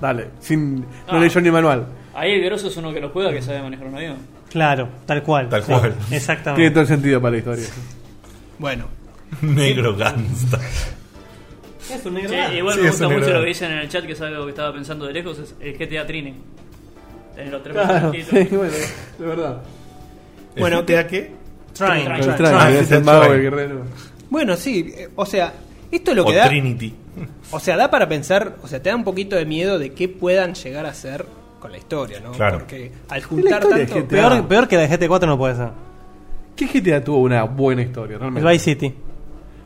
dale, sin, no
Ah.
leyó ni manual.
Ahí el grosso es uno que lo juega que sabe manejar un avión.
Claro, tal cual.
Tal
Sí,
cual.
Tiene todo
Exactamente.
el sentido para la historia.
Bueno.
Negro gangsta.
Es un negro.
Che,
grande.
igual
Sí,
me
es
gusta
una
mucho
verdad.
lo que dicen en el chat, que es algo que estaba pensando de lejos, es el GTA Trine. Tener los tres
Claro, sí,
personajitos.
bueno, de verdad.
Bueno,
Bueno, ¿te da qué?
Trine.
Trine.
El
Claro,
traje,
claro,
es
sí,
el
sí,
mago,
sí.
el guerrero.
Bueno, sí. eh, O sea, esto es lo
O
que da.
Trinity.
O sea, da para pensar. O sea, te da un poquito de miedo de qué puedan llegar a hacer con la historia, ¿no?
Claro.
Porque al juntar
historia de
tanto.
GTA.
Peor, peor que la de GT4 no puede ser.
¿Qué GTA tuvo una buena historia
El
realmente?
Vice City.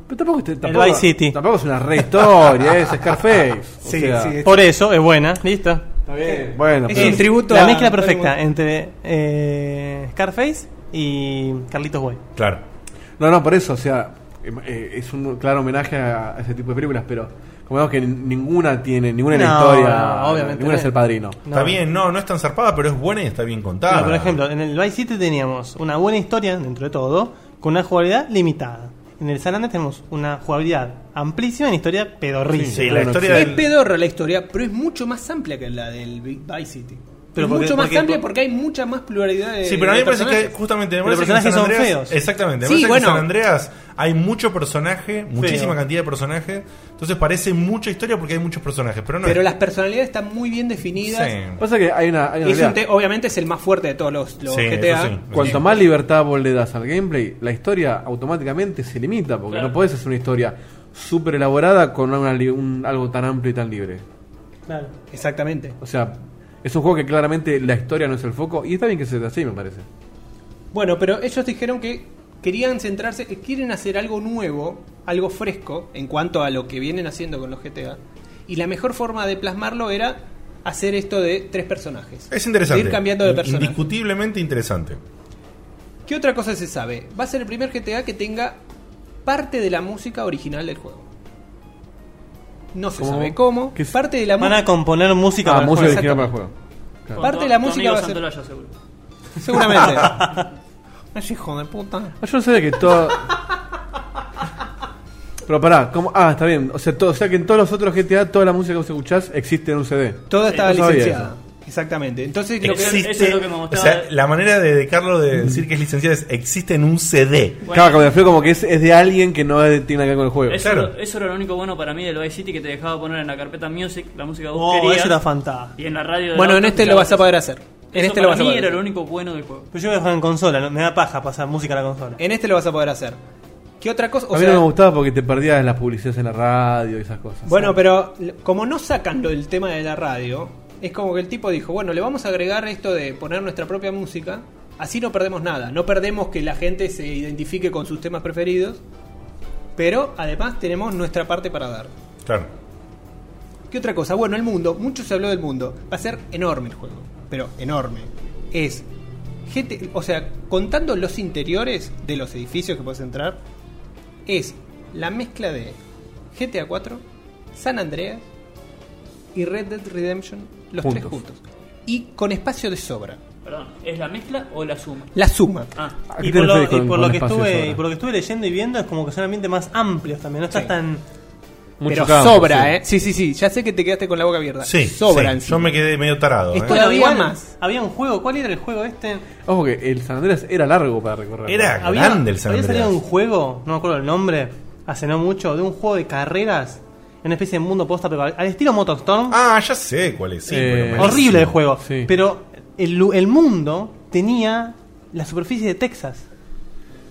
Pero tampoco, es- tampoco-
Vice City.
Tampoco es una re historia, es Scarface. o
Sí,
sea,
sí,
Por eso es buena. Listo.
Está bien. Bueno,
Es
pero-
un tributo
La
a-
mezcla
todo el
perfecta
mundo.
entre eh, Scarface y Carlitos Way.
Claro.
No, no, por eso, o sea, eh, eh, es un claro homenaje a a ese tipo de películas, pero como vemos que n- ninguna tiene, ninguna en la
No,
historia,
no, obviamente
ninguna
no.
es el padrino.
Está bien, no, no es tan zarpada, pero es buena y está bien contada.
Pero, por ejemplo, en el Vice City teníamos una buena historia, dentro de todo, con una jugabilidad limitada. En el San Andreas tenemos una jugabilidad amplísima y una historia pedorrísima.
Sí, la
Bueno,
historia
Es
del-
pedorra la historia, pero es mucho más amplia que la del Big Vice City.
Pero
Pero
porque-
mucho más
porque-
amplia porque hay mucha más pluralidad de.
Sí, pero a mí me
de
parece que
Eh, personajes.
justamente me
Pero los
parece que en
personajes
San
son
Andreas-
feos.
Exactamente, me
Sí,
parece que en
bueno.
San Andreas hay mucho personaje, muchísima cantidad de personajes, entonces parece mucha historia porque hay muchos personajes, pero no
Pero
es-
las personalidades están muy bien definidas.
Sí.
Pasa que hay una, hay una
Es un
realidad.
te- obviamente es el más fuerte de todos los, los
Sí, eso
GTA.
sí.
Cuanto más libertad vos le das al gameplay, la historia automáticamente se limita, porque
Claro.
no podés hacer una historia súper elaborada con una li- un- algo tan amplio y tan libre.
Claro.
Exactamente.
O sea, es un juego que claramente la historia no es el foco, y está bien que sea así, me parece. Ah,
Bueno, pero ellos dijeron que querían centrarse, que quieren hacer algo nuevo, algo fresco en cuanto a lo que vienen haciendo con los GTA. Y la mejor forma de plasmarlo era hacer esto de tres personajes.
es interesante.
De ir cambiando de personaje.
Indiscutiblemente interesante.
¿Qué otra cosa se sabe? Va a ser el primer GTA que tenga parte de la música original del juego. No se
¿Cómo?
sabe cómo.
¿Qué es?
Parte de la
Van a
música.
componer música
Ah,
para el
música
juego.
original para el juego.
Con
Parte
tu-
de la
tu
música
amigo
va a ser-
Santolaya, seguro.
Seguramente. Es hijo de puta.
Ah, yo no sabía que todo. Pero pará, ¿cómo? Ah, está bien. O sea, todo, o sea que en todos los otros GTA, toda la música que vos escuchás existe en un CD.
Toda estaba
no sabía
licenciada.
eso.
Exactamente. Entonces, lo que-
Existe.
eso es lo que me
o
gustaba.
sea, la manera de dedicarlo de decir que es licenciado es existe en un CD.
Claro, como, refiero como que es, es de alguien que no es- tiene nada que ver con el juego.
Eso, eso era lo único bueno para mí del Vice City que te dejaba poner en la carpeta Music la música que vos
Oh,
querías.
eso era fantástico.
Y en la radio. del
Bueno, en
auto
este lo
escuchabas
vas a poder
eso.
hacer. En
Eso
este
para
lo vas a
mí
poder
era
hacer.
lo único bueno del juego.
Pero yo voy a jugar en consola, no- me da paja pasar música a la consola.
En este lo vas a poder hacer. ¿Qué otra cosa? O
a mí
sea,
no me gustaba porque te perdías las publicidades en la radio y esas cosas.
Bueno, pero l- como no sacan lo del tema de la radio, es como que el tipo dijo, bueno, le vamos a agregar esto de poner nuestra propia música, así no perdemos nada, no perdemos que la gente se identifique con sus temas preferidos, pero además tenemos nuestra parte para dar.
Claro.
¿Qué otra cosa? Bueno, el mundo, mucho se habló del mundo, va a ser enorme el juego, pero enorme. Es gente, o sea, contando los interiores de los edificios que puedes entrar, es la mezcla de GTA 4, San Andreas y Red Dead Redemption, los tres
Juntos.
juntos. Y con espacio de sobra.
Perdón, ¿es la mezcla o la suma?
La suma.
Ah.
¿A qué
Y
te
por, lo,
referís con-
y por
con
lo que
espacios
estuve,
ahora?
y por lo que estuve leyendo y viendo es como que son ambientes más amplios también, no estás tan...
pero sobra, ¿eh? Sí, sí, sí, ya sé que te quedaste con la boca abierta.
Sí,
sobra
sí.
encima.
Yo me quedé medio tarado.
Es
¿eh?
todavía
Había
más.
más. Había un juego, ¿cuál era el juego este?
Ojo que el San Andreas era largo para recorrer.
Era
Había-
grande el San
Había salido un
Andreas.
juego, no me acuerdo el nombre, hace no mucho, de un juego de carreras, en una especie de mundo posta, pero al al estilo Motostorm.
Ah, ya sé cuál es. sí,
Eh,
pero malísimo.
horrible el juego. Pero el, lu- el mundo tenía la superficie de Texas.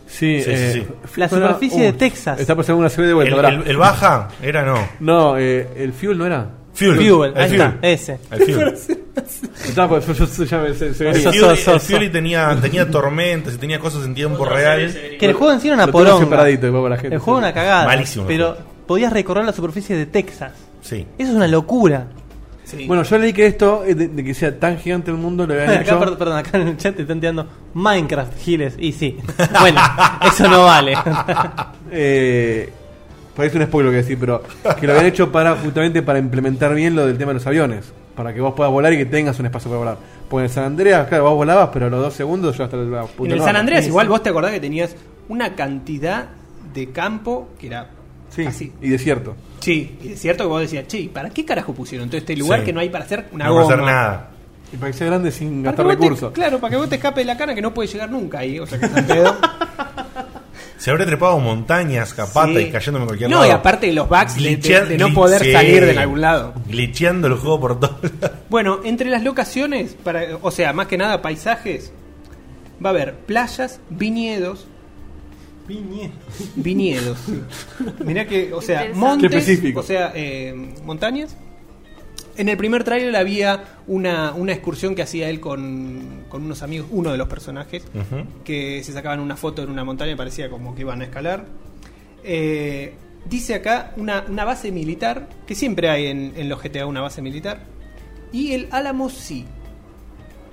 Sí,
Sí,
eh,
sí, sí.
fue- uh,
La superficie de Texas.
Está pasando una serie de vuelta.
El-
pará.
el- el baja
era no.
No, eh, el Fuel no era.
Fuel.
Fuel, ahí
El
está,
Fuel.
ese.
El Fuel.
Está, pues, yo- yo- yo ya me- se- se
El
veía.
Fury, el Fury tenía, tenía tormentas y tenía cosas en tiempo real.
Que el juego en sí era una
Lo tengo
poronga.
separadito,
igual para la gente.
el juego era una cagada.
Malísimo.
Pero podías recorrer la superficie de Texas.
Sí.
Eso es una locura.
Bueno, yo leí que esto, eh, de, de que sea tan gigante el mundo, lo habían
Acá,
hecho.
perdón, perdón, acá en el chat te están tirando Minecraft Giles. Y sí. Bueno, eso no vale.
Eh, parece un spoiler lo que decir, pero que lo habían hecho para justamente para implementar bien lo del tema de los aviones. Para que vos puedas volar y que tengas un espacio para volar. Porque en el San Andreas, claro, vos volabas, pero a los dos segundos ya hasta la puta
En el
norma.
San Andreas
Sí,
igual
sí.
vos te acordás que tenías una cantidad de campo que era casi...
Y desierto.
Sí, y es cierto que vos decías, che, ¿para qué carajo pusieron todo este lugar
Sí.
que no hay para hacer una
No
goma?
para hacer nada. Y para que sea grande sin
Para que
gastar
vos te-
recursos.
claro, para que vos te escape de la cana que no puedes llegar nunca ahí. O sea, que es un pedo.
Se habría trepado montañas, capata
Sí.
y cayéndome en cualquier
No,
lado.
y aparte de los bugs de- de-
Glitchea-
de no
gli-
poder salir de algún lado.
Glitcheando el juego por todo.
bueno, entre las locaciones, para, o sea, más que nada paisajes, va a haber playas, viñedos.
Viñedos.
Viñedos. sí. Mirá que, o sea,
Qué
montes,
específico.
o sea, eh, montañas. En el primer tráiler había una, una excursión que hacía él con, con unos amigos, uno de los personajes,
Ujú.
que se sacaban una foto en una montaña y parecía como que iban a escalar. Eh, dice acá una, una base militar, que siempre hay en, en los GTA una base militar, y el Alamo Sea,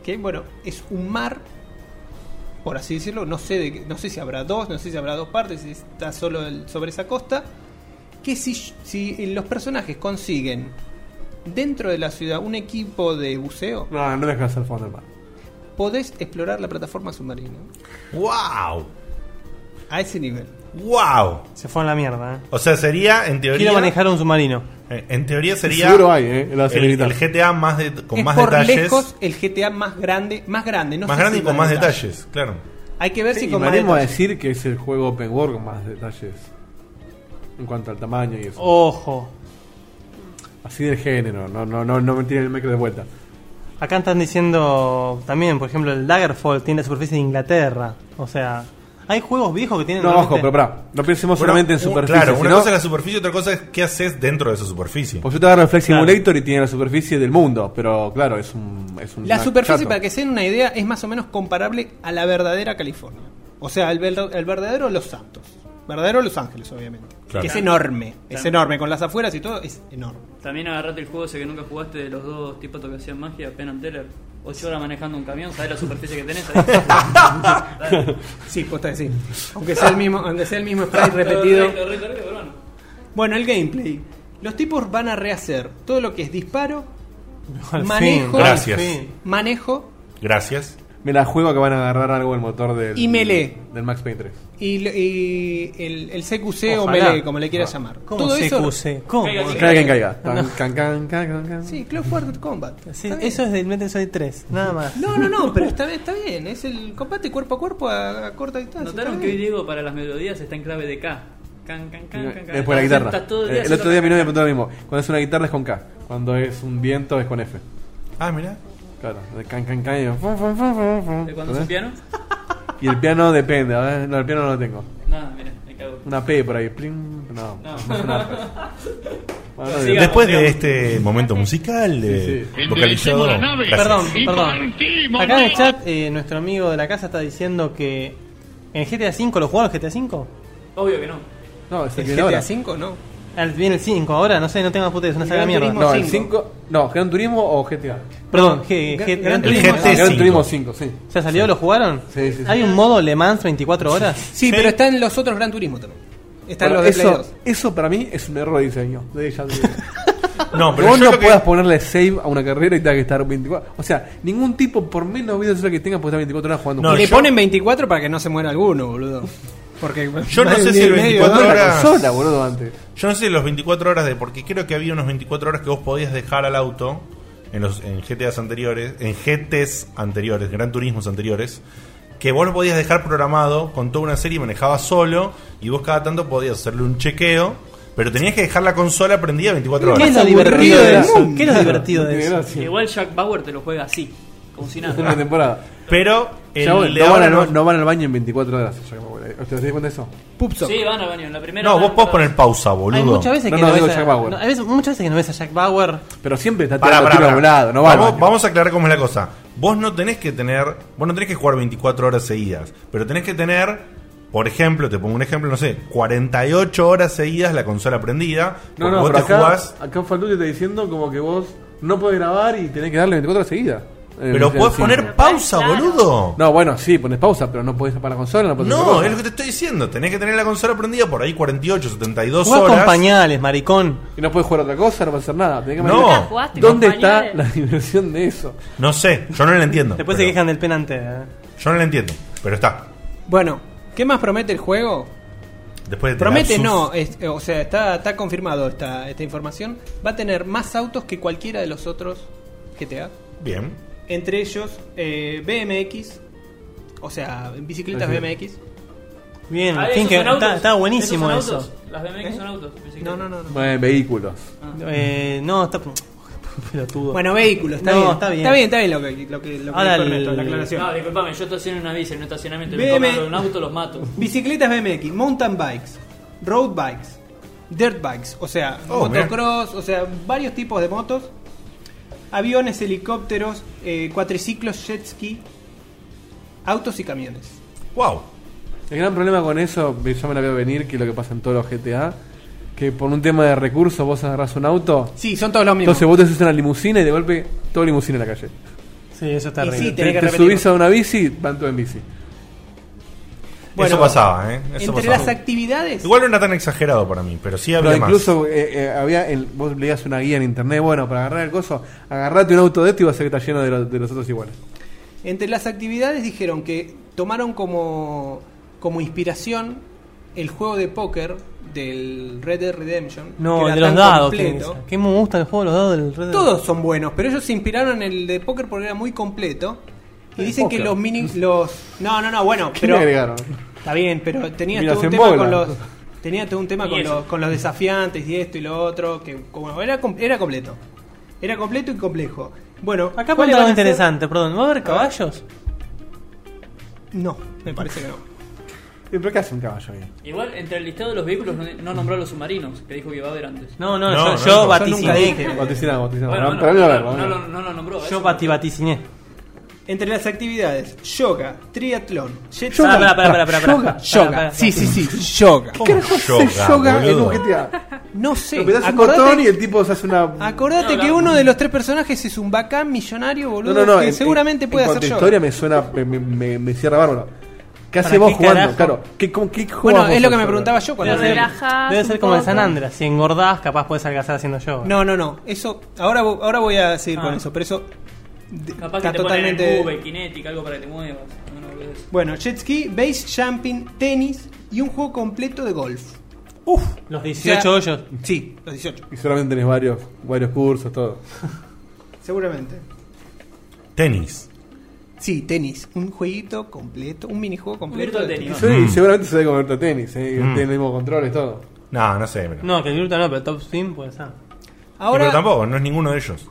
que bueno, es un mar, por así decirlo, no sé, de, qué- no sé si habrá dos, no sé si habrá dos partes, si está solo el- sobre esa costa, que si, si los personajes consiguen dentro de la ciudad un equipo de buceo,
No, no dejas al fondo del mar.
podés explorar la plataforma submarina.
¡Wow!
A ese nivel.
¡Wow!
Se fue a la mierda, eh.
O sea, sería, en teoría.
Quiero manejar un submarino.
Eh, En teoría sería.
Seguro hay, eh, en la
el,
militar.
el GTA más de, con
es
más
por
detalles.
lejos el GTA más grande, más grande, no
más
sé
grande
si
y con más detalles, claro.
Hay que ver si
y
con
me
más
animo a
detalles.
decir que es el juego open world con más detalles. En cuanto al tamaño y eso.
Oh.
Ojo.
Así del género, no, no, no, no me tiren el micro de vuelta.
Acá están diciendo también, por ejemplo, el Daggerfall tiene la superficie de Inglaterra. O sea, hay juegos viejos que tienen.
No,
realmente-
ojo, pero pará, no pensemos
Bueno,
solamente en
un-
superficie.
Claro, una
sino-
cosa es la superficie, otra cosa es qué haces dentro de esa superficie.
Pues yo te agarro el Flex Simulator y tiene la superficie del mundo, pero claro, es un. Es un
La
una-
superficie,
chato.
para que se den una idea, es más o menos comparable a la verdadera California. O sea, el, ver- el verdadero Los Santos. Verdadero Los Ángeles, obviamente.
Claro.
Que es enorme, es
Claro.
enorme. Con las afueras y todo, es enorme.
También agarrate el juego ese que nunca jugaste de los dos tipos que hacían magia, Penn and Teller. Ocho horas manejando un camión, ¿sabes la superficie que tenés? ahí? Dale.
Sí, posta que sí. Aunque sea el mismo, aunque sea el mismo sprite repetido.
Lo re- lo re- lo re- bueno.
Bueno, el gameplay. Los tipos van a rehacer todo lo que es disparo,
Al fin,
manejo,
gracias.
manejo
Gracias.
Me la juego que van a agarrar algo del motor del,
Y Melee.
del Max Payne 3.
Y, lo- y el, el CQC o
Ojalá.
Melee, como le quieras llamar.
¿Cómo CQC?
¿Cómo?
Caiga quien caiga. Tan,
No.
can, can, can, can, can.
Sí, Clockwork Combat.
Sí,
Está bien.
eso es del Metal Solid 3, nada más.
No, no, no, pero está, bien- está bien. Es el combate cuerpo a cuerpo a, a corta distancia.
Notaron
está
que hoy
bien.
Diego para las melodías está en clave de K. Can, can, can, can, can.
Es por la guitarra.
Estás todo el
Eh,
día
el otro día mi
haciendo-
novia me preguntó lo mismo. Cuando es una guitarra es con K. Cuando es un viento es con F.
Ah, mirá.
Claro, de can, can, can. y yo, fum, fum, fum, fum, fum.
¿De cuándo
¿Eh?
es un piano?
Y el piano depende, a ver, no, el piano no lo tengo.
Nada, mira, me cago.
Una P por ahí, plim, no, no, es una P. Bueno, no,
Sigamos,
Después de
sigamos.
este momento musical de
Sí,
vocalizado. Gracias.
Perdón, perdón. Acá en el chat, eh, nuestro amigo de la casa está diciendo que. ¿En GTA V lo jugaron GTA V?
Obvio que no.
No, es
¿El
que
GTA
ahora.
V no?
Ah, Viene el 5 ahora, no sé, no tengo puta idea, es una
Y
saga de
Gran
mierda.
Turismo
No, el
cinco.
5. No, Gran Turismo o GTA.
Perdón, G-
Gran-
G-
Gran
Gran
El
Turismo.
GT
Ah,
Gran
5.
Turismo 5, sí.
¿Ya salió? ¿Lo jugaron?
Sí, sí, sí.
¿Hay un modo Le Mans 24 horas?
Sí, pero están los otros Gran Turismo también. Están
Bueno,
los de Play
eso,
2.
eso para mí es un error de diseño. De ella,
No, pero
Vos
yo
no
creo que-
puedas ponerle save a una carrera y tenga que estar 24. O sea, ningún tipo, por menos videos que tenga, puede estar 24 horas jugando.
No,
un
Le
yo-
ponen 24 para que no se muera alguno, boludo. Porque
Yo no sé si el 24
juego.
horas.
Era
horas-
consola, boludo, antes.
Yo no sé los 24 horas de. Porque creo que había unos 24 horas que vos podías dejar al auto en los en GTAs anteriores, en GTs anteriores, Gran Turismos anteriores, que vos lo podías dejar programado con toda una serie, manejabas solo y vos cada tanto podías hacerle un chequeo, pero tenías que dejar la consola prendida 24
¿Qué es
horas.
lo
aburrido
divertido de
del
eso?
mundo.
¿Qué es lo divertido
No
de
tiene
eso?
gracia.
Igual Jack Bauer te lo juega así, como si
Es una
nada.
temporada.
Pero el
Ya, bueno,
de
no, van
ahora
al,
no-
ba- no van al baño en 24 horas. ya que me voy a ir. ¿Te das cuenta de eso?
Pupso.
Sí, van al baño. En la primera.
no, vos podés poner pausa, boludo.
Hay muchas veces
No,
que
no,
lo
digo
ves a-
Jack Bauer.
no, hay veces- muchas veces que no ves a Jack Bauer.
Pero siempre está
Pará,
tirando
pará,
tiro a
pará.
un lado, no va al
vamos,
baño.
vamos a aclarar cómo es la cosa. Vos no tenés que tener, vos no tenés que jugar 24 horas seguidas, pero tenés que tener, por ejemplo, te pongo un ejemplo, no sé, 48 horas seguidas la consola prendida,
No,
porque
no,
vos
pero
te
acá,
jugás,
acá Faldu te está diciendo como que vos no podés grabar y tenés que darle 24 horas seguidas. Eh,
pero
sí,
podés
sí.
poner pausa,
Claro.
boludo.
No, bueno, sí, pones pausa, pero no podés apagar la consola, no podés hacer
No,
cosas.
es lo que te estoy diciendo, tenés que tener la consola prendida por ahí 48, 72
Jugás con
horas.
pañales, maricón.
Y no podés jugar otra cosa, no podés hacer nada. tenés que
No.
manejar.
¿Jugaste con
¿Dónde está
pañales?
la diversión de eso?
No sé, yo no la entiendo.
Después se
pero-
quejan del penante. ¿eh?
Yo no la entiendo, pero está.
Bueno, ¿qué más promete el juego?
Después de
Promete
lapsus-
no,
eh.
es- eh, o sea, está, está confirmado esta, esta información. Va a tener más autos que cualquiera de los otros GTA.
Bien.
Entre ellos, eh, BMX, o sea, bicicletas
Ajá.
BMX.
Bien,
Ah, ¿esos
fin, que
son autos?
está, está buenísimo
¿Esos son
eso.
autos? Las BMX son autos. pensé que-
No, no, no. no.
Bueno, vehículos.
Eh, no, está. Pelotudo.
Bueno, vehículos, está,
No,
bien.
está bien.
Está bien, está bien lo que, lo que, lo que
Ahora
dijo
el-
Ernesto, la aclaración.
No, disculpame, yo estaciono en una bici, en un estacionamiento. Y
BM.
me compro un auto, los mato.
Bicicletas BMX, mountain bikes, road bikes, dirt bikes, o sea,
Oh,
motocross, o sea, varios tipos de motos, aviones, helicópteros, eh, cuatriciclos, jet ski, autos y camiones.
Wow.
El gran problema con eso, me- yo me la veo venir, que es lo que pasa en todos los GTA, que por un tema de recursos vos agarrás un auto,
Sí, son todos los mismos.
entonces vos te subís a una limusina y de golpe todo limusina en la calle.
Sí, eso está
Y
horrible.
sí,
Te,
tenés que
te
repetirlo.
subís a una bici, van todos en bici.
eso pasaba, ¿eh? Eso
entre
pasaba.
las actividades,
Igual no era tan exagerado para mí, pero sí había
Pero
más.
incluso eh, eh, había el- vos leías una guía en internet, bueno, para agarrar el coso, agarrate un auto de esto y vas a ver que está lleno de, lo- de los otros iguales.
entre las actividades dijeron que tomaron como, como inspiración el juego de póker del Red Dead Redemption. que
No, el
era
de los
tan
dados.
completo.
piensa. ¿Qué me gusta el juego de los dados del Red Dead?
Todos son buenos, pero ellos se inspiraron en el de póker porque era muy completo. Y
El
dicen que
póker.
los mini. los No, no, no, bueno,
¿Qué
pero.
le agregaron?
Está bien, pero tenías
Miras
todo un
en
tema
bola.
con los. Tenías todo un tema
Y
con
eso.
los, con los desafiantes y esto y lo otro. Que como era, com- era completo. Era completo y complejo. Bueno,
Acá
¿cuál
cuenta
le van
algo
a hacer?
interesante, perdón. ¿Va a haber caballos?
No, me parece que no.
Eh, ¿Pero qué hace un caballo ahí?
Igual, entre el listado de los vehículos, no, no nombró a los submarinos, que dijo que iba a haber antes.
No, no,
No,
yo,
no, no.
yo
Yo nunca
vaticiné.
dije.
que-
Vaticinamos, vaticinamos. pero
Bueno, bueno,
había que
no,
verlo,
lo-
¿no?
no lo nombró. eso.
Yo vati- vaticiné.
Entre las actividades: yoga, triatlón, jet
Pará,
ski.
pará, pará, pará, pará, pará.
Yoga.
Pará, pará,
Yoga,
pará.
sí, sí, sí, yoga.
¿Qué carajo hace
Yoga,
yoga en un
boludo.
GTA?
Oh, No sé.
Apretás un
acordate- Ah,
botón y el tipo se hace una...
Acordate
No,
que
no.
uno de los tres personajes es un bacán millonario, boludo, que
en-
seguramente
en
puede
cuanto
hacer
a
yo.
historia me suena, me, me- me- me cierra bárbaro. ¿Qué hace
¿Para
vos
qué
jugando?
carajo?
Claro, ¿qué, cómo- qué jugás
Bueno,
vos
es lo que
al
me
yoga?
preguntaba yo cuando
Te
hacía-
relajás
Debe
un
ser como el
poco.
San Andreas. Si engordás, capaz puedes alcanzar haciendo yoga.
No, no, no, eso ahora vo- ahora voy a seguir
Ah.
con eso, pero eso
Capaz que
está
te ponen el
totalmente-
cube, kinética, algo para que te muevas. No, no, boludo.
Bueno, jet ski, base jumping, tenis y un juego completo de golf. Uf,
Los
O sea,
hoyos. Sí, los 18.
Y solamente tenés varios, varios cursos, todo.
Seguramente.
Tenis.
Sí, tenis. Un jueguito completo, un minijuego completo.
virtual
de
tenis,
tenis.
Sí, seguramente se debe convertir a tenis, ¿eh?
Mm.
Tiene los mismos controles, todo.
No, no sé. Pero...
No, que el Gruta no, pero Top Spin puede ser.
Ahora,
pero tampoco, no es ninguno de ellos.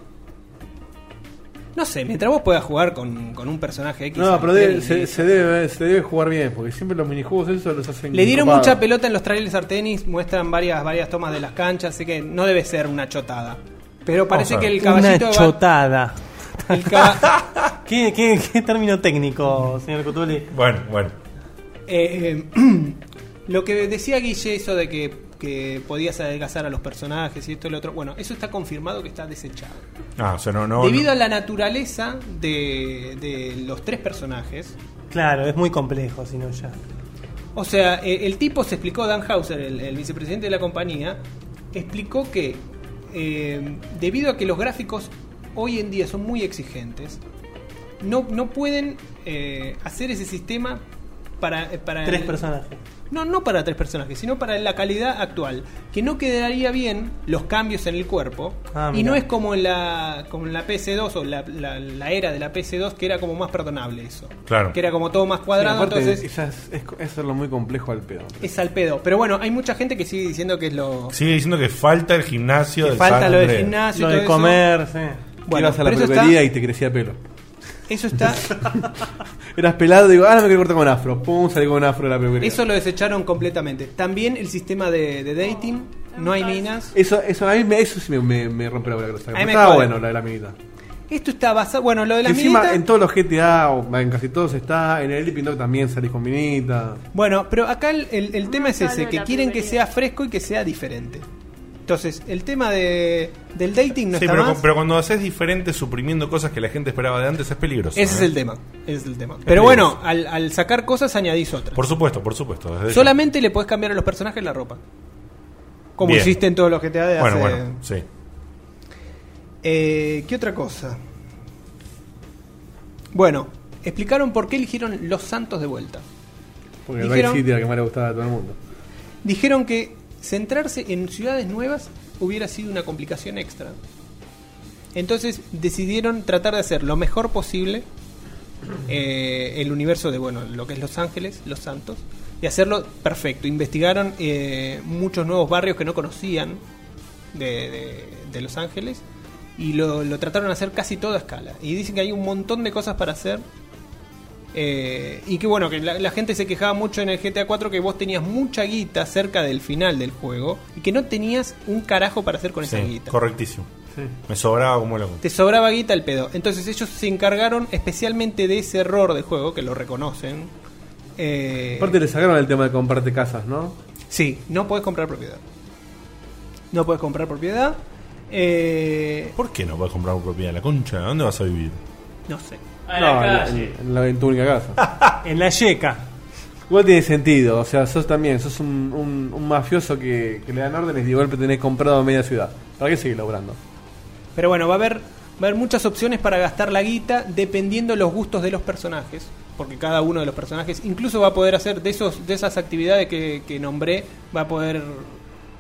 no sé, mientras vos puedas jugar con, con un personaje X.
No, pero
al
debe-
tenis,
se, se debe, se debe jugar bien, porque siempre los minijuegos esos los hacen.
Le dieron
copados.
mucha pelota en los trailers al tenis, muestran varias, varias tomas de las canchas, así que no debe ser una chotada. Pero parece
Vamos a
que
ver.
el caballito
Una
va-
chotada.
el caba-
¿Qué, qué, qué término técnico, señor Cutuli?
Bueno, bueno.
eh, eh, lo que decía Guille, eso de que, que podías adelgazar a los personajes y esto y lo otro, bueno, eso está confirmado que está desechado.
Ah, o sea, no, no.
Debido
no-
a la naturaleza de, de los tres personajes,
Claro, es muy complejo, si no ya.
Eh. O sea, eh, el tipo se explicó, Dan Hauser, el, el vicepresidente de la compañía, explicó que eh, debido a que los gráficos hoy en día son muy exigentes, no, no pueden eh, hacer ese sistema para... eh, para
Tres
el-
personajes.
No, no para tres personajes, sino para la calidad actual, que no quedaría bien los cambios en el cuerpo.
Ah,
y
mirá.
no es como en la, como en la PC2 o la, la- la era de la PC2, que era como más perdonable eso.
Claro.
Que era como todo más
Sí,
cuadrado,
aparte,
entonces...
ya es, es- es hacerlo muy complejo al pedo.
Es al pedo. Pero bueno, hay mucha gente que sigue diciendo que es lo.
Sigue diciendo que falta el gimnasio
que
del
falta
San
lo del
Andrés.
gimnasio. y
Lo
Ah, todo
de
eso.
comer, sí.
Bueno,
Ibas a la
pero eso
peluquería
está,
y te crecía pelo.
eso está.
Eras pelado, digo, ah, no me quiero cortar con afro. Pum, salí con afro de la peluquería.
Eso lo desecharon completamente. También el sistema de, de dating. No hay minas.
Eso, eso, a mí me- eso sí me, me, me rompe la bola. que lo saquen.
A mí me
Estaba
jode.
bueno la de la minita.
Esto está basado. Bueno, lo de la
Encima,
minita-
en todos los GTA, o en casi todos está. En el Sleeping Dog también salís con minita.
Bueno, pero acá el, el- el tema es
solo
ese: que
la
quieren que
peluquería.
sea fresco y que sea diferente. Entonces, el tema de, del dating no
Sí,
está
pero,
más.
cu- pero cuando haces diferente suprimiendo cosas que la gente esperaba de antes es peligroso.
ese
¿eh?
es el tema. Ese es el tema. Pero bueno, al, al sacar cosas añadís otras.
Por supuesto, por supuesto. desde ya.
Solamente le podés cambiar a los personajes la ropa. Como
Bien.
hiciste en todos los GTA de
Bueno,
hace-
bueno, sí.
Eh, ¿Qué otra cosa? Bueno, explicaron por qué eligieron Los Santos de vuelta.
Porque el Vice
Dijeron- Eh.
City era la que más le gustaba a todo el mundo.
Dijeron que centrarse en ciudades nuevas hubiera sido una complicación extra. Entonces decidieron tratar de hacer lo mejor posible eh, el universo de bueno lo que es Los Ángeles, Los Santos, y hacerlo perfecto. Investigaron eh, muchos nuevos barrios que no conocían de, de- de Los Ángeles y lo, lo trataron de hacer casi todo a escala. Y dicen que hay un montón de cosas para hacer eh, y que bueno, que la, la gente se quejaba mucho en el GTA 4 que vos tenías mucha guita cerca del final del juego y que no tenías un carajo para hacer con esa
Sí,
guita.
correctísimo. Me sobraba como loco.
Te sobraba guita el pedo. Entonces ellos se encargaron especialmente de ese error del juego, que lo reconocen. Eh,
Aparte, le sacaron el tema de comprarte casas, ¿no?
sí, no podés comprar propiedad. No podés comprar propiedad. Eh,
¿Por qué no vas a comprar una propiedad? La concha, ¿dónde vas a vivir?
no sé.
A
no, en
Ah, la
la-
calle.
en la, en tu única casa.
En la yeca.
Igual tiene sentido, o sea, sos también, sos un, un- un mafioso que, que le dan órdenes y de golpe tenés comprado media ciudad. ¿Para qué seguir laburando?
Pero bueno, va a haber, va a haber muchas opciones para gastar la guita dependiendo los gustos de los personajes. Porque cada uno de los personajes incluso va a poder hacer de, esos, de esas actividades que, que nombré, va a poder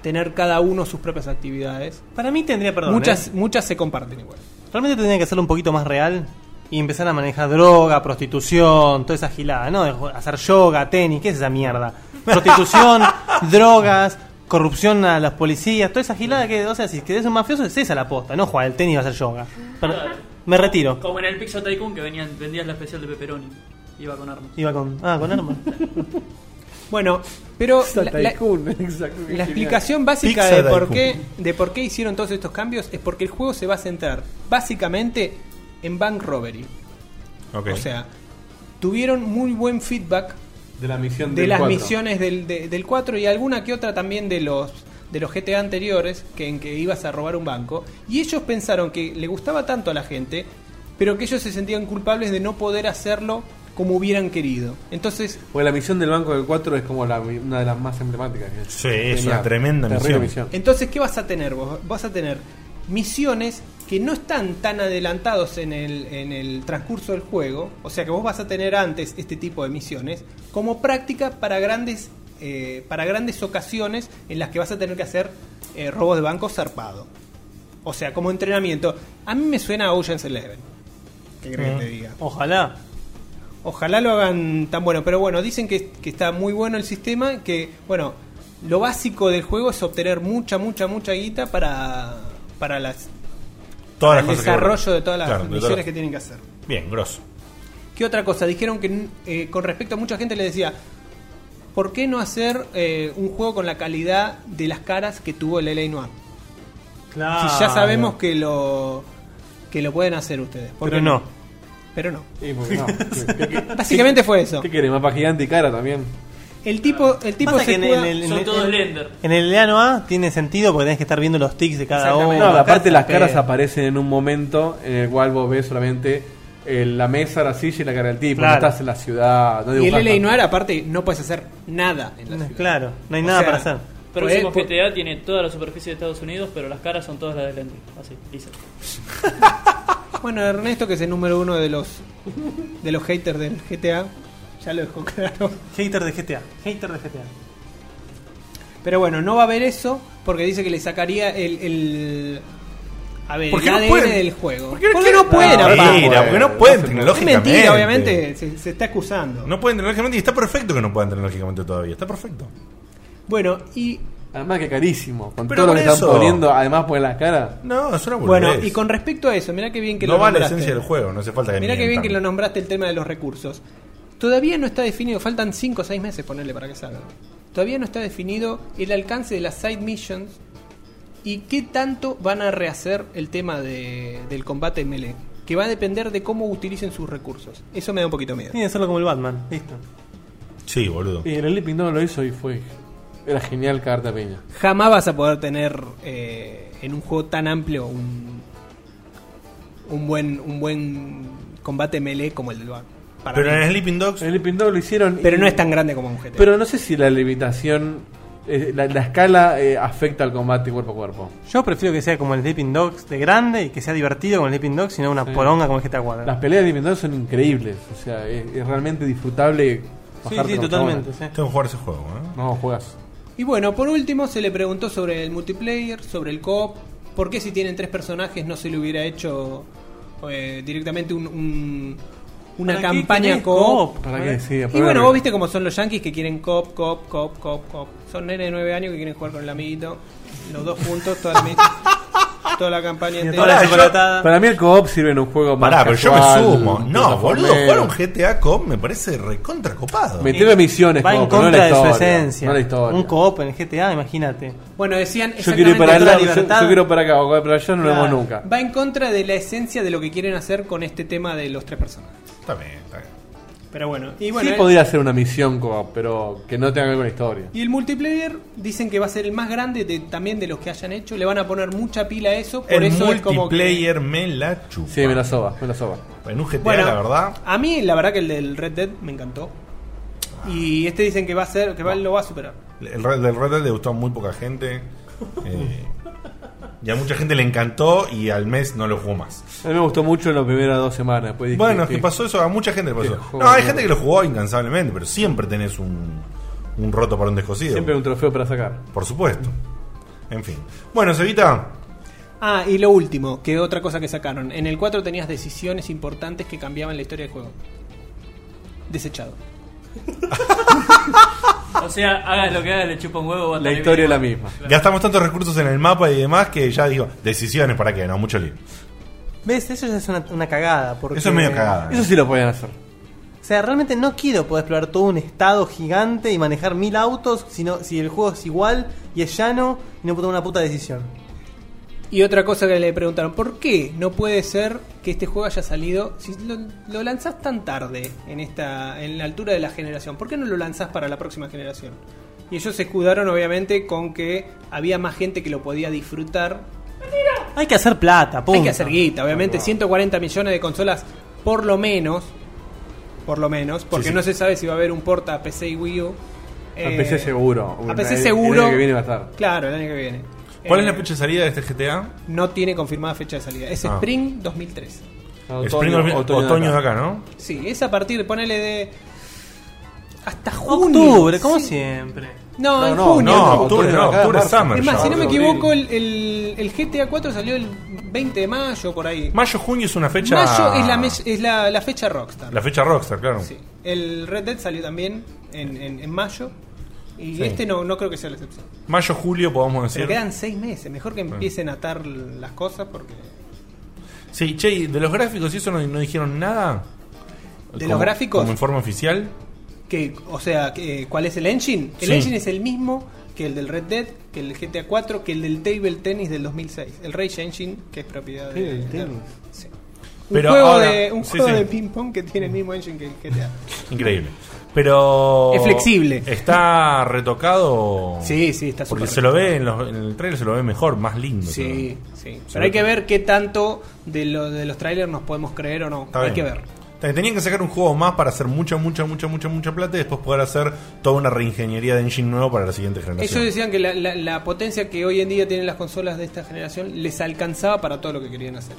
tener cada uno sus propias actividades.
Para mí tendría, perdón.
muchas,
¿eh?
muchas se comparten igual.
Realmente tendría que hacerlo un poquito más real y empezar a manejar droga, prostitución, toda esa gilada, ¿no? De- Hacer yoga, tenis, ¿qué es esa mierda? Prostitución, drogas, corrupción a las policías, toda esa gilada que, o sea, si querés ser un mafioso, es esa la posta, no jugar el tenis y hacer yoga. Pero- me retiro.
Como en el Pizza Tycoon que venían, vendías la especial de pepperoni. Iba con armas.
Iba con. Ah, con armas.
Bueno, pero la, la-
Tycoon,
la explicación básica
Pizza
de por,
Tycoon.
qué, de por qué hicieron todos estos cambios es porque el juego se va a centrar básicamente en Bank Robbery.
Ok.
O sea, tuvieron muy buen feedback
de la misión
de
del
las
cuatro.
misiones del, de- del 4 y alguna que otra también de los de los GTA anteriores que en que ibas a robar un banco y ellos pensaron que le gustaba tanto a la gente pero que ellos se sentían culpables de no poder hacerlo como hubieran querido entonces
Porque la misión del Banco del 4 es como la- una de las más emblemáticas. que
Sí, es
tenía.
una tremenda
Terrible
misión.
entonces qué vas a tener vos vas a tener misiones que no están tan adelantados en el, en el transcurso del juego, o sea que vos vas a tener antes este tipo de misiones, como práctica para grandes, eh, para grandes ocasiones en las que vas a tener que hacer eh, robos de banco zarpado. O sea, como entrenamiento. A mí me suena a Ocean's Eleven. ¿Qué crees que te
Mm.
diga?
Ojalá.
Ojalá lo hagan tan bueno, pero bueno, dicen que, que está muy bueno el sistema, que bueno, lo básico del juego es obtener mucha, mucha, mucha guita para, para las
Todas las
para el
cosas que
desarrollo
logran.
de todas las
Claro, de todas
misiones
las-
que tienen que hacer.
Bien, grosso.
¿Qué otra cosa? Dijeron que eh, con respecto a mucha gente le decía, ¿por qué no hacer eh, un juego con la calidad de las caras que tuvo el LA Noir?
Claro.
Si ya sabemos que lo que lo pueden hacer ustedes. ¿por
Pero
qué
no.
Pero no.
porque no. ¿Qué- qué- qué-
Básicamente fue eso.
¿Qué quiere? ¿Mapa gigante y cara también?
El tipo, el tipo
Pasa
se
que en el-
juega-
en el-
Son
en-
todos
en-
Blender.
En el Leano A tiene sentido porque tenés que estar viendo los tics de cada uno.
No, pero aparte las caras aparecen en un momento en el cual vos ves solamente eh, la mesa, la silla y la cara del tipo.
Claro.
No estás en la ciudad. No
Y el
dibujás
LA
tanto.
Noir, aparte, no puedes hacer nada en la ciudad.
Claro, no hay
O
nada
sea,
para hacer.
Próximo
Pues,
GTA tiene toda la superficie de Estados Unidos, pero las caras son todas las de Lending. Así, dice.
Ah, Bueno, Ernesto, que es el número uno de los de los haters del GTA, ya lo dejó claro.
Hater de GTA. Hater de GTA.
Pero bueno, no va a haber eso porque dice que le sacaría el. el a ver,
¿Por
el
qué no
ADN
pueden?
del juego. ¿Por
qué no
qué
quieren? Ah,
no pueden,
No,
aparte?
mira, porque no pueden
Es
tecnológicamente.
mentira, obviamente, se, se está acusando.
No pueden tecnológicamente y está perfecto que no puedan tecnológicamente todavía. Está perfecto.
Bueno, y
Además que carísimo. Con
Pero
todo lo
por
que están
eso.
poniendo, además ponen las caras.
No, es una
bueno,
boludez.
y con respecto a eso, mirá qué bien que
no
lo
va la
nombraste.
esencia del juego, no hace falta que
Mirá qué bien
mientan.
que lo nombraste el tema de los recursos. Todavía no está definido, faltan 5 o 6 meses ponerle para que salga. Todavía no está definido el alcance de las side missions y qué tanto van a rehacer el tema de- del combate melee. Que va a depender de cómo utilicen sus recursos. Eso me da un poquito miedo.
Tiene que hacerlo como el Batman. Listo.
Sí, boludo.
Y el Sleeping Dog lo hizo y fue. Era genial cagarte a peña.
Jamás vas a poder tener eh, en un juego tan amplio un, un, buen, un buen combate melee como el del Batman. Para
Pero
mí.
en Sleeping Dogs,
El Sleeping Dog lo hicieron.
Pero
y-
no es tan grande como un GTA.
Pero no sé si la limitación. eh, la, la escala eh, afecta al combate cuerpo a cuerpo.
Yo prefiero que sea como el Sleeping Dogs de grande y que sea divertido como el Sleeping Dogs y no una
Sí.
poronga como el GTA 4.
Las peleas de Sleeping Dog son increíbles. O sea, es, es realmente disfrutable.
Sí,
bajarte
sí,
con los
totalmente.
chabones.
sí.
tengo que jugar ese juego, ¿eh?
No, juegas.
Y bueno, por último se le preguntó sobre el multiplayer, sobre el co-op, por qué si tienen tres personajes no se le hubiera hecho eh, directamente un- un- una
¿Para qué
campaña
querés
co-op.
co-op?
¿Para
A
qué?
ver.
Sí,
Y
aparte-
bueno, vos viste cómo son los yankees que quieren cop, cop, cop, cop, cop. Son nenes de 9 años que quieren jugar con el amiguito. Los dos juntos, toda la, mi- toda la campaña
Tiene
entera.
toda la
Pará, yo-
chocolatada.
Para mí el co-op sirve en un juego más.
Pará, pero yo me
casual,
sumo. No, boludo,
plataformero.
jugar un GTA Cop me parece recontra copado.
Meteme misiones,
Va en
co-op, pero no
contra
la
de su
historia,
esencia.
No la historia.
Un co-op en el GTA, imagínate.
Bueno, decían
yo quiero ir
exactamente
toda
para allá,
la
yo,
libertad.
yo quiero para acá, o para allá no lo vemos nunca.
Va en contra de la esencia de lo que quieren hacer con este tema de los tres personajes.
Está bien, está bien.
Pero bueno, y bueno,
sí
eh,
podría ser una misión co-op, pero que no tenga que ver con la historia.
Y el multiplayer dicen que va a ser el más grande de- también de los que hayan hecho. Le van a poner mucha pila a eso. Por
el
eso es como. que-
multiplayer me la chupa.
Sí, me la soba, me la soba.
En un GTA,
Bueno,
la verdad.
A mí, la verdad, que el del Red Dead me encantó. Y este dicen que va a ser, que va, lo va a superar.
El Red, del Red Dead le gustó a muy poca gente. eh, y a mucha gente le encantó y al mes no lo jugó más.
A mí me gustó mucho en las primeras dos semanas. Después dije,
Bueno, es que
"Sí".
pasó eso, a mucha gente le pasó.
joder.
No, hay gente que lo jugó incansablemente, pero siempre tenés un, un roto para un descosido.
Siempre hay un trofeo para sacar.
Por supuesto. En fin. Bueno, Cevita,
Ah, y lo último, que otra cosa que sacaron. En el 4 tenías decisiones importantes que cambiaban la historia del juego. Desechado.
O sea, hagas lo que hagas, le chupa un huevo. va a
La
estar
historia es
bien.
la misma.
gastamos tantos recursos en el mapa y demás que ya digo, decisiones para qué, no, mucho lío.
¿Ves? Eso ya es una, una cagada. Porque...
Eso es medio cagada.
Eso sí lo pueden hacer.
O sea, realmente no quiero poder explorar todo un estado gigante y manejar mil autos sino, si el juego es igual y es llano y no puedo tomar una puta decisión.
Y otra cosa que le preguntaron, ¿por qué no puede ser que este juego haya salido, si lo, lo lanzás tan tarde en, esta, en la altura de la generación, ¿por qué no lo lanzás para la próxima generación? Y ellos se escudaron obviamente con que había más gente que lo podía disfrutar.
Hay que hacer plata, punto.
Hay que hacer guita, obviamente, 140 millones de consolas por lo menos, por lo menos, porque
sí.
no se sabe si va a haber un porta a PC y Wii U.
a PC seguro.
Eh, A PC
El- el
seguro.
año que viene va a estar.
Claro, el año que viene.
¿Cuál es
Eh,
la fecha de salida de este GTA?
No tiene confirmada fecha de salida. Es
Ah.
Spring 2003.
Spring, otoño, de acá, ¿no?
Sí, es a partir, ponele de. Hasta junio.
Octubre, como
Sí.
siempre.
No,
No,
en
no,
junio.
no, octubre no,
acá,
octubre es
marzo.
summer
Es más,
ya,
si no me
abril.
equivoco, el, el- el GTA 4 salió el 20 de mayo, por ahí.
Mayo, junio es una fecha.
Mayo es la, mes- es la, la fecha Rockstar.
La fecha Rockstar, claro.
El Red Dead salió también en, en- en mayo. Y
Sí.
este no, no creo que sea la excepción.
Mayo, julio, podemos
Pero
decir.
quedan seis meses. Mejor que empiecen a atar las cosas porque.
Sí, che, ¿y de los gráficos y eso no, no dijeron nada.
¿De
Como-
los gráficos?
Como informe oficial.
Que, o sea, que, ¿cuál es el engine? El
Sí.
engine es el mismo que el del Red Dead, que el GTA 4, que el del Table Tennis del 2006. El Rage Engine, que es propiedad de.
Table
de-
Tennis.
sí.
Pero
un juego,
ahora-
de, un
sí,
juego
sí.
de ping pong que tiene el mismo engine que el GTA.
Increíble. Pero.
Es flexible.
Está retocado.
Sí, sí, está
Porque
súper
se lo ve en, los- en el trailer, se lo ve mejor, más lindo.
Sí, sí.
Se
Pero
ve
hay que
todo.
ver qué tanto de, lo, de los trailers nos podemos creer o no.
Está
hay
bien.
que ver.
Te- Tenían que sacar un juego más para hacer mucha, mucha, mucha, mucha, mucha plata y después poder hacer toda una reingeniería de engine nuevo para la siguiente generación.
Ellos decían que la, la- la potencia que hoy en día tienen las consolas de esta generación les alcanzaba para todo lo que querían hacer.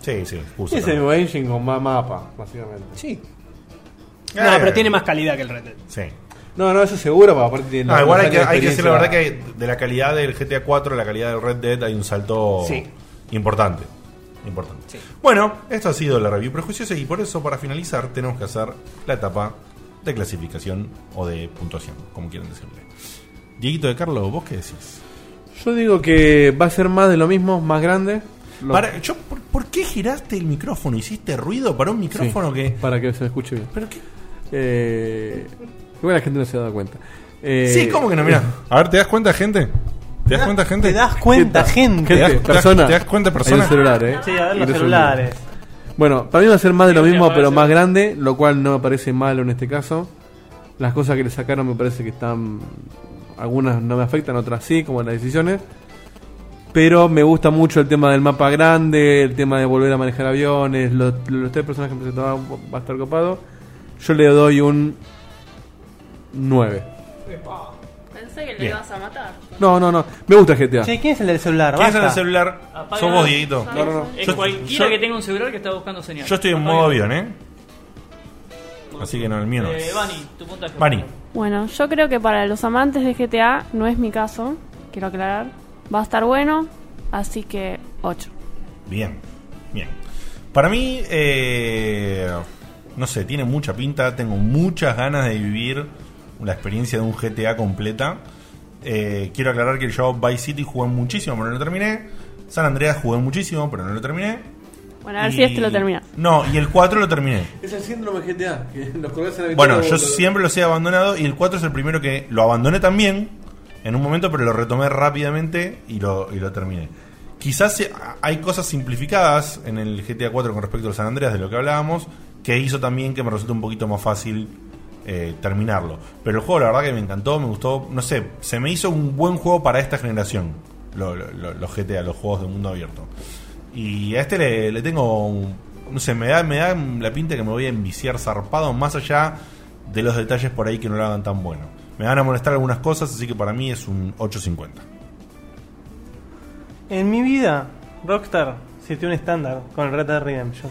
Sí, sí, excusa.
Es el
también.
mismo engine con más mapa, básicamente.
Sí.
Ah,
No, pero tiene más calidad que el Red Dead.
Sí.
No, no, eso seguro, porque aparte tiene
No,
la-
Ah, igual hay
la
que, hay que decir la verdad
experiencia-
que de la calidad del GTA 4 a la calidad del Red Dead hay un salto
Sí.
importante. Importante.
Sí.
Bueno, esto ha sido la review prejuiciosa y por eso para finalizar tenemos que hacer la etapa de clasificación o de puntuación, como quieran decirle. Dieguito de Carlos, ¿vos qué decís?
Yo digo que va a ser más de lo mismo, más grande. Lo-
Para- yo, ¿por, por qué giraste el micrófono? ¿Hiciste ruido para un
Sí,
micrófono que...
Para que se escuche bien.
¿Pero qué?
Eh, igual la gente no se ha dado cuenta. Eh,
Sí, ¿cómo que no? Mira, a ver, ¿te das cuenta, gente? ¿Te das cuenta, gente?
¿Te das cuenta, gente?
¿Te das-
Gente,
te das-
persona.
te das cuenta,
Hay
persona?
un celular, eh.
Sí, a ver los
Ingreso un-
celulares.
Bueno, para mí va a ser más de lo
Sí,
mismo,
aparece-
pero más grande, lo cual no me parece malo en este caso. Las cosas que le sacaron me parece que están. Algunas no me afectan, otras sí, como las decisiones. Pero me gusta mucho el tema del mapa grande, el tema de volver a manejar aviones, los, los tres personajes que presentaban va a estar copado. Yo le doy un 9.
Pensé que
Bien. ibas
a matar.
No, no, no. Me gusta el GTA.
Che, ¿quién es el del celular?
¿Quién es en el
Basta.
celular?
Apaga-
Sos vos, Dieguito.
No, no, no.
Es
Yo-
cualquiera
yo-
que tenga un celular que está buscando señal.
Yo estoy en modo avión, ¿eh? Así que no, el mío no
Eh,
es.
Bani, tu puntaje.
Bani.
Bueno, yo creo que para los amantes de GTA, no es mi caso, quiero aclarar, va a estar bueno, así que 8.
Bien, bien. Para mí, eh, no sé, tiene mucha pinta. Tengo muchas ganas de vivir la experiencia de un GTA completa. Eh, quiero aclarar que yo Vice City jugué muchísimo, pero no lo terminé. San Andreas jugué muchísimo, pero no lo terminé.
Bueno, a ver
Y-
si este lo termina.
No, y el 4 lo terminé.
Es el síndrome GTA, que los colores en
Bueno, yo siempre los he abandonado y el 4 es el primero que lo abandoné también en un momento, pero lo retomé rápidamente y lo, y lo terminé. Quizás se- a- hay cosas simplificadas en el GTA 4 con respecto al San Andreas de lo que hablábamos, que hizo también que me resulte un poquito más fácil eh, terminarlo. Pero el juego la verdad que me encantó, me gustó, no sé, se me hizo un buen juego para esta generación, lo- lo- lo- los GTA, los juegos de mundo abierto. Y a este le, le tengo. un- No sé, me da, me da la pinta que me voy a enviciar zarpado, más allá de los detalles por ahí que no lo hagan tan bueno. Me van a molestar algunas cosas, así que para mí es un 8.50.
En mi vida, Rockstar sirvió un estándar con el Red Dead Redemption.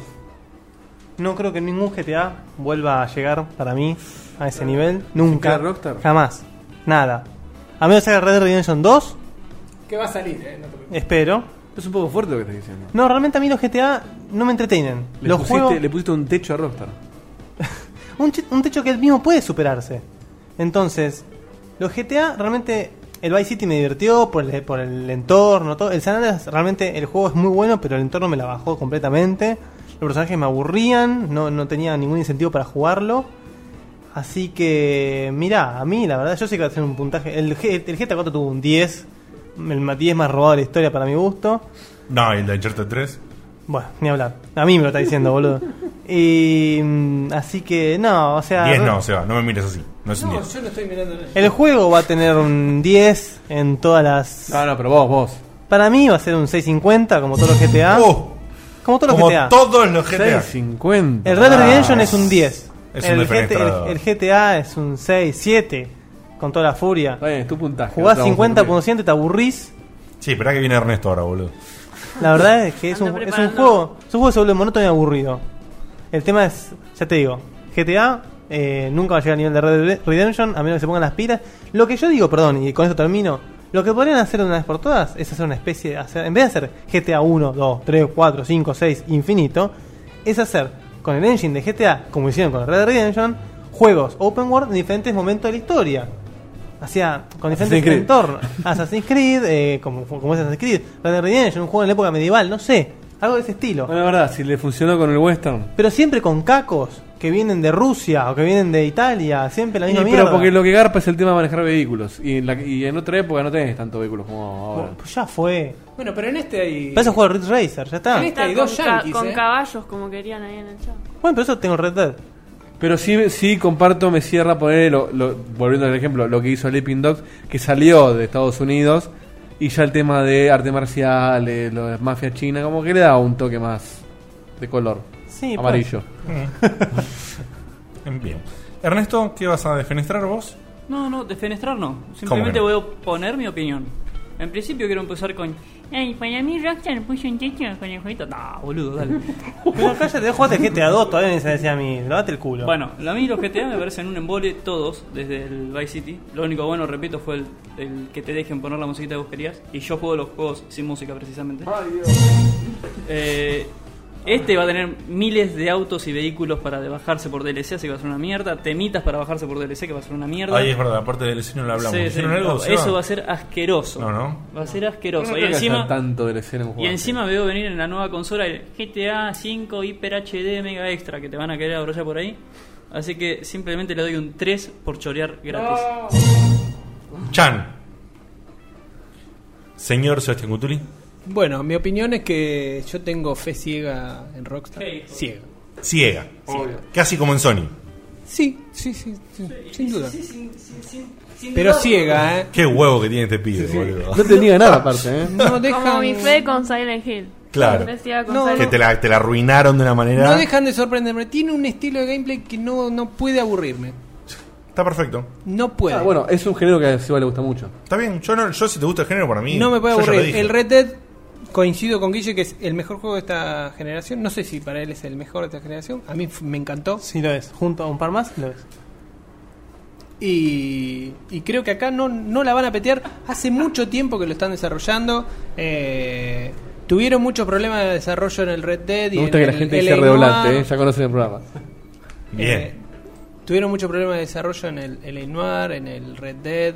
No creo que ningún GTA vuelva a llegar para mí a ese nivel. Nunca.
queda Rockstar?
Jamás. Nada. A menos que haga Red Dead Redemption 2,
Que va a salir, eh, no te preocupes.
espero.
Es un poco fuerte lo que estás diciendo.
No, realmente a mí los GTA no me entretienen.
Le,
los
pusiste,
juegos,
le pusiste un techo a Rockstar.
un, che- un techo que él mismo puede superarse. Entonces, los GTA realmente. El Vice City me divirtió por el, por el entorno, todo. El San Andreas realmente el juego es muy bueno, pero el entorno me la bajó completamente. Los personajes me aburrían, no, no tenía ningún incentivo para jugarlo. Así que, mirá, a mí la verdad, yo sé que va a ser un puntaje. El, G- el GTA 4 tuvo un 10, el ma- 10 más robado de la historia para mi gusto.
No, y el de Uncharted 3.
Bueno, ni hablar. A mí me lo está diciendo, boludo. Y. mm, Así que, no, o sea.
10 no, Seba, no me mires así. No es un
No,
10.
Oh, yo no estoy mirando nada.
El juego va a tener un 10 en todas las.
No, no, pero vos, vos.
Para mí va a ser un 650, como todos los GTA.
Oh,
como todos los
como
GTA.
todos los GTA.
650.
El Red Dead
Ah,
Redemption es
es-
un 10.
es un
el, GT
defenestrador.
el- el GTA es un 6, 7, con toda la furia.
Está bien, es tu puntaje.
Jugás
Otra vamos a
50%
cumplir.
y te aburrís.
Sí, esperá que viene Ernesto ahora, boludo.
La verdad es que es un, es un juego. Es un juego que se vuelve monótono y aburrido. El tema es, ya te digo, GTA eh, nunca va a llegar al nivel de Red Dead Redemption, a menos que se pongan las pilas. Lo que yo digo, perdón, y con esto termino. Lo que podrían hacer de una vez por todas es hacer una especie de. Hacer, en vez de hacer GTA 1, 2, 3, 4, 5, 6, infinito, es hacer con el engine de GTA, como hicieron con Red Dead Redemption, juegos open world en diferentes momentos de la historia. O sea, con diferentes
Creed.
entornos. Assassin's Creed, eh, como, como es Assassin's Creed, Red Dead Redemption, un juego en la época medieval, no sé. Algo de ese estilo.
La verdad, si le funcionó con el western.
Pero siempre con cacos que vienen de Rusia o que vienen de Italia, siempre la
Y,
misma mierda.
pero porque lo que garpa es el tema de manejar vehículos. Y en, la- y en otra época no tenés tantos vehículos como ahora.
Pues ya fue.
Bueno, pero en este hay.
Para eso juego Ridge Racer, ya está.
Está
Bueno,
y dos
con,
yankees,
con
eh.
caballos, como querían ahí en el chat.
pero eso tengo Red Dead.
Pero sí, sí comparto, me cierra poner, lo, lo- volviendo al ejemplo, lo que hizo Sleeping Dogs, que salió de Estados Unidos, y ya el tema de arte marcial, eh, lo de mafia china, como que le da un toque más de color
Sí, pues.
amarillo.
Bien. Ernesto, ¿qué vas a defenestrar vos?
No, no, defenestrar no. Simplemente
¿Cómo
voy a poner mi opinión. En principio quiero empezar con. Ay, para mí Rockstar puso un techo con el jueguito. No, boludo, dale.
Pero acá ya te jugaste GTA 2, todavía ni se decía a mí, lavate el culo.
Bueno, a mí los GTA me parecen un embole todos desde el Vice City. Lo único bueno, repito, fue el, el que te dejen poner la musiquita que vos querías. Y yo juego los juegos sin música precisamente. Eh, este va a tener miles de autos y vehículos para de bajarse por DLC, así que va a ser una mierda. Temitas para bajarse por DLC, que va a ser una mierda.
Ay, es verdad, aparte del no lo hablamos.
Sí,
¿Hicieron
sí,
algo?
no,
Seba?
eso va a ser asqueroso.
No, no.
Va a ser asqueroso.
No
y
creo que
encima,
haya tanto de en un
y
juego.
encima veo venir en la nueva consola el GTA 5 Hyper HD Mega Extra que te van a querer abrochar por ahí. Así que simplemente le doy un 3 por chorear gratis.
Chan. Señor Sebastián Cutuli.
Bueno, mi opinión es que yo tengo fe ciega en Rockstar. Ciega.
Ciega. Casi como en Sony.
Sí, sí, sí, sí, sin duda. Pero ciega, ¿eh?
Qué huevo que tiene este pibe, boludo.
No tenía nada aparte, ¿eh?
No
Como mi
dejan,
fe con Silent Hill.
Claro.
Yo decía con
No,
Silent
Que te la, te la arruinaron de una manera.
no dejan de sorprenderme. Tiene un estilo de gameplay que no, no puede aburrirme.
Está perfecto.
No puede.
Ah, bueno, es un género que a Seba le gusta mucho.
Está bien. Yo, no, yo si te gusta el género, para mí.
no me puede
yo ya lo
aburrir.
dije.
El Red Dead, coincido con Guille, que es el mejor juego de esta generación. No sé si para él es el mejor de esta generación. A mí f- me encantó.
Sí lo es, junto a un par más lo es.
Y, y creo que acá no, no la van a petear. Hace mucho tiempo que lo están desarrollando. Eh, tuvieron muchos problemas de desarrollo en el Red Dead. y
Me gusta
en
que la
el
gente
LA
dice redoblante,
Noir.
¿eh? ya conocen el programa.
Bien.
Eh, tuvieron mucho problema de desarrollo en el, el Noir, en el Red Dead,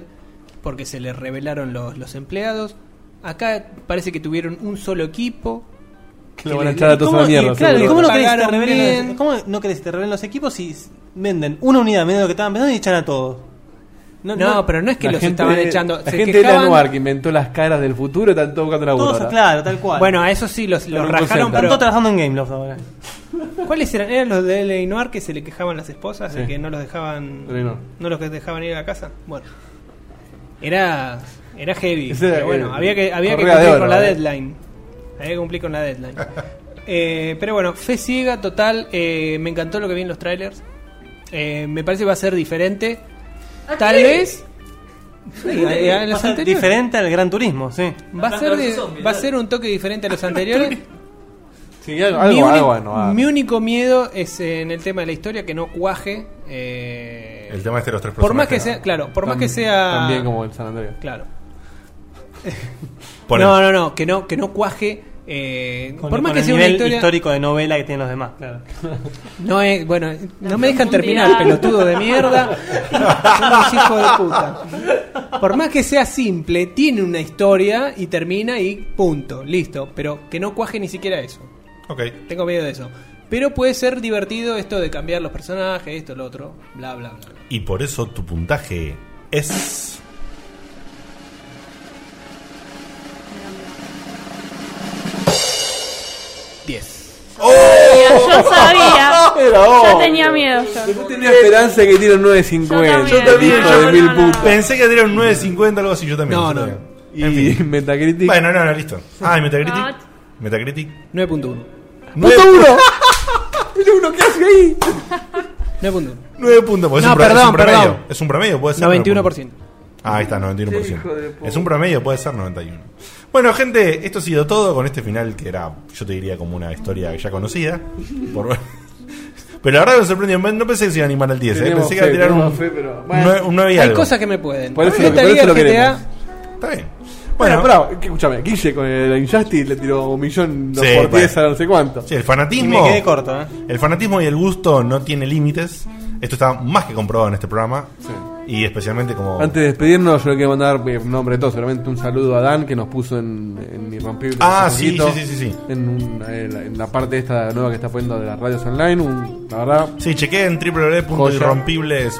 porque se les revelaron los, los empleados. Acá parece que tuvieron un solo equipo.
Que lo van a echar a todos a la
¿Cómo-
mierda.
y claro, ¿y
seguro.
¿cómo, no querés que te
Pagaron
revelen
bien.
los, ¿Cómo no querés que te revelen los equipos si s- venden una unidad menos de lo que estaban pensando y echan a todos?
No, pero no es que
La
los
gente-
estaban echando.
La
se
gente de la
quejaban.
Noir que inventó las caras del futuro están todos buscando laburo.
Todos,
ahora.
claro, tal cual.
Bueno, a eso sí los, los
un
rajaron,
concepto.
pero todos
pero
trabajando en Gameloft ahora.
¿cuáles eran? ¿Eran los de L.A. Noir que se le quejaban las esposas? de
Sí.
que no los dejaban.
L.A. Noire.
No los que dejaban ir a la casa. Bueno. Era. Era heavy.
Ese,
pero bueno,
eh,
había que, había que
correa
cumplir
de oro,
con la
eh.
deadline. Había que cumplir con la deadline. Eh, pero bueno, fe ciega, total. eh, me encantó lo que vi en los trailers. Eh, me parece que va a ser diferente. Tal vez. Sí, a- a Eh, los
Pasa
anteriores.
Diferente al Gran Turismo, sí.
Va a,
Planta
ser
versus
de-
zombie,
va a
dale.
ser un toque diferente a los anteriores.
Sí, algo, algo,
mi, uni-
algo bueno, ah.
mi único miedo es en el tema de la historia que no cuaje. eh,
El tema este de los tres
por más que
personajes,
sea,
¿no?
claro, por más
Tan-
que sea.
También como el San Andreas.
Claro.
Ponen.
No, no, no, que no, que no cuaje. eh,
Con,
por más
con
que
el
sea una
nivel
historia.
histórico de novela que tienen los demás. Claro.
No es, bueno, no me dejan
profundidad.
terminar, pelotudo de mierda. Son unos hijos de puta. Por más que sea simple, tiene una historia y termina y punto, listo. Pero que no cuaje ni siquiera eso.
Ok.
Tengo miedo de eso. Pero puede ser divertido esto de cambiar los personajes, esto, lo otro, bla, bla, bla.
Y por eso tu puntaje es.
Hill. Yo sabía. Yo tenía miedo. yo.
Yo tenía esperanza que tire un 950.
Yo también,
hijo
yo
de mil
también.
putas.
Pensé que era un 9.50 o algo así, yo también. yo
No, no.
también. En
Y
fin.
Metacritic.
Bueno, no, no, listo. Ah, ¿y Metacritic?
No.
Metacritic.
9.1.
¡Puto uno! ¡El uno que hace ahí!
9.1.
9 puntos, porque es,
No,
un pro- es
perdón,
un promedio.
perdón.
Es un promedio, puede ser.
91%.
Ah, Ah, ahí está, 91%.
Hijo de puta.
es un promedio, puede ser 91. Bueno, gente, esto ha sido todo con este final que era, yo te diría, como una historia ya conocida. por- Pero la verdad que me sorprendió. No pensé que se iba a animar al 10, eh.
Teníamos
pensé que iba a
fe,
tirar un,
teníamos fe, pero-
un
Bueno.
nueve- un 9 y
Hay
algo.
cosas que me pueden.
Por eso
Me
lo- por eso
gustaría
lo
GTA.
queremos.
Está bien.
Bueno, pero, que- escúchame, Guille con el Injustice le tiró un millón dos
Sí,
por
bueno.
10 a no sé cuánto.
Sí, el fanatismo.
Y me quedé corto, ¿eh?
El fanatismo y el gusto no tiene límites. Esto está más que comprobado en este programa. Y especialmente como.
Antes de despedirnos, yo le quiero mandar en nombre de todos, solamente un saludo a Dan que nos puso en, en Irrompible.
Ah,
hace
sí,
poquito,
sí, sí, sí, sí.
En, una- en la, en la parte esta nueva que está poniendo de las radios online. un- la verdad,
Sí, chequeen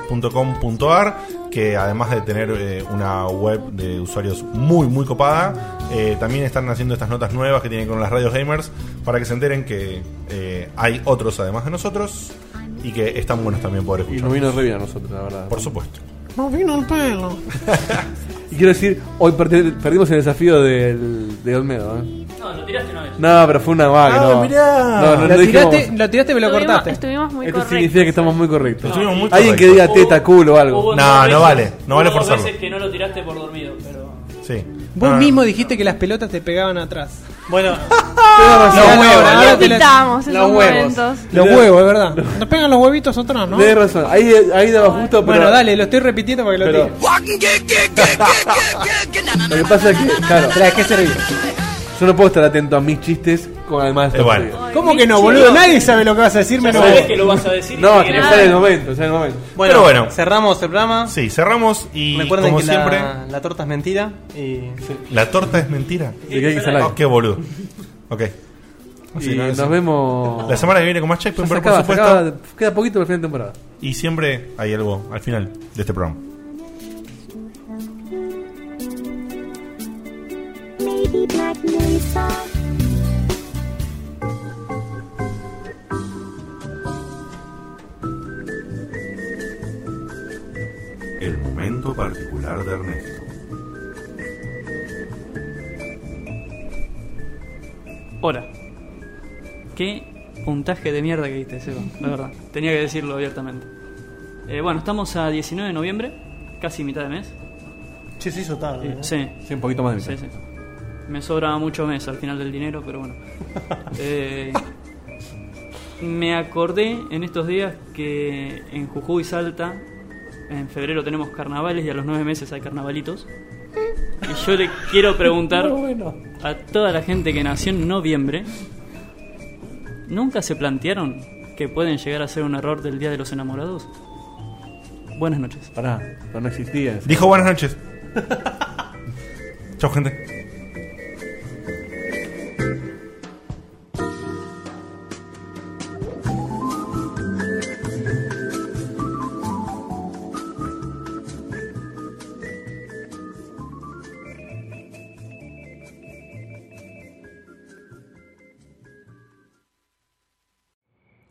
www.irrompibles.com.ar que además de tener eh, una web de usuarios muy muy copada, eh, también están haciendo estas notas nuevas que tienen con las radios gamers para que se enteren que eh, hay otros además de nosotros y que están buenos también poder
y
escuchar.
nos vino re bien a nosotros, la verdad.
Por supuesto.
No vino el pelo.
Y quiero decir, hoy perdi- perdimos el desafío del, de Olmedo. ¿eh?
No, lo tiraste una vez.
No, pero fue una vaga.
Ah,
no.
mirá.
No, no, no
Lo
dijimos-
tiraste, lo tiraste y me lo
Estuvimos-
cortaste.
Estuvimos muy
Esto
correctos.
significa Este que estamos muy correctos.
Estuvimos muy
Alguien que
correctos.
diga teta, culo o algo.
Hubo
No,
dos
no vale, no vale
hubo dos
forzarlo.
veces que no lo tiraste por dormido, pero.
Sí.
Vos
No, no.
mismo dijiste que las pelotas te pegaban atrás.
Bueno,
Los huevos,
No
ahora te las-
quitamos esos
los huevos.
momentos.
Los huevos, es verdad.
Nos pegan los huevitos atrás, ¿no?
Tenés razón. Ahí, ahí daba justo, pero.
Bueno, dale, lo estoy repitiendo para que lo
Pero-
tires.
Lo que pasa es que, claro,
¿Para qué servir?
yo no puedo estar atento a mis chistes con además de
Eh,
estar
bueno.
serio.
¿Cómo que no, boludo? Nadie sabe lo que vas a decir,
Ya
menos
sabés
vos.
que lo vas a decir. y
No,
te
que
querés-
sale el momento, sale el momento.
Bueno,
Pero bueno.
cerramos el programa.
Sí, cerramos y
Recuerden
como
que la-
siempre,
la,
la...
torta es mentira. Y
torta es mentira.
Se queda que se
Oh,
like.
qué boludo. Ok. Sí,
Y
no,
nos
sí.
vemos.
La semana que viene con más checkpoint,
Se
pero
acaba,
por
se
supuesto.
acaba, queda poquito para el final de temporada.
Y siempre hay algo al final de este programa. El momento particular de Ernesto.
Hola. Qué puntaje de mierda que diste, Seba. La verdad. Tenía que decirlo abiertamente. Eh, bueno, estamos a 19 de noviembre, casi mitad de mes.
che, se hizo tarde.
Eh,
¿eh?
sí,
Sí, un poquito más de
sí,
mitad.
sí. Me sobra mucho mes al final del dinero, pero bueno. Eh, me acordé en estos días que en Jujuy Salta, en febrero tenemos carnavales y a los nueve meses hay carnavalitos. Y yo le quiero preguntar a toda la gente que nació en noviembre, ¿nunca se plantearon que pueden llegar a ser un error del Día de los Enamorados? Buenas noches.
Pará, pero no existía. eso.
Dijo buenas noches. Chao, gente.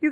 You